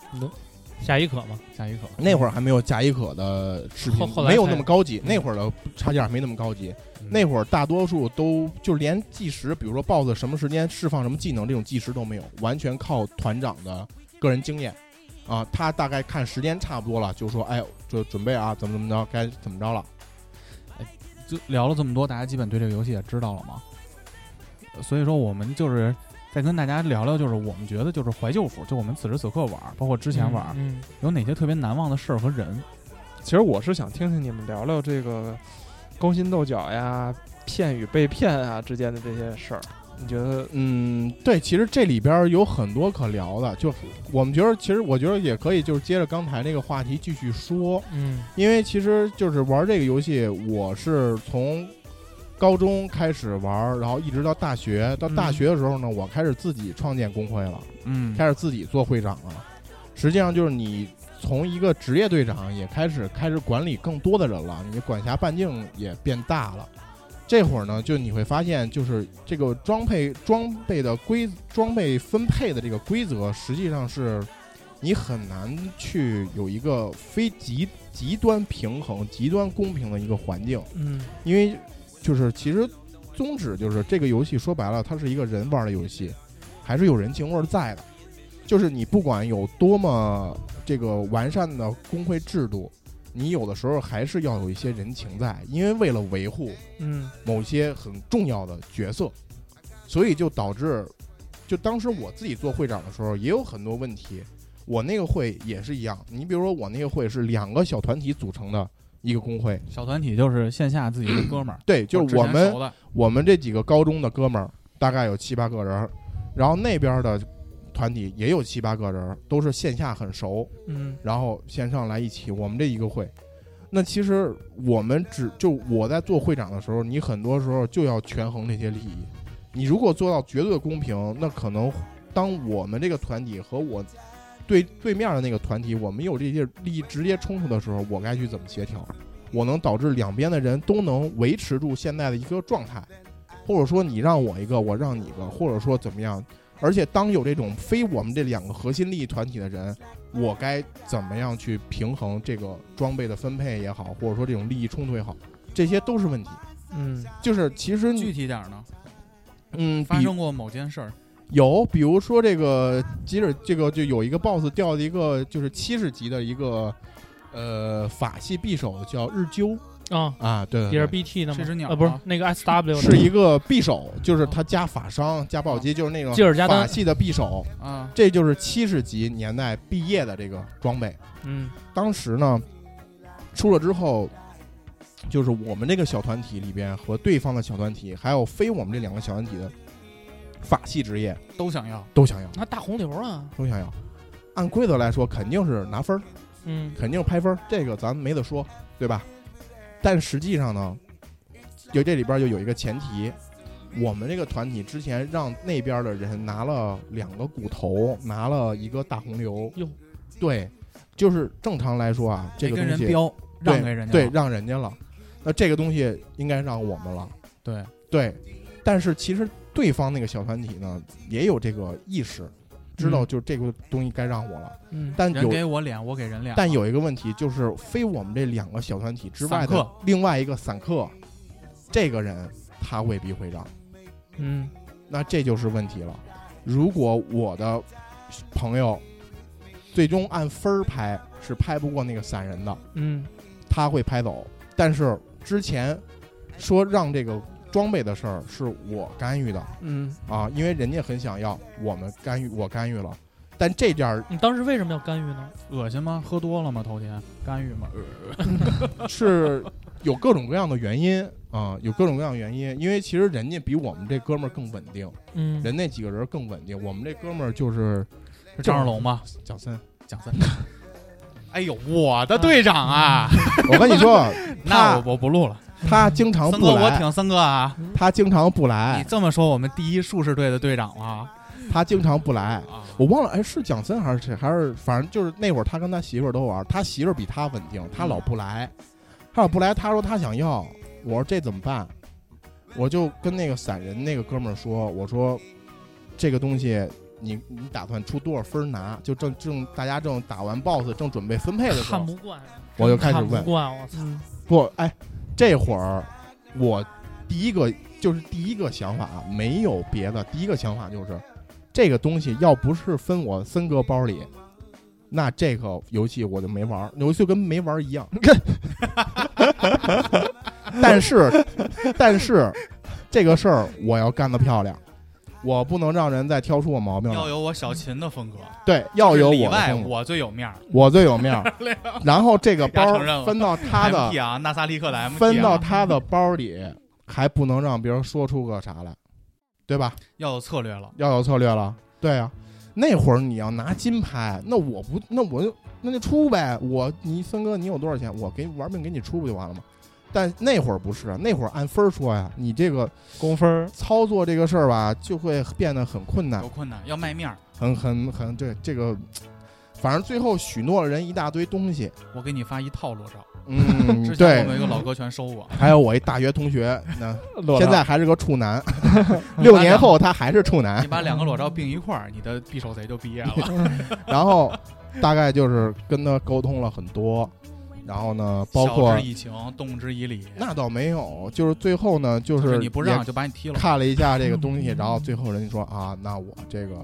Speaker 5: 夏一可嘛，
Speaker 2: 下一口
Speaker 4: 那会儿还没有贾一可的视频
Speaker 5: 后，后来
Speaker 4: 没有
Speaker 5: 才
Speaker 4: 那么高级，那会儿的插件没那么高级，
Speaker 2: 嗯
Speaker 4: 那会儿大多数都就连计时，比如说 BOSS 什么时间释放什么技能这种计时都没有，完全靠团长的个人经验。啊，他大概看时间差不多了，就说：“哎，就准备啊，怎么怎么着，该怎么着了。
Speaker 2: 就聊了这么多，大家基本对这个游戏也知道了嘛。呃所以说，我们就是再跟大家聊聊，就是我们觉得就是怀旧服，就我们此时此刻玩儿，包括之
Speaker 5: 之
Speaker 2: 前玩儿，
Speaker 5: 嗯，
Speaker 2: 有哪些特别难忘的事儿和人？
Speaker 3: 其实我是想听听你们聊聊这个勾心斗角呀、骗与被骗啊之间的这些事儿。你觉得”
Speaker 4: 嗯，对，其实这里边有很多可聊的，就我们觉得，其实我觉得也可以，就是接着刚才那个话题继续说。
Speaker 5: 嗯
Speaker 4: 因为其实就是玩这个游戏，我是从高中开始玩，然后一直到大学。到大学的时候呢，我开始自己创建工会了，
Speaker 2: 嗯
Speaker 4: 开始自己做会长了。实际上就是你从一个职业队长，也开始开始管理更多的人了，你管辖半径也变大了。这会儿呢，就你会发现，就是这个装配装备的规装备分配的这个规则，实际上是你很难去有一个非极极端平衡、极端公平的一个环境，
Speaker 5: 嗯
Speaker 4: 因为就是其实宗旨就是这个游戏说白了，它是一个人玩的游戏，还是有人情味儿在的。就是你不管有多么这个完善的工会制度，你有的时候还是要有一些人情在，因为为了维护
Speaker 5: 嗯
Speaker 4: 某些很重要的角色，所以就导致，就当时我自己做会长的时候，也有很多问题。我那个会也是一样，你比如说我那个会是两个小团体组成的一个工会，，
Speaker 2: 小团体就是线下自己的哥们儿
Speaker 4: *clears throat* 对，就是
Speaker 2: 我哦
Speaker 4: 我
Speaker 2: 之前
Speaker 4: 们
Speaker 2: 熟的
Speaker 4: 我们这几个高中的哥们儿大概有七八个人儿，然后那边的团体也有七八个人儿，都是线下很熟，
Speaker 5: 嗯
Speaker 4: 然后线上来一起，我们这一个会。那其实我们只就我在做会长的时候，你很多时候就要权衡这些利益，你如果做到绝对的公平，那可能当我们这个团体和我对对面的那个团体，我们有这些利益直接冲突的时候，我该去怎么协调？我能导致两边的人都能维持住现在的一个状态，或者说你让我一个，我让你一个，或者说怎么样？而且当有这种非我们这两个核心利益团体的人，我该怎么样去平衡这个装备的分配也好，或者说这种利益冲突也好，这些都是问题。
Speaker 5: 嗯，
Speaker 4: 就是其实你
Speaker 2: 具体点儿呢，
Speaker 4: 嗯，
Speaker 2: 发
Speaker 4: 比
Speaker 2: 生过某件事儿，
Speaker 4: 有，比如说这个，即使这个就有一个 BOSS 掉了一个就是七十级的一个呃法系匕首叫日鸠
Speaker 5: 啊，
Speaker 4: 啊，对对
Speaker 5: 也是
Speaker 4: 对
Speaker 5: BT 的
Speaker 2: 这
Speaker 5: 吗？
Speaker 2: 只鸟
Speaker 5: 啊，不是
Speaker 2: 啊
Speaker 5: 那个 SW
Speaker 4: 是一个匕首，就是它加法伤加暴击，就是那种
Speaker 5: 吉尔加
Speaker 4: 法
Speaker 5: 丹
Speaker 4: 系的匕首，
Speaker 2: 啊，
Speaker 4: 这就是七十级年代毕业的这个装备。
Speaker 5: 嗯
Speaker 4: 当时呢，出了之后，就是我们这个小团体里边和对方的小团体，还有非我们这两个小团体的法系职业
Speaker 2: 都想要。
Speaker 4: 都想要，
Speaker 5: 拿大红牛啊，
Speaker 4: 都想要。按规则来说，肯定是拿分儿，
Speaker 5: 嗯
Speaker 4: 肯定拍分儿，这个咱没得说，对吧？但实际上呢，就这里边就有一个前提，我们这个团体之前让那边的人拿了两个骨头，拿了一个大红牛，
Speaker 5: 哟，
Speaker 4: 对，就是正常来说啊，这
Speaker 2: 没
Speaker 4: 个
Speaker 2: 跟
Speaker 4: 东
Speaker 2: 人
Speaker 4: 西
Speaker 2: 标，让
Speaker 4: 对
Speaker 2: 给人家
Speaker 4: 对，
Speaker 2: 了
Speaker 4: 让人家了。那这个东西应该让我们了，
Speaker 2: 对，
Speaker 4: 对。但是其实对方那个小团体呢，也有这个意识，知道
Speaker 5: 嗯
Speaker 4: 就这个东西该让我了。
Speaker 5: 嗯，
Speaker 4: 但
Speaker 2: 人
Speaker 4: 有
Speaker 2: 给我脸，我给人脸了。
Speaker 4: 但有一个问题，就是非我们这两个小团体之外
Speaker 2: 散
Speaker 4: 的
Speaker 2: 客
Speaker 4: 另外一个散客，这个人他未必会让，
Speaker 5: 嗯
Speaker 4: 那这就是问题了。如果我的朋友最终按分儿拍是拍不过那个散人的，
Speaker 5: 嗯
Speaker 4: 他会拍走。但是之前说让这个装备的事儿是我干预的
Speaker 5: 嗯，
Speaker 4: 啊，因为人家很想要，我们干预，我干预了。但这点儿
Speaker 5: 你当时为什么要干预呢？
Speaker 2: 恶心吗？喝多了吗？头天干预
Speaker 4: 呃
Speaker 2: 吗？
Speaker 4: 是有各种各样的原因啊，有各种各样的原因。因为其实人家比我们这哥们儿更稳定，
Speaker 5: 嗯，
Speaker 4: 人那几个人更稳定，我们这哥们儿就是
Speaker 2: 是张二龙吗？
Speaker 4: 蒋森。
Speaker 2: 蒋森。哎呦，我的队长啊！
Speaker 4: 我跟你说， *laughs*
Speaker 2: 那
Speaker 4: 嗯他
Speaker 2: 我我不录了。
Speaker 4: 他经常
Speaker 2: 森哥，
Speaker 4: 不
Speaker 2: 我
Speaker 4: 来，哎
Speaker 2: 挺森哥啊！
Speaker 4: 他经常不
Speaker 2: 你
Speaker 4: 来，
Speaker 2: 这么说，我们第一术士队的队长了
Speaker 4: 他经常不来。
Speaker 2: 啊！
Speaker 4: 我忘了，哎，是蒋森还是谁？还是反正就是那会儿他跟他媳妇儿都玩，他媳妇儿比他稳定，他老不来，他老不来，他说他想要，我说这怎么办？我就跟那个散人那个哥们儿说，我说这个东西你你打算出多少分儿拿？就正正大家正打完 BOSS 正准备分配的时
Speaker 5: 看
Speaker 4: 候，
Speaker 5: 不惯，
Speaker 2: 啊
Speaker 4: 我就开始
Speaker 5: 看不
Speaker 4: 问，
Speaker 5: 惯，我操，
Speaker 4: 不，哎，这会儿我第一个就是第一个想法啊，没有别的，第一个想法就是这个东西要不是分我森哥包里，那这个游戏我就没玩儿，游戏就跟没玩儿一样。但是，但是这个事儿我要干得漂亮，我不能让人再挑出我毛病
Speaker 2: 要
Speaker 4: 来。
Speaker 2: 有我小秦的风格，
Speaker 4: 对，要有
Speaker 2: 里
Speaker 4: 我的
Speaker 2: 外
Speaker 4: 风格，
Speaker 2: 我啊最有面儿。
Speaker 4: 我最有
Speaker 2: *laughs*
Speaker 4: 面儿。然后这个包
Speaker 2: 承认了
Speaker 4: 分到他的
Speaker 2: MT 啊，纳萨利克的 MT
Speaker 4: 分到
Speaker 2: 啊，
Speaker 4: 他的包里，还不能让别人说出个啥来，对吧？
Speaker 2: 要有策略了。
Speaker 4: 要有策略了，对啊。那会儿你要拿金牌，那我不，那我就那就出呗。我你森哥，你有多少钱，我给玩命给你出不就完了吗？但那会儿不是，啊那会儿按分儿说呀，你这个
Speaker 3: 公分儿
Speaker 4: 操作这个事儿吧，就会变得很困难
Speaker 2: 有，困难要卖面儿，
Speaker 4: 很很很对这个，反正最后许诺了人一大堆东
Speaker 2: *laughs*
Speaker 4: 西。
Speaker 2: 我给你发一套裸照。
Speaker 4: 嗯
Speaker 2: 之，前我
Speaker 4: 对
Speaker 2: 们。有一个老哥全收我，
Speaker 4: 还有我一大学同学，那
Speaker 3: 落
Speaker 4: 现
Speaker 3: 了
Speaker 4: 在还是个
Speaker 2: *laughs*
Speaker 4: 处男，六年后他还是处男
Speaker 2: 你。把两个裸照并一块儿，你的匕首贼就毕业了。
Speaker 4: 然后大概就是跟他沟通了很多，然后呢， *laughs* 包括
Speaker 2: 晓之以情，动之以理。
Speaker 4: 那倒没有，就是最后呢，就
Speaker 2: 就是
Speaker 4: 是
Speaker 2: 你不
Speaker 4: 也
Speaker 2: 让嗯就把你踢了。
Speaker 4: 看了一下这个东西，然后最后人家说啊，那我这个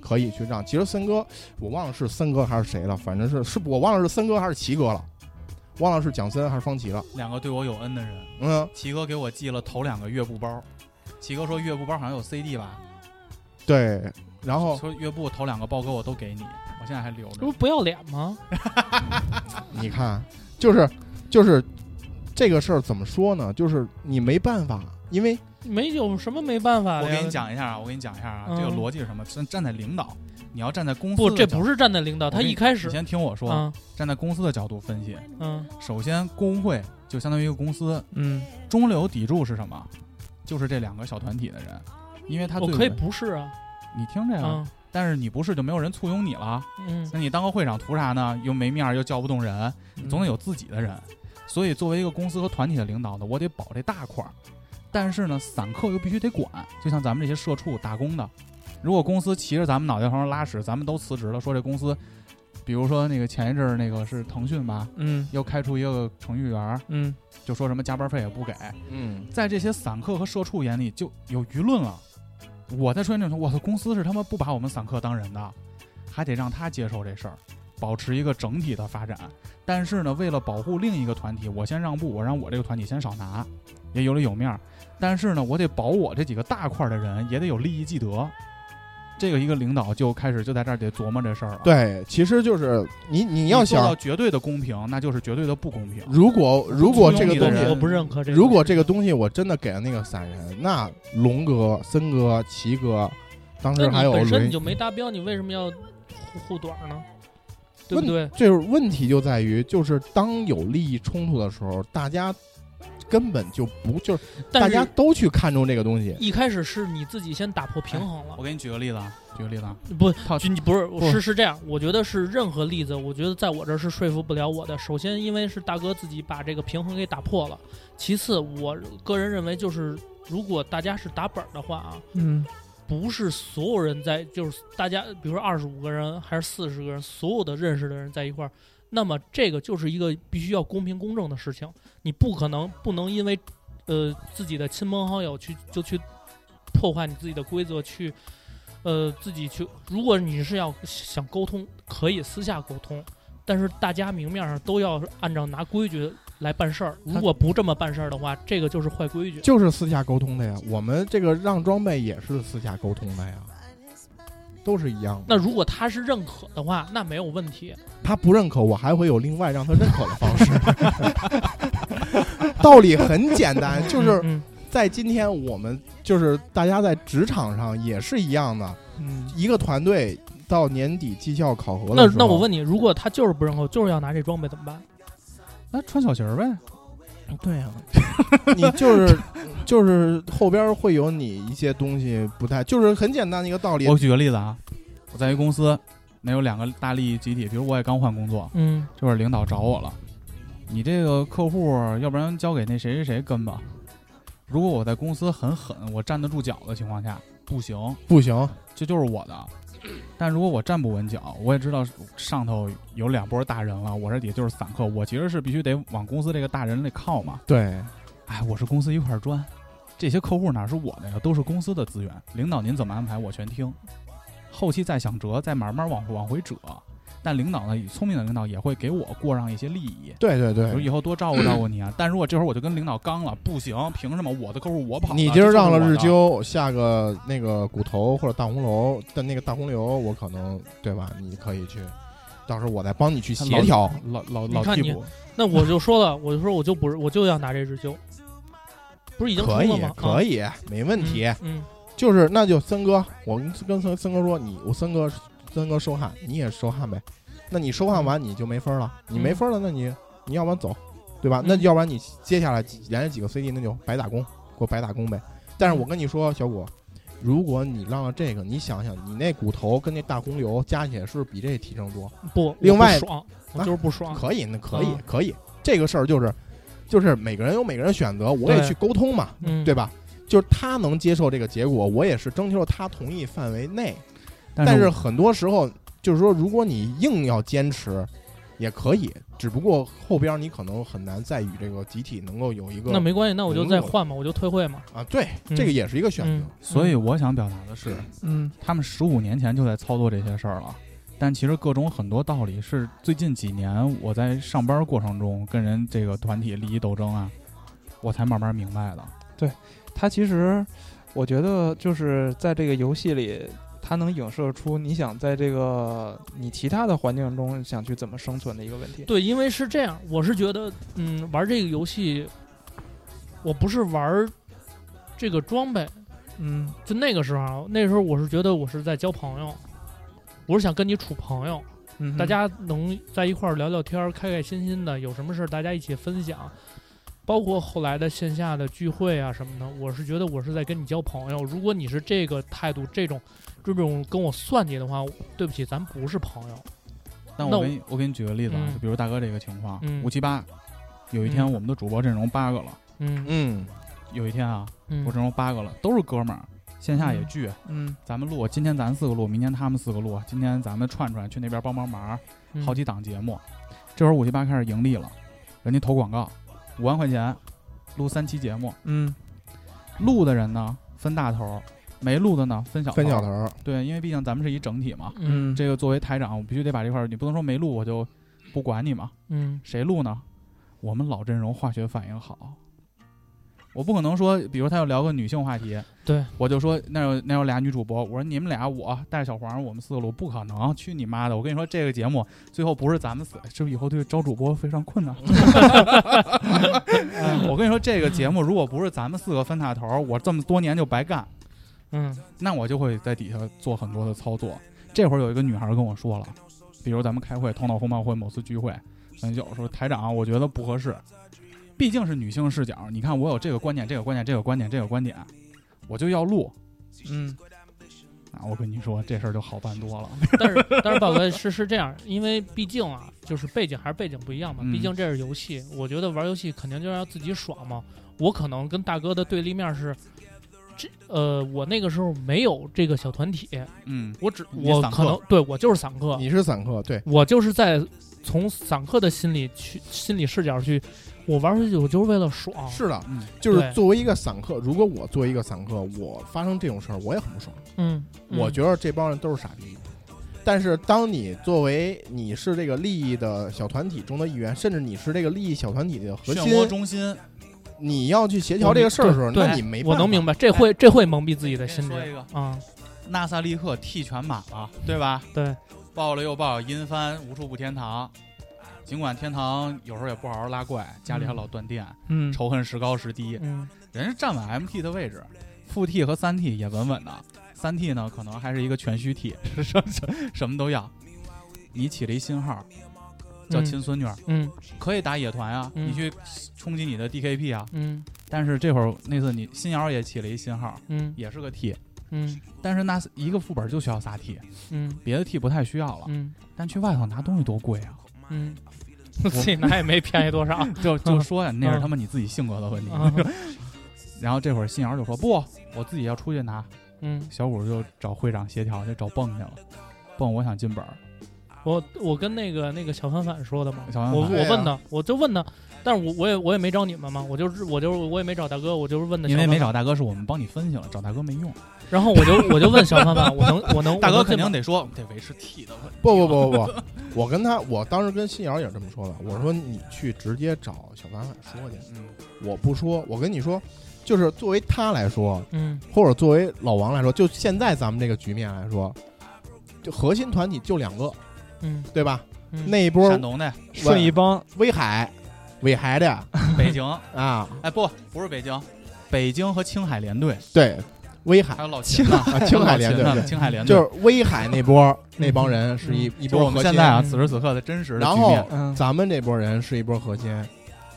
Speaker 4: 可以去让。其实森哥，我忘了是森哥还是谁了，反正是是我忘了是森哥还是齐哥了，忘了是蒋森还是方琦了。
Speaker 2: 两个对我有恩的人，
Speaker 4: 嗯，
Speaker 2: 齐哥给我寄了头两个乐布包。齐哥说乐布包好像有 CD 吧，
Speaker 4: 对，然后
Speaker 2: 说乐布头两个包哥我都给你，我现在还留
Speaker 5: 这
Speaker 2: 着
Speaker 5: 不。不要脸吗？
Speaker 4: 你看，啊就是就是这个事儿怎么说呢？就是你没办法，因为
Speaker 5: 没有什么没办法
Speaker 2: 我
Speaker 5: 的呀
Speaker 2: 给你，讲一下啊，我给你讲一下啊，
Speaker 5: 嗯
Speaker 2: 这个逻辑是什么？站站在领导，你要站在公司
Speaker 5: 不，
Speaker 2: 的
Speaker 5: 这
Speaker 2: 角
Speaker 5: 不是站在领导，
Speaker 2: 我
Speaker 5: 他
Speaker 2: 跟你
Speaker 5: 一开
Speaker 2: 你
Speaker 5: 始，
Speaker 2: 先听我说，
Speaker 5: 嗯
Speaker 2: 站在公司的角度分析，
Speaker 5: 嗯
Speaker 2: 首先工会就相当于一个公司，
Speaker 5: 嗯
Speaker 2: 中流砥柱是什么？就是这两个小团体的人，因为他
Speaker 5: 我
Speaker 2: 最啊
Speaker 5: 可以
Speaker 2: 稳
Speaker 5: 不是啊，
Speaker 2: 你听这个，
Speaker 5: 嗯
Speaker 2: 但是你不是就没有人簇拥你了。
Speaker 5: 嗯，
Speaker 2: 那你当个会长图啥呢？又没面儿，又叫不动人，
Speaker 5: 嗯
Speaker 2: 总得有自己的人。所以，作为一个公司和团体的领导呢，我得保这大块儿，但是呢，散客又必须得管。就像咱们这些社畜打工的，如果公司骑着咱们脑袋往上拉屎，咱们都辞职了，说这公司，比如说那个前一阵儿那个是腾讯吧，
Speaker 5: 嗯
Speaker 2: 又开除一个程序员儿，
Speaker 5: 嗯
Speaker 2: 就说什么加班费也不给，
Speaker 4: 嗯，
Speaker 2: 在这些散客和社畜眼里就有舆论了。我在出现这种，我的公司是他妈不把我们散客当人的，还得让他接受这事儿，保持一个整体的发展。但是呢，为了保护另一个团体，我先让步，我让我这个团体先少拿，也有里有面儿。但是呢，我得保我这几个大块儿的人，也得有利益既得。这个一个领导就开始就在这儿得琢磨这事儿了。，
Speaker 4: 对，其实就是你你
Speaker 2: 你
Speaker 4: 要
Speaker 2: 做到
Speaker 4: 想，
Speaker 2: 绝对的公平，那就是绝对的不公平。
Speaker 4: 如果如果这个
Speaker 2: 不
Speaker 4: 东
Speaker 2: 中立的
Speaker 5: 我
Speaker 4: 西，
Speaker 5: 不认可这个。
Speaker 4: 如果这个东西我真的给了那个散人，那龙哥、森哥、齐哥，当
Speaker 5: 那
Speaker 4: 时
Speaker 5: 你
Speaker 4: 还有
Speaker 5: 本身
Speaker 4: 轮
Speaker 5: 你就没达标，你为什么要护护短呢？对
Speaker 4: 问
Speaker 5: 不对？
Speaker 4: 这就是问题就在于，就是当有利益冲突的时候，大家根本就不就是大
Speaker 5: 但
Speaker 4: 家
Speaker 5: 是
Speaker 4: 都去看重这个东西。
Speaker 5: 一开始是你自己先打破平衡了
Speaker 2: 我。给你举个例子啊，举个例子啊，
Speaker 5: 不
Speaker 2: 套，
Speaker 5: 就你不是
Speaker 2: 不
Speaker 5: 是是这样，我觉得是任何例子，我觉得在我这儿是说服不了我的。首先，因为是大哥自己把这个平衡给打破了；其次，我个人认为就是，如果大家是打本儿的话啊，
Speaker 3: 嗯，
Speaker 5: 不是所有人在，就是大家，比如说二十五个人还是四十个人，所有的认识的人在一块儿，那么这个就是一个必须要公平公正的事情。你不可能不能因为，呃，自己的亲朋好友去就去破坏你自己的规则，去，呃，自己去。如果你是要想沟通，可以私下沟通，但是大家明面上都要按照拿规矩来办事儿。如果不这么办事儿的话，这个就是坏规矩。
Speaker 4: 就是私下沟通的呀，我们这个让装备也是私下沟通的呀，都是一样的。
Speaker 5: 那如果他是认可的话，那没有问题。
Speaker 4: 他不认可，我还会有另外让他认可的方式。 *laughs* 道理很简单，就是
Speaker 5: 嗯
Speaker 4: 在今天我们就是大家在职场上也是一样的，
Speaker 5: 嗯，
Speaker 4: 一个团队到年底绩效考核的
Speaker 5: 那
Speaker 4: 时候
Speaker 5: 那我问你，如果他就是不认可，就是要拿这装备怎么办？
Speaker 2: 那穿小鞋儿呗。
Speaker 4: 对呀、你就是 *laughs* 就是后边会有你一些东西不太，就是很简单的一个道理。
Speaker 2: 我举个例子啊，我在一公司，那有两个大利益集体，比如我也刚换工作，
Speaker 5: 嗯
Speaker 2: 这会儿领导找我了，你这个客户要不然交给那谁谁谁跟吧。如果我在公司很狠，我站得住脚的情况下，不行，
Speaker 4: 不行，
Speaker 2: 这就是我的。但如果我站不稳脚，我也知道上头有两波大人了，我这底下就是散客，我其实是必须得往公司这个大人里靠嘛。
Speaker 4: 对，
Speaker 2: 哎，我是公司一块砖，这些客户哪是我的呀？都是公司的资源，领导您怎么安排我全听，后期再想辙，再慢慢往往回折。但领导呢，聪明的领导也会给我过让一些利益，
Speaker 4: 对对
Speaker 2: 比
Speaker 4: 对
Speaker 2: 如，以后多照顾照顾你啊。但如果这会儿我就跟领导刚了，不行，凭什么我的客户我跑了？
Speaker 4: 你今
Speaker 2: 今
Speaker 4: 儿让了日，鸠，下个那个骨头或者大红楼的那个大红流，我可能对吧？你可以去，到时候我再帮你去
Speaker 2: 他
Speaker 4: 协调。
Speaker 2: 老老
Speaker 5: 你
Speaker 2: 老
Speaker 5: 看
Speaker 2: 替
Speaker 5: 你
Speaker 2: 补，
Speaker 5: 那我就说了，我就说我就不是，我就要拿这日灸，不是已经出
Speaker 4: 可
Speaker 5: 了
Speaker 4: 以
Speaker 5: 吗？，
Speaker 4: 可
Speaker 5: 以，
Speaker 4: 以，没问题。
Speaker 5: 嗯，
Speaker 4: 就是那就森哥，我跟跟森森哥说，你我森哥森哥收汗，你也收汗呗。那你收汗完你就没分了，你没分了，那你你要不然走，对吧？
Speaker 5: 嗯
Speaker 4: 那要不然你接下来几连着几个 CD，那就白打工，给我白打工呗。但
Speaker 5: 嗯
Speaker 4: 是我跟你说，小谷，如果你让了这个，你想想，你那骨头跟那大红瘤加起来是不是比这提升多？
Speaker 5: 嗯不，
Speaker 4: 另外
Speaker 5: 我不爽，我就是不爽。
Speaker 4: 可以，那可以
Speaker 5: 啊，
Speaker 4: 可以。这个事儿就是，就是每个人有每个人选择，我也
Speaker 5: 对
Speaker 4: 去沟通嘛，
Speaker 5: 嗯，
Speaker 4: 对吧？就是他能接受这个结果，我也是征求他同意范围内。
Speaker 2: 但
Speaker 4: 但
Speaker 2: 是
Speaker 4: 是很多时候，就是说，如果你硬要坚持，也可以，只不过后边你可能很难再与这个集体能够有一个
Speaker 5: 那没关系，那我就再
Speaker 4: 能够
Speaker 5: 换嘛，我就退会嘛。
Speaker 4: 啊，对，
Speaker 5: 嗯
Speaker 4: 这个也是一个选
Speaker 5: 嗯
Speaker 4: 择。，
Speaker 2: 所以我想表达的是，
Speaker 3: 嗯
Speaker 2: 他们十五年前就在操作这些事儿了，但其实各种很多道理是最近几年我在上班过程中跟人这个团体利益斗争啊，我才慢慢明白的。
Speaker 3: 它其实我觉得就是在这个游戏里，它能影射出你想在这个你其他的环境中想去怎么生存的一个问题。
Speaker 5: 对，因为是这样，我是觉得，嗯，玩这个游戏，我不是玩这个装备，
Speaker 3: 嗯
Speaker 5: 就那个时候啊，那时候我是觉得我是在交朋友，我是想跟你处朋友，
Speaker 3: 嗯哼，
Speaker 5: 大家能在一块儿聊聊天儿，开开心心的，有什么事儿大家一起分享。包括后来的线下的聚会啊什么的，我是觉得我是在跟你交朋友。如果你是这个态度，这种这种跟我算计的话，对不起，咱不是朋友。
Speaker 2: 但我
Speaker 5: 那我
Speaker 2: 给你我给你举个例子啊，
Speaker 5: 嗯
Speaker 2: 就比如大哥这个情况，
Speaker 5: 嗯
Speaker 2: 五七八，有一天
Speaker 5: 嗯
Speaker 2: 我们的主播阵容八个了，
Speaker 5: 嗯
Speaker 4: 嗯，
Speaker 2: 有一天啊，
Speaker 5: 嗯
Speaker 2: 我阵容八个了，都是哥们儿，线下也聚，
Speaker 5: 嗯，
Speaker 2: 咱们录，今天咱四个录，明天他们四个录，今天咱们串串去那边帮帮忙，
Speaker 5: 嗯
Speaker 2: 好几档节目，这会儿五七八开始盈利了，人家投广告，五万块钱，录三期节目，
Speaker 3: 嗯
Speaker 2: 录的人呢分大头，没录的呢分小
Speaker 4: 分小头，儿，
Speaker 2: 对，因为毕竟咱们是一整体嘛，
Speaker 5: 嗯
Speaker 2: 这个作为台长，我必须得把这块儿，你不能说没录我就不管你嘛，
Speaker 5: 嗯
Speaker 2: 谁录呢？我们老阵容化学反应好，我不可能说，比如他要聊个女性话题，
Speaker 5: 对
Speaker 2: 我就说那有那有俩女主播，我说你们俩我带着小黄，我们四个录，不可能，去你妈的！我跟你说这个节目最后不是咱们死，就是以后对招主播非常困难。哎我跟你说这个节目如果不是咱们四个分塔头，我这么多年就白干。
Speaker 5: 嗯
Speaker 2: 那我就会在底下做很多的操作。这会儿有一个女孩跟我说了，比如咱们开会，头脑风暴会某次聚会，嗯，有时候台长我觉得不合适，毕竟是女性视角，你看我有这个观点，这个观点，这个观点，这个观点，我就要录
Speaker 3: 嗯
Speaker 2: 啊！我跟你说，这事儿就好办多了。 *laughs*
Speaker 5: 但是 *laughs* 但是，宝哥是是这样，因为毕竟啊，就是背景还是背景不一样嘛。
Speaker 2: 嗯
Speaker 5: 毕竟这是游戏，我觉得玩游戏肯定就要自己爽嘛。我可能跟大哥的对立面是，这呃，我那个时候没有这个小团体，
Speaker 2: 嗯
Speaker 5: 我只
Speaker 2: 你
Speaker 5: 我
Speaker 2: 散
Speaker 5: 可
Speaker 2: 客
Speaker 5: 能对我就是散客，
Speaker 4: 你是散客，对，
Speaker 5: 我就是在从散客的心理去心理视角去，我玩游戏我就是为了爽。
Speaker 4: 是的，
Speaker 2: 嗯，
Speaker 4: 就是
Speaker 5: 对
Speaker 4: 作为一个散客，如果我作为一个散客，我发生这种事儿，我也很不爽。
Speaker 5: 嗯，嗯
Speaker 4: 我觉得这帮人都是傻逼。但是，当你作为你是这个利益的小团体中的一员，甚至你是这个利益小团体的核
Speaker 2: 漩
Speaker 4: 心，
Speaker 2: 涡中心。
Speaker 4: 你要去协调这个事儿的时候，
Speaker 5: 对
Speaker 4: 那你没办
Speaker 5: 我
Speaker 4: 法。
Speaker 5: 能明白，这会这会蒙蔽自己的心
Speaker 2: 说一
Speaker 5: 理
Speaker 2: 个，
Speaker 5: 啊。
Speaker 2: 纳萨利克 T 全满了，对吧？
Speaker 5: 对，
Speaker 2: 爆了又爆，阴翻无处不天堂。尽管天堂有时候也不好好拉怪，家里还老断电，
Speaker 5: 嗯
Speaker 2: 仇恨时高时低。
Speaker 5: 嗯
Speaker 2: 人是站稳 MT 的位置，副 T 和三 T 也稳稳的，三 T 呢可能还是一个全虚 T，什什什么都要。你起了一新号叫
Speaker 5: 嗯
Speaker 2: 亲孙女儿，
Speaker 5: 嗯
Speaker 2: 可以打野团啊，
Speaker 5: 嗯
Speaker 2: 你去冲击你的 DKP 啊。
Speaker 5: 嗯
Speaker 2: 但是这会儿那次你新瑶也起了一新号，
Speaker 5: 嗯
Speaker 2: 也是个 T，
Speaker 5: 嗯
Speaker 2: 但是那一个副本就需要仨 T，
Speaker 5: 嗯
Speaker 2: 别的 T 不太需要了。
Speaker 5: 嗯
Speaker 2: 但去外头拿东西多贵
Speaker 5: *laughs*
Speaker 2: 啊！
Speaker 5: 嗯，自己拿也没便宜
Speaker 4: *laughs*
Speaker 5: 多少。
Speaker 2: 就就说呀，
Speaker 5: 嗯
Speaker 2: 那是他妈你自己性格的问题。
Speaker 5: 啊
Speaker 2: *laughs* 然后这会儿新瑶就说不，我自己要出去拿，
Speaker 5: 嗯，
Speaker 2: 小五就找会长协调，就找蹦去了。蹦，我想进本儿，
Speaker 5: 我我跟那个那个小凡凡说的嘛，
Speaker 2: 小凡凡
Speaker 5: 我我
Speaker 4: 对啊
Speaker 5: 问他，我就问他，但是我我也我也没找你们嘛，我就是我就是我也没找大哥，我就是问的，
Speaker 2: 因为没。找大哥是我们帮你分析了，找大哥没用。
Speaker 5: 然后我
Speaker 4: *laughs*
Speaker 5: 就我就问小凡凡，我能我能
Speaker 2: 大
Speaker 5: 我
Speaker 2: 哥
Speaker 5: 能
Speaker 2: 肯
Speaker 5: 进
Speaker 2: 定
Speaker 5: 吗
Speaker 2: 得说得维持 T 的问题。
Speaker 4: 不不不不不，我跟他，我当时跟新瑶也是这么说的。我说你去直接找小凡凡说去，
Speaker 2: 嗯，
Speaker 4: 我不说。我跟你说，就是作为他来说，
Speaker 5: 嗯
Speaker 4: 或者作为老王来说，就现在咱们这个局面来说，就核心团体就两个，
Speaker 5: 嗯
Speaker 4: 对吧？
Speaker 5: 嗯
Speaker 4: 那一波
Speaker 2: 山东的，
Speaker 3: 顺义帮
Speaker 4: 威海、威海的
Speaker 2: 北 *laughs* 京，
Speaker 4: 啊，
Speaker 2: 哎不，不是北京，北京和青海联队，
Speaker 4: 对，
Speaker 2: *laughs*
Speaker 4: 威海
Speaker 2: 还有老秦呢，
Speaker 4: 啊，青海联队，
Speaker 2: 老秦呢
Speaker 4: 对
Speaker 2: 青海联队，嗯
Speaker 4: 就是威海那波那帮人是一一
Speaker 2: 就我
Speaker 4: 波
Speaker 2: 们
Speaker 4: 核
Speaker 2: 现
Speaker 4: 心，
Speaker 2: 在啊，
Speaker 5: 嗯
Speaker 2: 此时此刻的真实的
Speaker 4: 然
Speaker 2: 局面
Speaker 4: 后
Speaker 3: 嗯
Speaker 4: 咱们这波人是一波核心，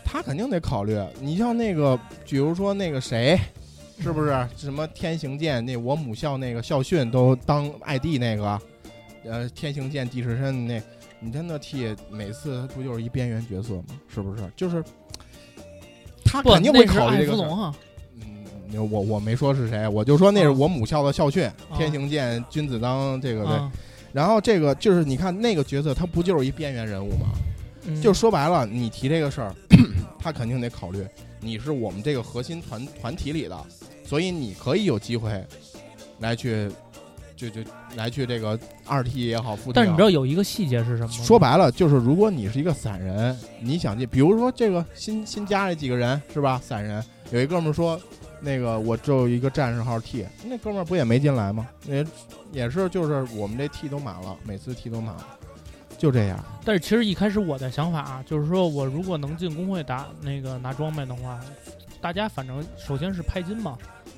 Speaker 4: 他肯定得考虑。你像那个，比如说那个谁，是不是什么天行健？那我母校那个校训都当 ID 那个，呃，天行健地势深那，你真的替每次不就是一边缘角色吗？是不是？就是他
Speaker 5: 不，
Speaker 4: 肯定会
Speaker 5: 那是
Speaker 4: 考虑
Speaker 5: 艾
Speaker 4: 这
Speaker 5: 芙
Speaker 4: 个事儿。
Speaker 5: 龙啊，
Speaker 4: 嗯，我我没说是谁，我就说
Speaker 2: 嗯
Speaker 4: 那是我母校的校训，
Speaker 5: 啊
Speaker 4: 天行健，君子当这个对。
Speaker 5: 啊
Speaker 4: 然后这个就是你看那个角色，他不就是一边缘人物吗？
Speaker 5: 嗯
Speaker 4: 就说白了，你提这个事儿，他肯定得考虑你是我们这个核心团团体里的，所以你可以有机会来去，就就来去这个二 T 也好，附 T
Speaker 5: 但
Speaker 4: 也
Speaker 5: 是
Speaker 4: 好
Speaker 5: 你知道有一个细节是什么吗？
Speaker 4: 说白了就是，如果你是一个散人，你想进，比如说这个新新加这几个人是吧？散人有一哥们儿说，那个我只有一个战士号 T，那哥们儿不也没进来吗？也也是就是我们这 T 都满了，每次 T 都满了，就这样。
Speaker 5: 但是其实一开始我的想法啊，就是说我如果能进工会打那个拿装备的话，大家反正首先是拍金嘛，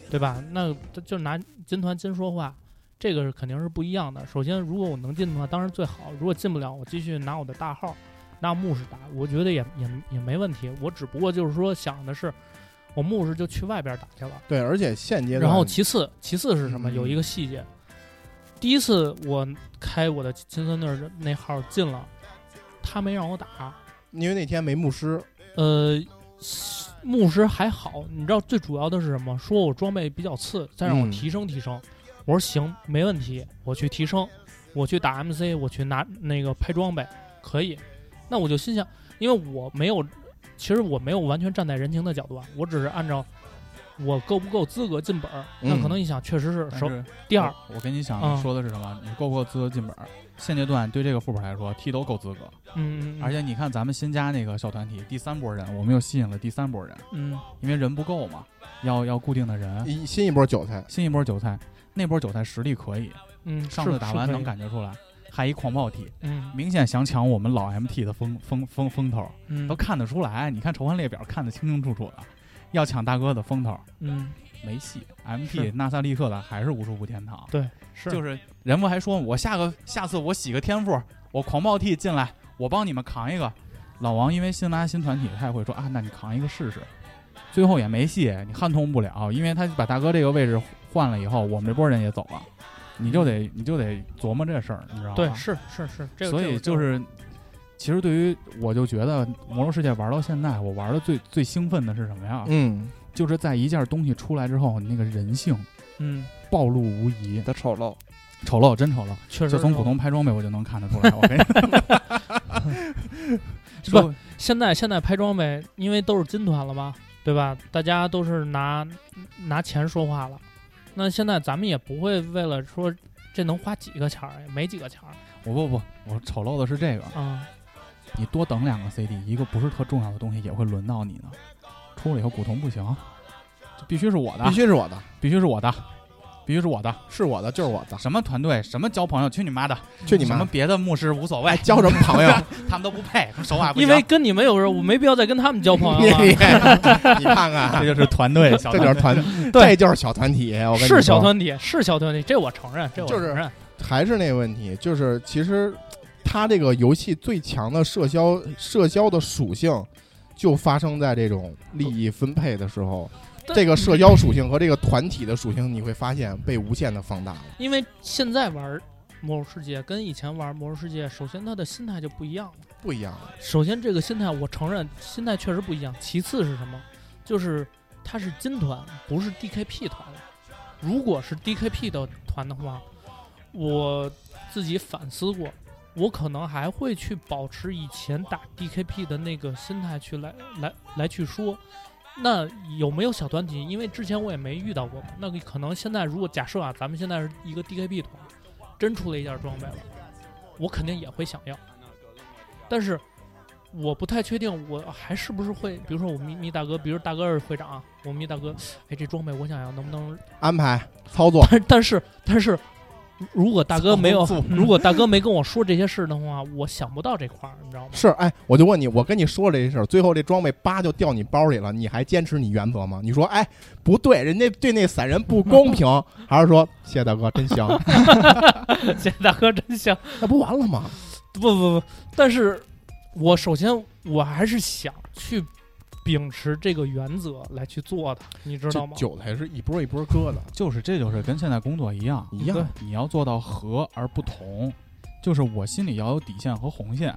Speaker 5: 对吧？那就就拿金团金说话，这个是肯定是不一样的。首先，如果我能进的话，当然最好；如果进不了，我继续拿我的大号。当牧师打，我觉得也也也没问题。我只不过就是说想的是，我牧师就去外边打去了。
Speaker 4: 对，而且现阶段，
Speaker 5: 然后其次，其次是什么？
Speaker 4: 嗯
Speaker 5: 有一个细节，第一次我开我的金酸那儿那号进了，他没让我打。
Speaker 4: 因为那天没牧师，
Speaker 5: 呃，牧师还好，你知道最主要的是什么？说我装备比较次，再让我
Speaker 4: 嗯
Speaker 5: 提升提升。我说行，没问题，我去提升，我去打 MC，我去拿那个拍装备，可以。那我就心想，因为我没有，其实我没有完全站在人情的角度啊，我只是按照我够不够资格进本儿。那
Speaker 4: 嗯
Speaker 5: 可能一想，确实是
Speaker 2: 但
Speaker 5: 首
Speaker 2: 是
Speaker 5: 第二，
Speaker 2: 我，我跟你想
Speaker 5: 嗯
Speaker 2: 你说的是什么？你够不够资格进本儿？现阶段对这个副本来说，T 都够资格。
Speaker 5: 嗯，
Speaker 2: 而且你看，咱们新加那个小团体，第三波人，我们又吸引了第三波人，
Speaker 5: 嗯
Speaker 2: 因为人不够嘛，要要固定的
Speaker 5: 啊
Speaker 2: 人。
Speaker 4: 一新一波韭菜，
Speaker 2: 新一波韭菜，那波韭菜实力可以，
Speaker 5: 嗯，
Speaker 2: 上
Speaker 5: 是
Speaker 2: 次打完
Speaker 5: 是可
Speaker 2: 能
Speaker 5: 以
Speaker 2: 感觉出来，还一狂暴体，
Speaker 5: 嗯
Speaker 2: 明显想抢我们老 MT 的风风风风头，
Speaker 5: 嗯
Speaker 2: 都看得出来。你看仇恨列表看得清清楚楚的，要抢大哥的风头
Speaker 5: 嗯
Speaker 2: 没
Speaker 5: *laughs*
Speaker 2: 戏
Speaker 5: 是
Speaker 2: ，MT 纳萨利克的还是无数步天堂。
Speaker 5: 对是
Speaker 2: 就是人们还说我下个下次我洗个天赋，我狂暴 T 进来，我帮你们扛一个。老王因为新拉新团体，他也会说啊，那你扛一个试试。最后也没戏，你撼动不了，因为他把大哥这个位置换了以后，我们这波人也走了，你就得你就得琢磨这事儿，你知道吗？
Speaker 5: 嗯对是是是这个，
Speaker 2: 所
Speaker 5: 这
Speaker 2: 以
Speaker 5: 个
Speaker 2: 就。是，其实对于我就觉得《魔兽世界》玩到现在，我玩的最最兴奋的是什么
Speaker 5: 啊
Speaker 2: 呀？
Speaker 4: 嗯，
Speaker 2: 就是在一件东西出来之后，你那个人性
Speaker 5: 嗯，
Speaker 2: 暴露无遗，
Speaker 3: 的丑陋，
Speaker 2: 丑陋真丑陋。
Speaker 5: 确实
Speaker 2: 就从
Speaker 5: 是
Speaker 2: 普通拍装备我就能看得出来。我跟你说，
Speaker 5: 现在现在拍装备，因为都是金团了嘛，对吧？大家都是拿拿钱说话了。那现在咱们也不会为了说这能花几个钱儿，也没几个钱儿
Speaker 2: 我不不，我丑陋的是这个，
Speaker 5: 啊、
Speaker 2: 你多等两个 CD，一个不是特重要的东西也会轮到你呢。出了以后古铜不行，这必须是我的，
Speaker 5: 啊
Speaker 4: 必须是我的，
Speaker 2: 必须是我的，必须是我的。
Speaker 4: 是我的就是我的，
Speaker 2: 什么团队，什么交朋友，去你妈的！
Speaker 4: 去你
Speaker 2: 什么
Speaker 4: 妈！
Speaker 2: 别的牧师无所谓，
Speaker 4: 交什么朋友？
Speaker 2: 他们都不配，他们手法不
Speaker 5: 因
Speaker 2: 行。
Speaker 5: 为跟你们有时候，我没必要再跟他们交朋
Speaker 4: *laughs* 你
Speaker 5: 友啊了。
Speaker 4: 你看
Speaker 5: *laughs*
Speaker 4: 看，
Speaker 2: 就是团队，小
Speaker 4: 这就是团，
Speaker 5: 对
Speaker 4: 这就是小团体。我跟你说
Speaker 5: 是小，团体，是小团体，这我承认，这我承
Speaker 4: 就是
Speaker 5: 认。
Speaker 4: 还是那个问题，就是其实它这个游戏最强的社交社交的属性，就发生在这种利益分配的时候。
Speaker 5: 但
Speaker 4: 这个社交属性和这个团体的属性，你会发现被无限的放大了。
Speaker 5: 因为现在玩《魔兽世界》跟以前玩《魔兽世界》，首先他的心态就不一样了。
Speaker 4: 不一样了，
Speaker 5: 首先，这个心态我承认，心态确实不一样。其次是什么？就是它是金团，不是 DKP 团了。如果是 DKP 的团的话，我自己反思过，我可能还会去保持以前打 DKP 的那个心态去来来来去说。那有没有小团体？因为之前我也没遇到过嘛。那个可能现在如果假设啊，咱们现在是一个 DKP 团，真出了一件装备了，我肯定也会想要。但是我不太确定，我还是不是会，比如说我迷迷大哥，比如大哥是会长啊，我迷大哥，哎，这装备我想要，能不能？
Speaker 4: 安排操作
Speaker 5: 但是但是，如果大哥没有
Speaker 2: 操作，
Speaker 5: 如果大哥没跟我说这些事的话，我想不到这块儿，你知道吗？ *laughs*
Speaker 4: 是哎，我就问你，我跟你说了这事儿，最后这装备叭就掉你包里了，你还坚持你原则吗？你说哎不对，人家对那散人不公平，还是说谢谢大哥真香？
Speaker 5: 这大哥真香，
Speaker 4: 那 *laughs* 不完了吗？
Speaker 5: 不不不，但是我首先我还是想去秉持这个原则来去做的，你知道吗？
Speaker 4: 韭菜是一波一波割的，
Speaker 2: 就是这就是跟现在工作一样
Speaker 4: 一样
Speaker 2: 对你要做到和而不同，就是我心里要有底线和红线，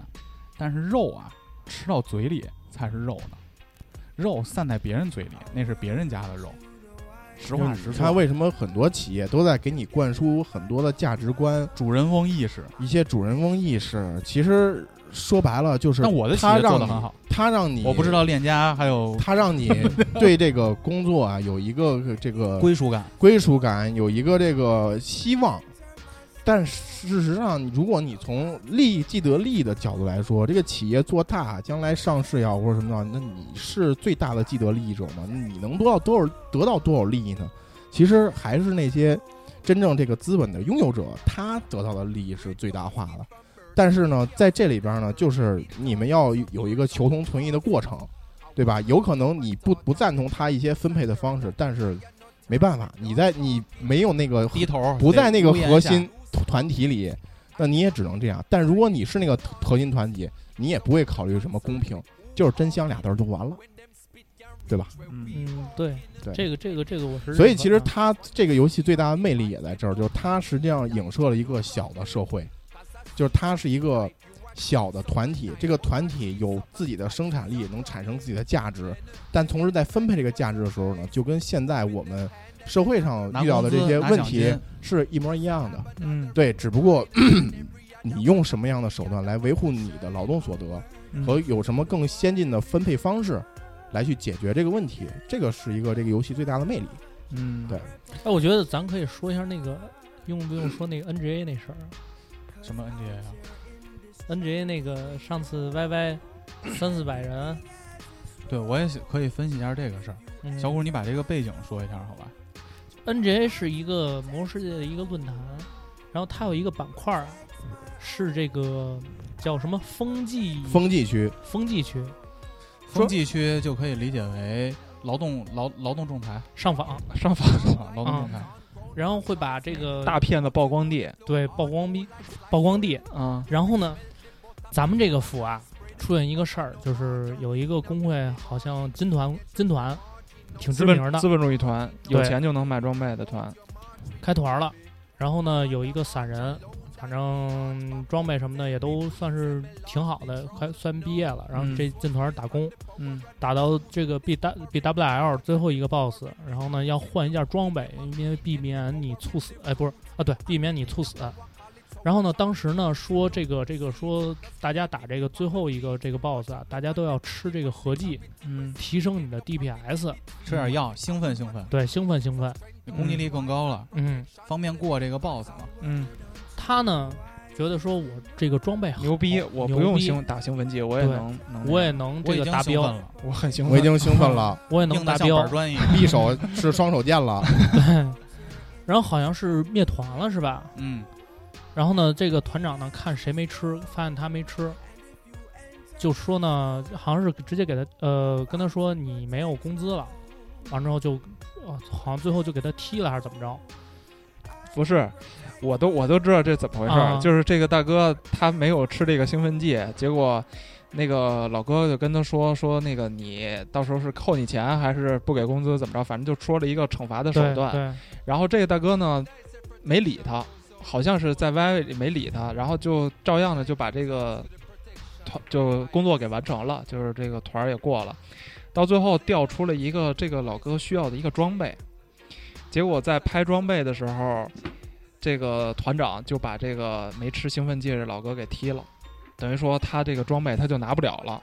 Speaker 2: 但是肉啊，吃到嘴里才是肉呢，肉散在别人嘴里，那是别人家的肉。实话实
Speaker 4: 你看
Speaker 2: 说，
Speaker 4: 为什么很多企业都在给你灌输很多的价值观，
Speaker 2: 主人翁意识。
Speaker 4: 一些主人翁意识，其实说白了就是
Speaker 2: 但我的企
Speaker 4: 他
Speaker 2: 业做
Speaker 4: 让
Speaker 2: 得
Speaker 4: 你
Speaker 2: 很好，
Speaker 4: 他让你
Speaker 2: 我不知。道链家还有
Speaker 4: 他
Speaker 2: *laughs*
Speaker 4: 让你对这个工作啊有一个这个
Speaker 2: 归属感。
Speaker 4: 归属感，有一个这个希望。但事实上，如果你从利益既得利益的角度来说，这个企业做大，将来上市也好或者什么的，那你是最大的既得利益者吗？你能多少多少得到多少利益呢？其实还是那些真正这个资本的拥有者，他得到的利益是最大化的。但是呢，在这里边呢，就是你们要有一个求同存异的过程，对吧？有可能你不不赞同他一些分配的方式，但是没办法，你在你没有那个
Speaker 2: 低头
Speaker 4: 不在那个
Speaker 2: 哦得屋檐
Speaker 4: 核
Speaker 2: 下
Speaker 4: 心团体里，那你也只能这样。但如果你是那个核心团体，你也不会考虑什么公平，就是真香俩字儿就完了，对吧？
Speaker 2: 嗯，
Speaker 5: 嗯，对，
Speaker 4: 对
Speaker 5: 这个这个这个我是认可的。
Speaker 4: 所以其实它这个游戏最大的魅力也在这儿，就是它实际上影射了一个小的社会，就是它是一个小的团体，这个团体有自己的生产力，能产生自己的价值，但同时在分配这个价值的时候呢，就跟现在我们社会上
Speaker 2: 拿
Speaker 4: 遇到的
Speaker 2: 工
Speaker 4: 这
Speaker 2: 资
Speaker 4: 些
Speaker 2: 拿
Speaker 4: 问
Speaker 2: 奖
Speaker 4: 题
Speaker 2: 金
Speaker 4: 是一模一样的。
Speaker 5: 嗯，
Speaker 4: 对，只不过你用什么样的手段来维护你的劳动所得，
Speaker 5: 嗯
Speaker 4: 和有什么更先进的分配方式来去解决这个问题，这个是一个这个游戏最大的魅力。
Speaker 2: 嗯，
Speaker 4: 对
Speaker 5: 哎，我觉得咱可以说一下那个，用不用说那个 NGA 那事儿啊
Speaker 2: 什么 NGA 啊？
Speaker 5: ？NGA 那个上次 YY 三四百人，
Speaker 2: 对我也是可以分析一下这个事儿。
Speaker 5: 嗯、
Speaker 2: 小谷，你把这个背景说一下，好吧？
Speaker 5: NGA 是一个魔兽世界的一个论坛，然后它有一个板块儿是这个叫什么风纪
Speaker 4: 风纪区，
Speaker 5: 风纪区
Speaker 2: 风纪区就可以理解为劳动劳劳动仲裁，
Speaker 5: 上访，
Speaker 3: 上访嗯
Speaker 2: 啊劳动仲裁。
Speaker 5: 然后会把这个
Speaker 3: 大片的曝光地
Speaker 5: 对曝光地曝光地，
Speaker 3: 啊，
Speaker 5: 然后呢，咱们这个服啊出现一个事儿，就是有一个工会好像军团军团挺知
Speaker 3: 资
Speaker 5: 名
Speaker 3: 本
Speaker 5: 的
Speaker 3: 资本主义团，有
Speaker 5: 对
Speaker 3: 钱就能买装备的团，
Speaker 5: 开团了，然后呢有一个散人，反正嗯装备什么的也都算是挺好的，快算毕业了，然后
Speaker 3: 嗯
Speaker 5: 这进团打工。
Speaker 3: 嗯
Speaker 5: 打到这个 B W B W L 最后一个 BOSS，然后呢要换一件装备，因为避免你猝死。哎，不是啊，对，避免你猝死。然后呢，当时呢说这个这个说大家打这个最后一个这个 BOSS 啊，大家都要吃这个合剂，
Speaker 3: 嗯，
Speaker 5: 提升你的 DPS，
Speaker 2: 吃点药，兴奋兴奋，
Speaker 5: 对，兴奋兴奋。
Speaker 2: 攻击力更高了，
Speaker 5: 嗯
Speaker 2: 方便过这个 BOSS 嘛。
Speaker 5: 嗯，他呢觉得说我这个装备好，
Speaker 3: 牛逼！我
Speaker 5: 牛
Speaker 3: 不用
Speaker 5: 逼
Speaker 3: 兴打兴奋剂，我也
Speaker 5: 对
Speaker 3: 能能，
Speaker 5: 我也
Speaker 3: 嗯
Speaker 5: 能
Speaker 2: 我
Speaker 5: 这
Speaker 2: 已
Speaker 5: 个
Speaker 2: 经
Speaker 5: 达
Speaker 2: 兴奋
Speaker 5: 标，
Speaker 2: 了，
Speaker 3: 我很兴
Speaker 4: 我已
Speaker 3: 奋，
Speaker 4: 经兴奋了，
Speaker 5: 我也能
Speaker 2: 硬
Speaker 5: 达
Speaker 2: 的像板
Speaker 5: 标。
Speaker 2: 砖一样。
Speaker 4: 匕首是双手剑
Speaker 3: *laughs*
Speaker 4: 了，
Speaker 5: 然后好像是灭团了是吧？
Speaker 2: 嗯，
Speaker 5: 然后呢，这个团长呢看谁没吃，发现他没吃，就说呢，好像是直接给他呃跟他说你没有工资了，完之后就、呃好像最后就给他踢了还是怎么着？
Speaker 3: 不是，我都我都知道这怎么回事儿，
Speaker 5: 啊
Speaker 3: 就是这个大哥他没有吃这个兴奋剂，结果那个老哥就跟他说说那个你到时候是扣你钱还是不给工资怎么着，反正就说了一个惩罚的手
Speaker 5: 对
Speaker 3: 段。
Speaker 5: 对，
Speaker 3: 然后这个大哥呢没理他，好像是在 YY 里没理他，然后就照样的就把这个团就工作给完成了，就是这个团儿也过了，到最后调出了一个这个老哥需要的一个装备，结果在拍装备的时候，这个团长就把这个没吃兴奋剂的老哥给踢了，等于说他这个装备他就拿不了了。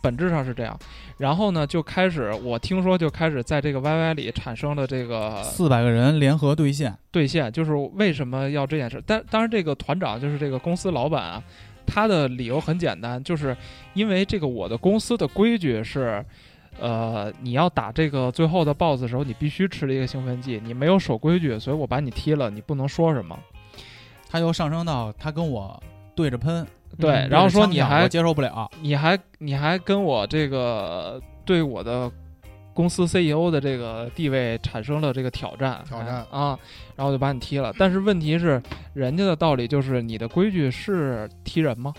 Speaker 3: 本质上是这样，然后呢，就开始我听说就开始在这个 YY 里产生了这个
Speaker 2: 四百个人联合对线，
Speaker 3: 兑现，就是为什么要这件事。但当然，这个团长就是这个公司老板啊，他的理由很简单，就是因为这个我的公司的规矩是，呃，你要打这个最后的 BOSS 的时候，你必须吃这个兴奋剂，你没有守规矩，所以我把你踢了，你不能说什么。
Speaker 2: 他就上升到他跟我对着喷，
Speaker 3: 对，
Speaker 5: 嗯
Speaker 3: 然后
Speaker 2: 对着
Speaker 3: 说
Speaker 2: 枪
Speaker 3: 你
Speaker 2: 响我
Speaker 3: 还
Speaker 2: 接受不了，
Speaker 3: 你还你还跟我这个对我的公司 CEO 的这个地位产生了这个挑战，
Speaker 4: 挑战
Speaker 3: 哎啊，然后就把你踢了。但是问题是，人家的道理就是你的规矩是踢人吗？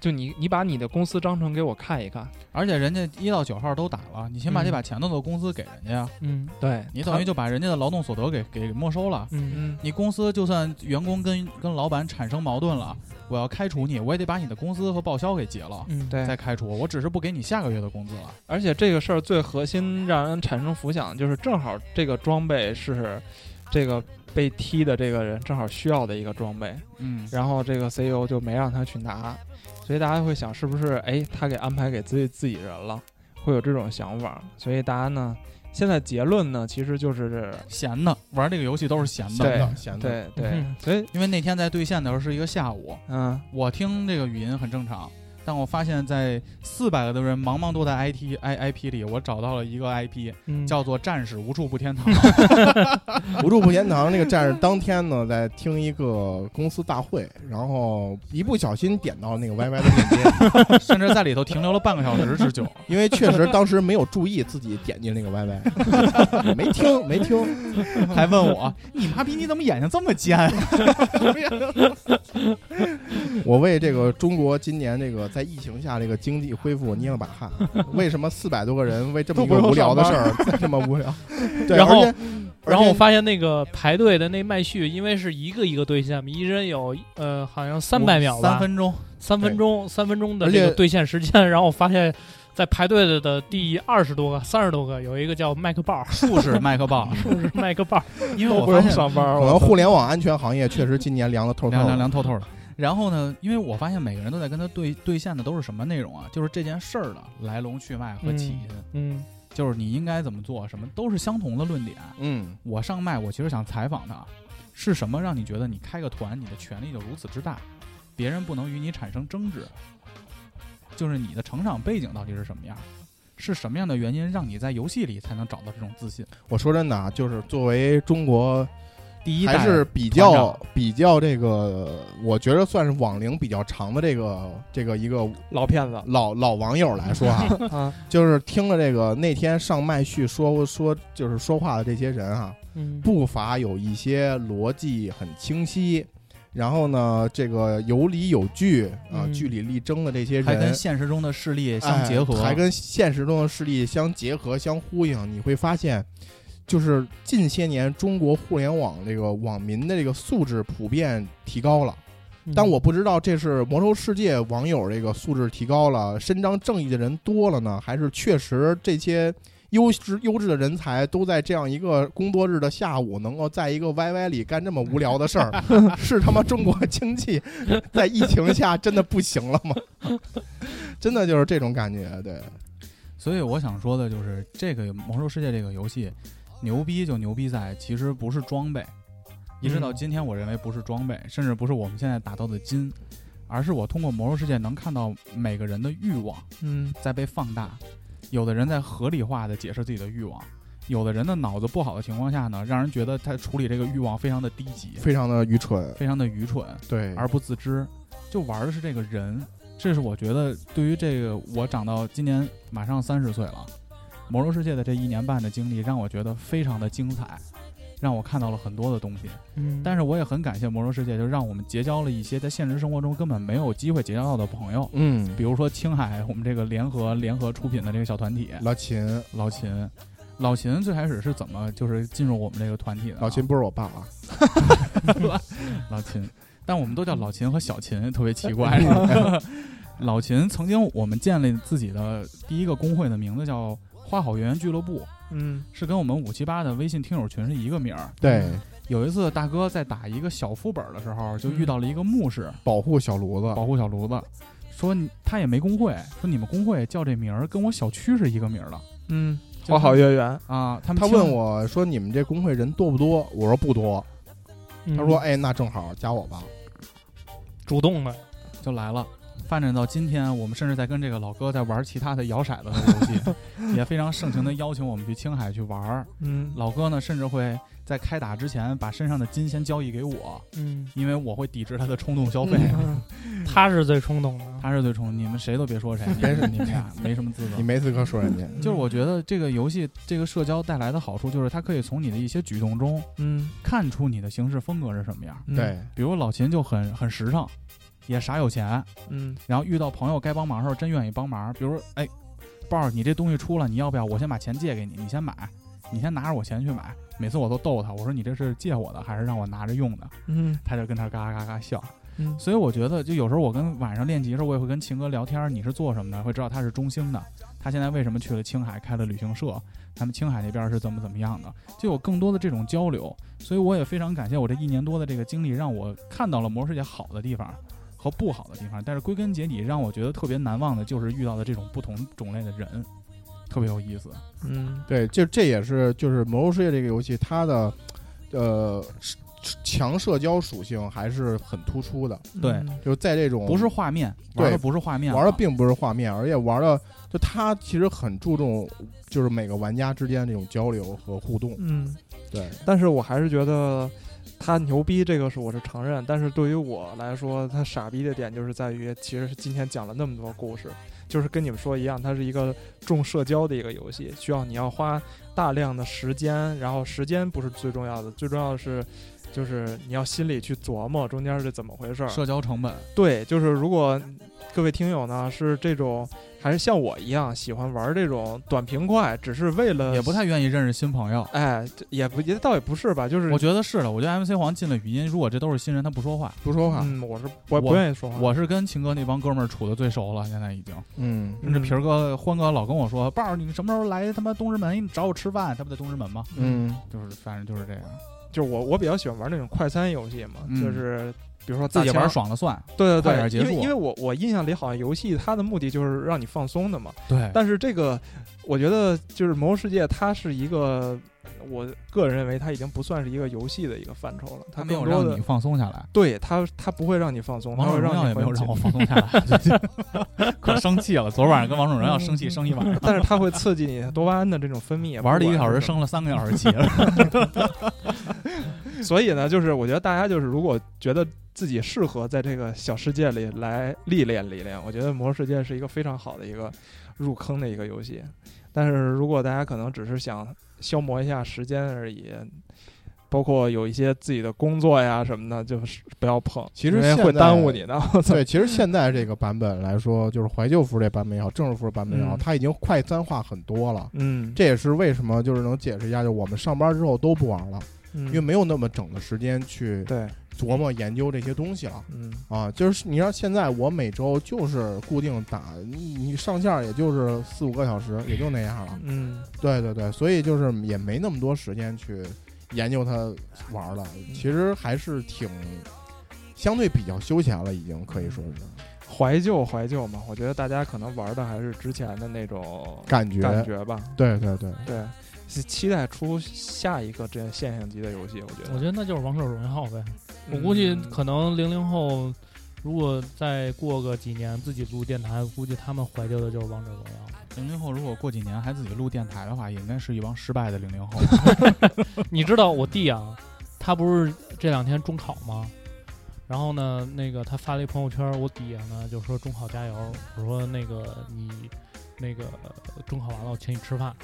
Speaker 3: 就你你把你的公司章程给我看一看，
Speaker 2: 而且人家一到九号都打了，你先
Speaker 3: 嗯
Speaker 2: 把这把前头的工资给人家呀，
Speaker 5: 嗯
Speaker 3: 对
Speaker 2: 你等于就把人家的劳动所得给给没收了。
Speaker 5: 嗯
Speaker 3: 嗯
Speaker 2: 你公司就算员工跟跟老板产生矛盾了，我要开除你，我也得把你的工资和报销给结了，
Speaker 5: 嗯，
Speaker 3: 对
Speaker 2: 再，开除。我只是不给你下个月的工资了。
Speaker 3: 而且这个事儿最核心让人产生浮想，就是正好这个装备是这个被踢的这个人正好需要的一个装备，
Speaker 2: 嗯，
Speaker 3: 然后这个 CEO 就没让他去拿，所以大家会想是不是哎他给安排给自己自己人了，会有这种想法。所以大家呢，现在结论呢其实就是
Speaker 2: 闲的玩这个游戏都是闲的，
Speaker 4: 闲的闲的，
Speaker 3: 对对
Speaker 5: 嗯，
Speaker 3: 所以
Speaker 2: 因为那天在对线的时候是一个下午，
Speaker 3: 嗯
Speaker 2: 我听这个语音很正常，但我发现，在四百个的人茫茫多的 IT I I P 里，我找到了一个 I P，
Speaker 5: 嗯
Speaker 2: 叫做“战士无处不天堂
Speaker 4: 无处不天堂那个战士当天呢，在听一个公司大会，然后一不小心点到那个 YY 的链接，”，
Speaker 2: 甚至在里头停留了半个小时
Speaker 5: *laughs*
Speaker 2: 之久。
Speaker 4: 因为确实当时没有注意自己点进那个 YY，也 *laughs* 没听没听，
Speaker 2: 还问我：“你妈逼，你怎么眼睛这么尖啊
Speaker 4: *laughs* 我为这个中国今年这个在疫情下这个经济恢复捏了把汗。啊为什么四百多个人为这么一个
Speaker 2: 都不用
Speaker 4: 无聊的
Speaker 2: 上
Speaker 4: 事儿 *laughs* 这么无
Speaker 2: *laughs*
Speaker 4: 聊？对，
Speaker 5: 然后
Speaker 4: 而且
Speaker 5: 然后
Speaker 4: 而
Speaker 5: 我
Speaker 4: 且
Speaker 5: 发现那个排队的那麦序，因为是一个一个兑现嘛，一人有呃好像？”三百秒吧，
Speaker 2: 三分钟，
Speaker 5: 三分钟，三分钟的
Speaker 4: 而
Speaker 5: 这
Speaker 4: 且
Speaker 5: 个兑现时间。 *laughs* 然后我发现，在排队的的第二十多个、三十多个，有一个叫麦克鲍尔，
Speaker 2: 术士麦克棒，
Speaker 5: 是不是 *laughs* 麦克鲍尔？
Speaker 2: *laughs* 因为
Speaker 5: 都
Speaker 2: 我发
Speaker 5: 不用
Speaker 2: 现
Speaker 5: 上班
Speaker 4: 可
Speaker 5: 儿，
Speaker 4: 能互联网安全行业确实今年凉的透透
Speaker 2: 凉
Speaker 4: 的。
Speaker 2: 凉凉透透的。然后呢，因为我发现每个人都在跟他对对线的都是什么内容啊？就是这件事儿的来龙去脉和起因，
Speaker 5: 嗯
Speaker 2: 就是你应该怎么做，什么都是相同的论点。
Speaker 4: 嗯，
Speaker 2: 我上麦，我其实想采访他，是什么让你觉得你开个团，你的权利就如此之大，别人不能与你产生争执？就是你的成长背景到底是什么样？是什么样的原因让你在游戏里才能找到这种自信？
Speaker 4: 我说真的啊，就是作为中国
Speaker 2: 第一代
Speaker 4: 还是比
Speaker 2: 团
Speaker 4: 较
Speaker 2: 长
Speaker 4: 比较这个，我觉得算是网龄比较长的这个这个一个
Speaker 3: 老骗子，
Speaker 4: 老老网友来说啊，
Speaker 3: 嗯
Speaker 5: 啊
Speaker 4: 就是听了这个那天上麦序说说就是说话的这些人啊，
Speaker 5: *laughs* 嗯，
Speaker 4: 不乏有一些逻辑很清晰，然后呢这个有理有据啊，
Speaker 5: 嗯
Speaker 4: 据理力争的这些
Speaker 2: 还跟
Speaker 4: 人。
Speaker 2: 现实中的事例相结合，
Speaker 4: 哎还跟现实中的事例相结合、相呼应，你会发现，就是近些年中国互联网这个网民的这个素质普遍提高了，
Speaker 5: 嗯
Speaker 4: 但我不知道这是魔兽世界网友这个素质提高了，伸张正义的人多了呢，还是确实这些优质优质的人才都在这样一个工作日的下午，能够在一个 YY 里干这么无聊的事儿， *laughs* 是他妈中国经济在疫情下真的不行了吗？ *laughs* 真的就是这种感觉，对，
Speaker 2: 所以我想说的就是，这个《魔兽世界》这个游戏牛逼就牛逼在，其实不是装备，一直到今天，我认为不是装备，甚至不是我们现在打到的金，而是我通过《魔兽世界》能看到每个人的欲望
Speaker 5: 嗯
Speaker 2: 在被放大，有的人在合理化的解释自己的欲望，有的人的脑子不好的情况下呢，让人觉得他处理这个欲望非常的低级，
Speaker 4: 非常的愚蠢，
Speaker 2: 非常的愚蠢，
Speaker 4: 对，
Speaker 2: 而不自知，就玩的是这个人。这是我觉得对于这个我长到今年马上三十岁了，《魔兽世界》的这一年半的经历让我觉得非常的精彩，让我看到了很多的东西。
Speaker 5: 嗯，
Speaker 2: 但是我也很感谢《魔兽世界》，就让我们结交了一些在现实生活中根本没有机会结交到的朋友，
Speaker 4: 嗯，
Speaker 2: 比如说青海我们这个联合联合出品的这个小团体
Speaker 4: 老秦，
Speaker 2: 老秦。老秦最开始是怎么就是进入我们这个团体的呢？
Speaker 4: 老秦不是我爸啊，
Speaker 2: 老秦，但我们都叫老秦和小
Speaker 4: *laughs*
Speaker 2: 秦，特别奇怪。是吧老秦曾经我们建立自己的第一个工会的名字叫花好月圆俱乐部，
Speaker 5: 嗯
Speaker 2: 是跟我们五七八的微信听友群是一个名儿。
Speaker 4: 对，
Speaker 2: 有一次大哥在打一个小副本的时候，就遇到了一个牧师，
Speaker 4: 保护小炉子，
Speaker 2: 保护小炉子，说你他也没工会，说你们工会叫这名儿跟我小区是一个名儿的
Speaker 5: 嗯，
Speaker 2: 就
Speaker 3: 花好月圆，
Speaker 2: 啊。他们
Speaker 4: 他
Speaker 2: 听
Speaker 4: 问我说：“你们这工会人多不多？”我说：“不多。”他说：“哎，那正好加我吧。
Speaker 5: 嗯主动的，
Speaker 2: 就来了。发展到今天，我们甚至在跟这个老哥在玩其他的摇骰子的
Speaker 4: *laughs*
Speaker 2: 游戏，也非常盛情的邀请我们去青海去玩儿。
Speaker 5: 嗯
Speaker 2: 老哥呢，甚至会在开打之前把身上的金先交易给我，
Speaker 5: 嗯，
Speaker 2: 因为我会抵制他的冲动消费。
Speaker 5: 他是最冲动的，
Speaker 2: 他是最冲，你们谁都别说谁，你
Speaker 4: 嗯 *laughs* 没事
Speaker 2: 们你们俩没什么资”
Speaker 4: 你
Speaker 2: 格。
Speaker 4: 没资格说人家。
Speaker 2: 就是我觉得这个游戏这个社交带来的好处，就是它可以从你的一些举动中
Speaker 5: 嗯，
Speaker 2: 看出你的行事风格是什么样。
Speaker 5: 嗯，
Speaker 4: 对，
Speaker 2: 比如老秦就很很实诚，也傻有钱，
Speaker 5: 嗯
Speaker 2: 然后遇到朋友该帮忙的时候真愿意帮忙，比如说，哎，豹儿，你这东西出了，你要不要？我先把钱借给你，你先买，你先拿着我钱去买。每次我都逗他，我说你这是借我的还是让我拿着用的？
Speaker 5: 嗯
Speaker 2: 他就跟那儿嘎嘎嘎嘎笑。
Speaker 5: 嗯
Speaker 2: 所以我觉得，就有时候我跟晚上练级的时候，我也会跟秦哥聊天儿，你是做什么的？会知道他是中兴的，他现在为什么去了青海开了旅行社，他们青海那边儿是怎么怎么样的，就有更多的这种交流。所以我也非常感谢我这一年多的这个经历，让我看到了魔兽世界好的地方和不好的地方。但是归根结底，让我觉得特别难忘的就是遇到的这种不同种类的
Speaker 4: 嗯
Speaker 2: 人，特别有意思。
Speaker 5: 嗯
Speaker 4: 对，就这也是就是《魔兽世界》这个游戏它的，呃，是强社交属性还是很突出的，
Speaker 2: 对
Speaker 5: 嗯
Speaker 4: 就是在这种
Speaker 2: 不是画面，
Speaker 4: 对
Speaker 2: 玩的不是画面了，啊
Speaker 4: 玩的并不是画面，而且玩的就他其实很注重就是每个玩家之间这种交流和互动，
Speaker 5: 嗯，
Speaker 4: 对，
Speaker 3: 但是我还是觉得他牛逼，这个是我是承认。但是对于我来说，他傻逼的点就是在于，其实今天讲了那么多故事，就是跟你们说一样，它是一个重社交的一个游戏，需要你要花大量的时间，然后时间不是最重要的，最重要的是。就是你要心里去琢磨中间是怎么回事儿，
Speaker 2: 社交成本，
Speaker 3: *laughs* 对，就是如果各位听友呢是这种，还是像我一样喜欢玩这种短平快，只是为了
Speaker 2: 也不太愿意认识新朋友。
Speaker 3: 哎，这也不也倒也不是吧，就是
Speaker 2: 我觉得是的，我觉得 MC 黄进了语音，如果这都是新人，他不说话。
Speaker 4: 不说话，
Speaker 3: 嗯，我是我
Speaker 2: 啊我
Speaker 3: 不愿意说话，
Speaker 2: 我是跟秦哥那帮哥们儿处的最熟了，现在已经。
Speaker 4: 嗯，
Speaker 2: 甚至
Speaker 3: 嗯
Speaker 2: 皮儿哥、欢哥老跟我说：“豹儿，你什么时候来他妈东直门？你找我吃饭。”他不在东直门吗？
Speaker 4: 嗯，
Speaker 2: 就是反正就是这样，
Speaker 3: 就是我我比较喜欢玩那种快餐游戏嘛，
Speaker 2: 嗯
Speaker 3: 就是比如说
Speaker 2: 自
Speaker 3: 大
Speaker 2: 己
Speaker 3: 枪
Speaker 2: 玩，爽了算。
Speaker 3: 对
Speaker 2: 快
Speaker 3: 对
Speaker 2: 点结
Speaker 3: 对，因为
Speaker 2: 束
Speaker 3: 因为我我印象里好像游戏它的目的就是让你放松的嘛，
Speaker 2: 对，
Speaker 3: 但是这个，我觉得就是《魔兽世界》，它是一个，我个人认为它已经不算是一个游戏的一个范畴了。它
Speaker 2: 他没有
Speaker 3: 更多
Speaker 2: 让
Speaker 3: 的
Speaker 2: 你放松下来，
Speaker 3: 对它，它不会让你放松，它
Speaker 2: 王者
Speaker 3: 会
Speaker 2: 荣耀
Speaker 3: 让
Speaker 2: 也
Speaker 3: 你
Speaker 2: 没有
Speaker 3: 很
Speaker 2: 让
Speaker 3: 紧
Speaker 2: 我。放松下来， *laughs* 可生气了。昨晚上跟王者荣耀生气生一晚上，
Speaker 3: 但是它会刺激你多巴胺的这种分泌，
Speaker 2: *laughs* 玩了一个小时，
Speaker 3: 生。
Speaker 2: 生了三个小时 *laughs* 气了。
Speaker 3: 所以呢，就是我觉得大家就是如果觉得自己适合在这个小世界里来历练历练，我觉得《魔兽世界》是一个非常好的一个入坑的一个游戏。但是如果大家可能只是想消磨一下时间而已，包括有一些自己的工作呀什么的，就是不要碰，
Speaker 4: 其实
Speaker 3: 因为
Speaker 4: 现
Speaker 3: 会
Speaker 4: 在
Speaker 3: 耽误你的。我操，
Speaker 4: 对，其实现在这个版本来说，就是怀旧服这版本也好，正式服版本也好，
Speaker 3: 嗯
Speaker 4: 它已经快餐化很多了。
Speaker 3: 嗯，
Speaker 4: 这也是为什么就是能解释一下，就我们上班之后都不玩了，
Speaker 3: 因
Speaker 4: 因为没有那么整的时间去
Speaker 3: 对，
Speaker 4: 琢磨研究这些东西了
Speaker 3: 嗯
Speaker 4: 啊。就是你知道现在我每周就是固定打，你你上线也就是四五个小时，也就那样了。
Speaker 3: 嗯，
Speaker 4: 对对对，所以就是也没那么多时间去研究它玩了，
Speaker 3: 嗯
Speaker 4: 其实还是挺相对比较休闲了，已经可以说
Speaker 3: 嗯
Speaker 4: 是
Speaker 3: 怀旧怀旧嘛，我觉得大家可能玩的还是之前的那种
Speaker 4: 感觉。
Speaker 3: 感觉吧，
Speaker 4: 对对对，
Speaker 3: 对，是期待出下一个这样现象级的游戏，我觉得。
Speaker 5: 我觉得那就是王者荣耀呗。
Speaker 3: 嗯
Speaker 5: 我估计可能零零后，如果再过个几年自己录电台，估计他们怀旧的就是王者荣耀。
Speaker 2: 零零后如果过几年还自己录电台的话，也应该是一帮失败的零零 *laughs* 后。
Speaker 5: 你知道我弟啊，他不是这两天中考吗？然后呢，那个他发了一朋友圈，我底下呢就说中考加油。我说那个你那个中考完了，我请你吃饭。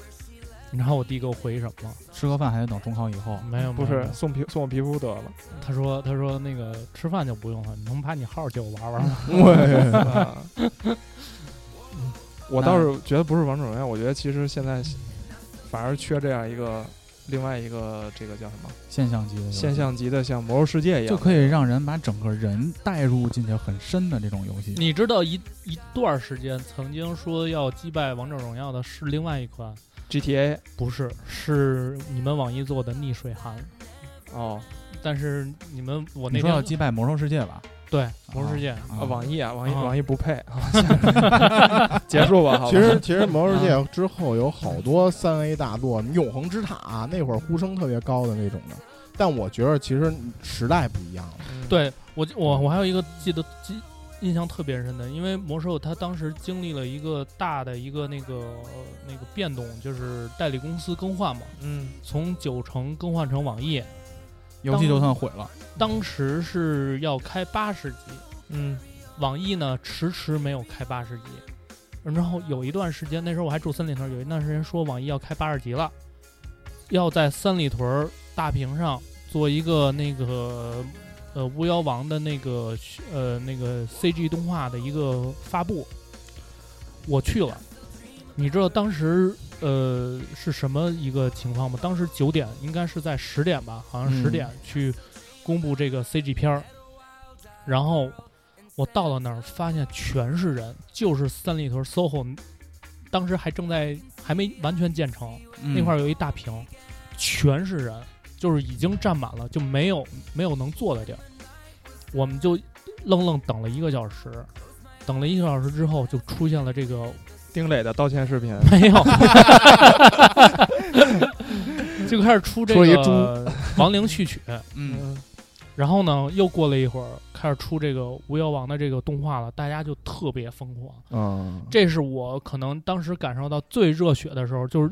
Speaker 5: 你知道我弟给我回什么吗？
Speaker 2: 吃个饭还得等中考以后，
Speaker 5: 没有，
Speaker 3: 不
Speaker 5: 没有
Speaker 3: 是送皮送我皮肤得了。
Speaker 5: 他说他说那个吃饭就不用了，你能把你号借我玩玩吗？ *laughs*
Speaker 3: 啊我倒是觉得不是王者荣耀，我觉得其实现在反而缺这样一个另外一个这个叫什么
Speaker 2: 现象
Speaker 4: 嗯
Speaker 2: 级的游戏
Speaker 3: 现象级的，像魔兽世界一样
Speaker 2: 就可以让人把整个人带入进去很深的这种游戏。
Speaker 5: 你知道一一段时间曾经说要击败王者荣耀的是另外一款，
Speaker 3: GTA
Speaker 5: 不是是你们网易做的逆水寒，
Speaker 3: 哦，
Speaker 5: 但是你们我
Speaker 2: 你
Speaker 5: 那
Speaker 2: 说要
Speaker 5: 天
Speaker 2: 击败魔兽世界吧？
Speaker 5: 对魔兽世界，
Speaker 2: 啊
Speaker 4: 嗯
Speaker 3: 啊，网易啊，网易
Speaker 5: 啊
Speaker 3: 网易不配，
Speaker 5: 嗯
Speaker 3: 结束吧，好吧。
Speaker 4: 其实其实《魔兽世界》
Speaker 5: 啊
Speaker 4: 之后有好多三 A 大作，《永恒之塔、那会儿呼声特别高的那种的。但我觉得其实时代不一样了，
Speaker 3: 嗯，
Speaker 5: 对我我我还有一个记得记印象特别深的，因为魔兽它当时经历了一个大的一个那个呃那个变动，就是代理公司更换嘛，
Speaker 3: 嗯
Speaker 5: 从九城更换成网易，
Speaker 2: 游戏就算毁了，
Speaker 5: 当时是要开八十级，
Speaker 3: 嗯
Speaker 5: 网易呢迟迟没有开八十级，然后有一段时间，那时候我还住三里屯，有一段时间说网易要开八十级了，要在三里屯大屏上做一个那个呃巫妖王的那个呃那个 CG 动画的一个发布，我去了，你知道当时呃是什么一个情况吗？当时九点应该是在十点吧，好像
Speaker 4: 嗯
Speaker 5: 十点去公布这个 CG 片儿，然后我到了那儿发现全是人，就是三里屯 SOHO，当时还正在还没完全建成，
Speaker 2: 嗯
Speaker 5: 那块儿有一大屏，全是人，就是已经站满了，就没有没有能坐的地儿。我们就愣愣等了一个小时，等了一个小时之后，就出现了这个 *laughs*
Speaker 3: 丁磊的道歉视频，
Speaker 5: 没有，就开始出这
Speaker 4: 出了一
Speaker 5: 个亡灵序曲，
Speaker 2: 嗯，
Speaker 5: 然后呢，又过了一会儿，开始出这个无妖王的这个动画了，大家就特别疯狂。
Speaker 4: 嗯，
Speaker 5: 这是我可能当时感受到最热血的时候，就是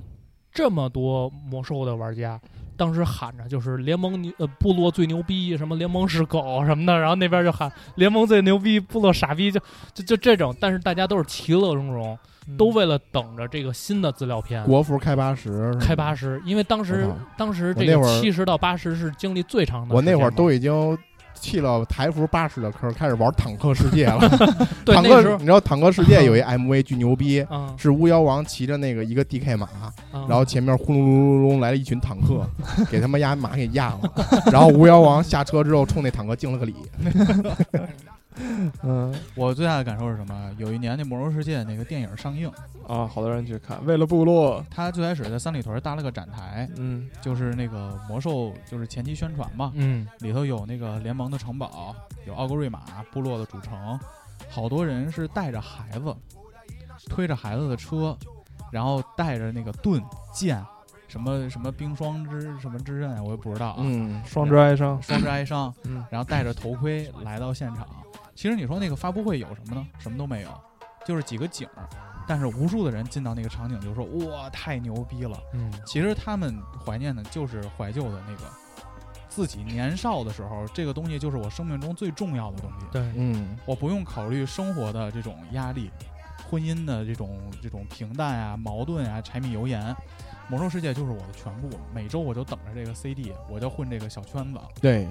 Speaker 5: 这么多魔兽的玩家，当时喊着就是联盟牛呃部落最牛逼，什么联盟是狗什么的，然后那边就喊联盟最牛逼，部落傻逼，就就就这种，但是大家都是其乐融融，
Speaker 4: 嗯
Speaker 5: 都为了等着这个新的资料片。
Speaker 4: 国服开八十，
Speaker 5: 开八十，因为当时
Speaker 4: 我操
Speaker 5: 当时
Speaker 4: 我
Speaker 5: 这
Speaker 4: 那
Speaker 5: 个
Speaker 4: 会儿
Speaker 5: 七十到八十是经历最长的时间嘛。
Speaker 4: 我那会儿都已经弃了台服八十的坑，开始玩坦克世界了。
Speaker 5: *laughs* 对
Speaker 4: 坦
Speaker 5: 那
Speaker 4: 克
Speaker 5: 时，候
Speaker 4: 你知道坦克世界有一 MV 巨牛逼，
Speaker 5: 嗯，
Speaker 4: 是巫妖王骑着那个一个 DK 马，
Speaker 5: 然
Speaker 4: 然后前面轰隆隆隆隆来了一群坦
Speaker 5: *laughs*
Speaker 4: 克，给他们压马给压了。然后巫妖王下车之后冲那坦克敬了个礼。
Speaker 3: 嗯
Speaker 2: 我最大的感受是什么？有一年那《魔兽世界》那个电影上映，
Speaker 3: 啊，好多人去看，为了部落，
Speaker 2: 它最开始在三里屯搭了个展台，
Speaker 3: 嗯
Speaker 2: 就是那个魔兽，就是前期宣传嘛，
Speaker 5: 嗯
Speaker 2: 里头有那个联盟的城堡，有奥格瑞玛部落的主城，好多人是带着孩子，推着孩子的车，然后带着那个盾剑，什么什么冰霜之什么之刃，我也不知道啊，
Speaker 4: 嗯，
Speaker 3: 双之哀伤，
Speaker 2: 双之哀伤，
Speaker 3: 嗯
Speaker 2: 然后戴着头盔来到现场。其实你说那个发布会有什么呢？什么都没有，就是几个景儿，但是无数的人进到那个场景就说哇太牛逼了。
Speaker 5: 嗯，
Speaker 2: 其实他们怀念的就是怀旧的那个自己年少的时候，这个东西就是我生命中最重要的东西。
Speaker 5: 对，
Speaker 4: 嗯，
Speaker 2: 我不用考虑生活的这种压力，婚姻的这种这种平淡啊、矛盾啊、柴米油盐。魔兽世界就是我的全部，每周我就等着这个 CD，我就混这个小圈子，
Speaker 4: 对，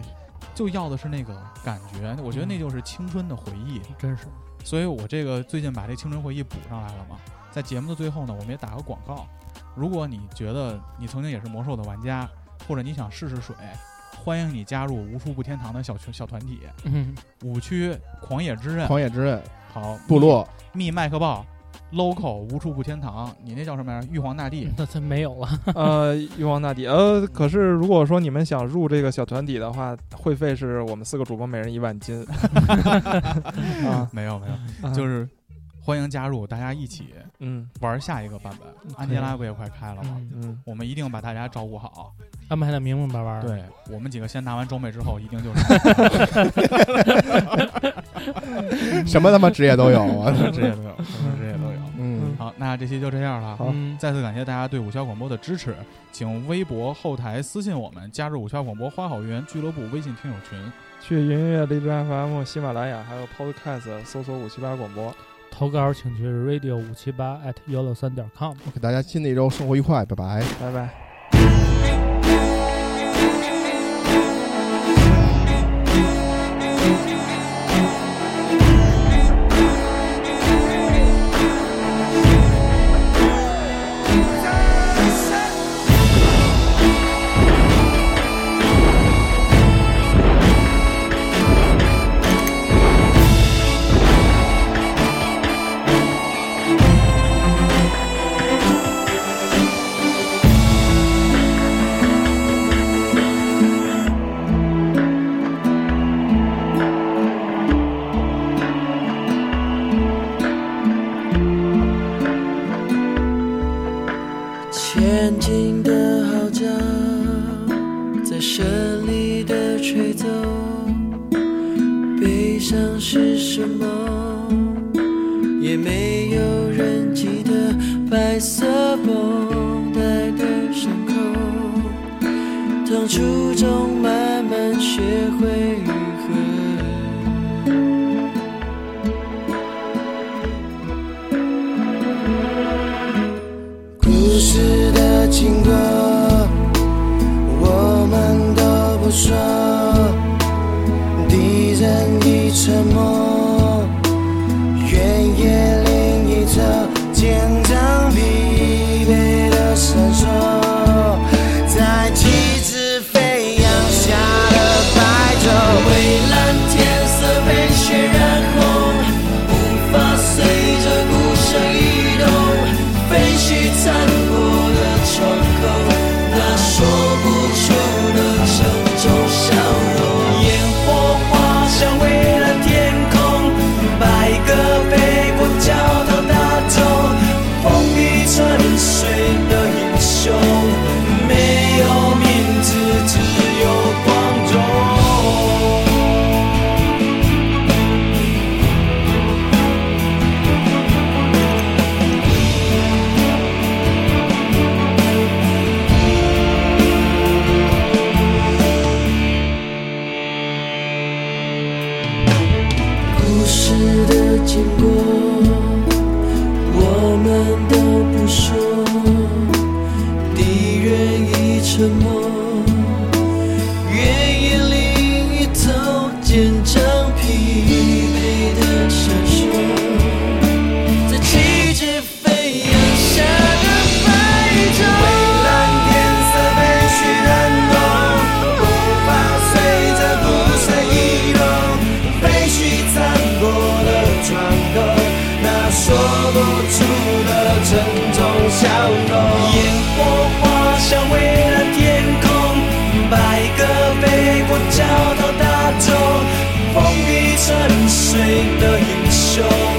Speaker 2: 就要的是那个感觉。我觉得那就是青春的回忆，
Speaker 5: 真是，
Speaker 2: 所以我这个最近把这青春回忆补上来了嘛。在节目的最后呢，我们也打个广告。如果你觉得你曾经也是魔兽的玩家，或者你想试试水，欢迎你加入无数步天堂的小群小团体
Speaker 5: 嗯，
Speaker 2: 五区狂野之刃。
Speaker 4: 狂野之刃
Speaker 2: 好，
Speaker 4: 部落
Speaker 2: 密麦克豹、local 无处不天堂，你那叫什么呀？玉皇大帝。
Speaker 5: 那他没有了，
Speaker 3: 呃，玉皇大帝，呃，可是如果说你们想入这个小团体的话，会费是我们四个主播每人一万金，啊，
Speaker 2: 没有没有，*laughs*
Speaker 3: 啊
Speaker 2: 就是欢迎加入，大家一起
Speaker 3: *laughs* 嗯
Speaker 2: 玩下一个版本。安吉拉不也快开了吗？
Speaker 5: 嗯
Speaker 3: 嗯，
Speaker 2: 我们一定把大家照顾好。
Speaker 5: 安排的明明白白的。
Speaker 2: 对我们几个先拿完装备之后，一定 *laughs* 就是。
Speaker 4: 什么他妈职业都有啊
Speaker 2: 职业 *laughs* 都有，什么职业都有。
Speaker 4: 嗯，
Speaker 2: 好，那这期就这样了。
Speaker 3: 好
Speaker 5: 嗯，
Speaker 2: 再次感谢大家对五七八广播的支持，请微博后台私信我们，加入五七八广播花好月圆俱乐部微信听友群。
Speaker 3: 去云音乐、荔枝 FM、喜马拉雅还有 Podcast 搜索五七八广播，
Speaker 5: 投稿请去 radio 五七八 at 幺六三点 com。
Speaker 4: 给大家新的一周生活愉快，拜拜。
Speaker 3: 拜拜。
Speaker 6: 前进的号角在胜利的吹奏，悲伤是什么？也没有人记得白色绷带的伤口，当初中慢慢学会愈合。故事的经过，我们都不说。敌人已沉默，原野另一侧，肩膀疲惫的闪烁，在旗帜飞扬下的白昼，蔚蓝个被我教到大众，风雨沉睡的英雄。哦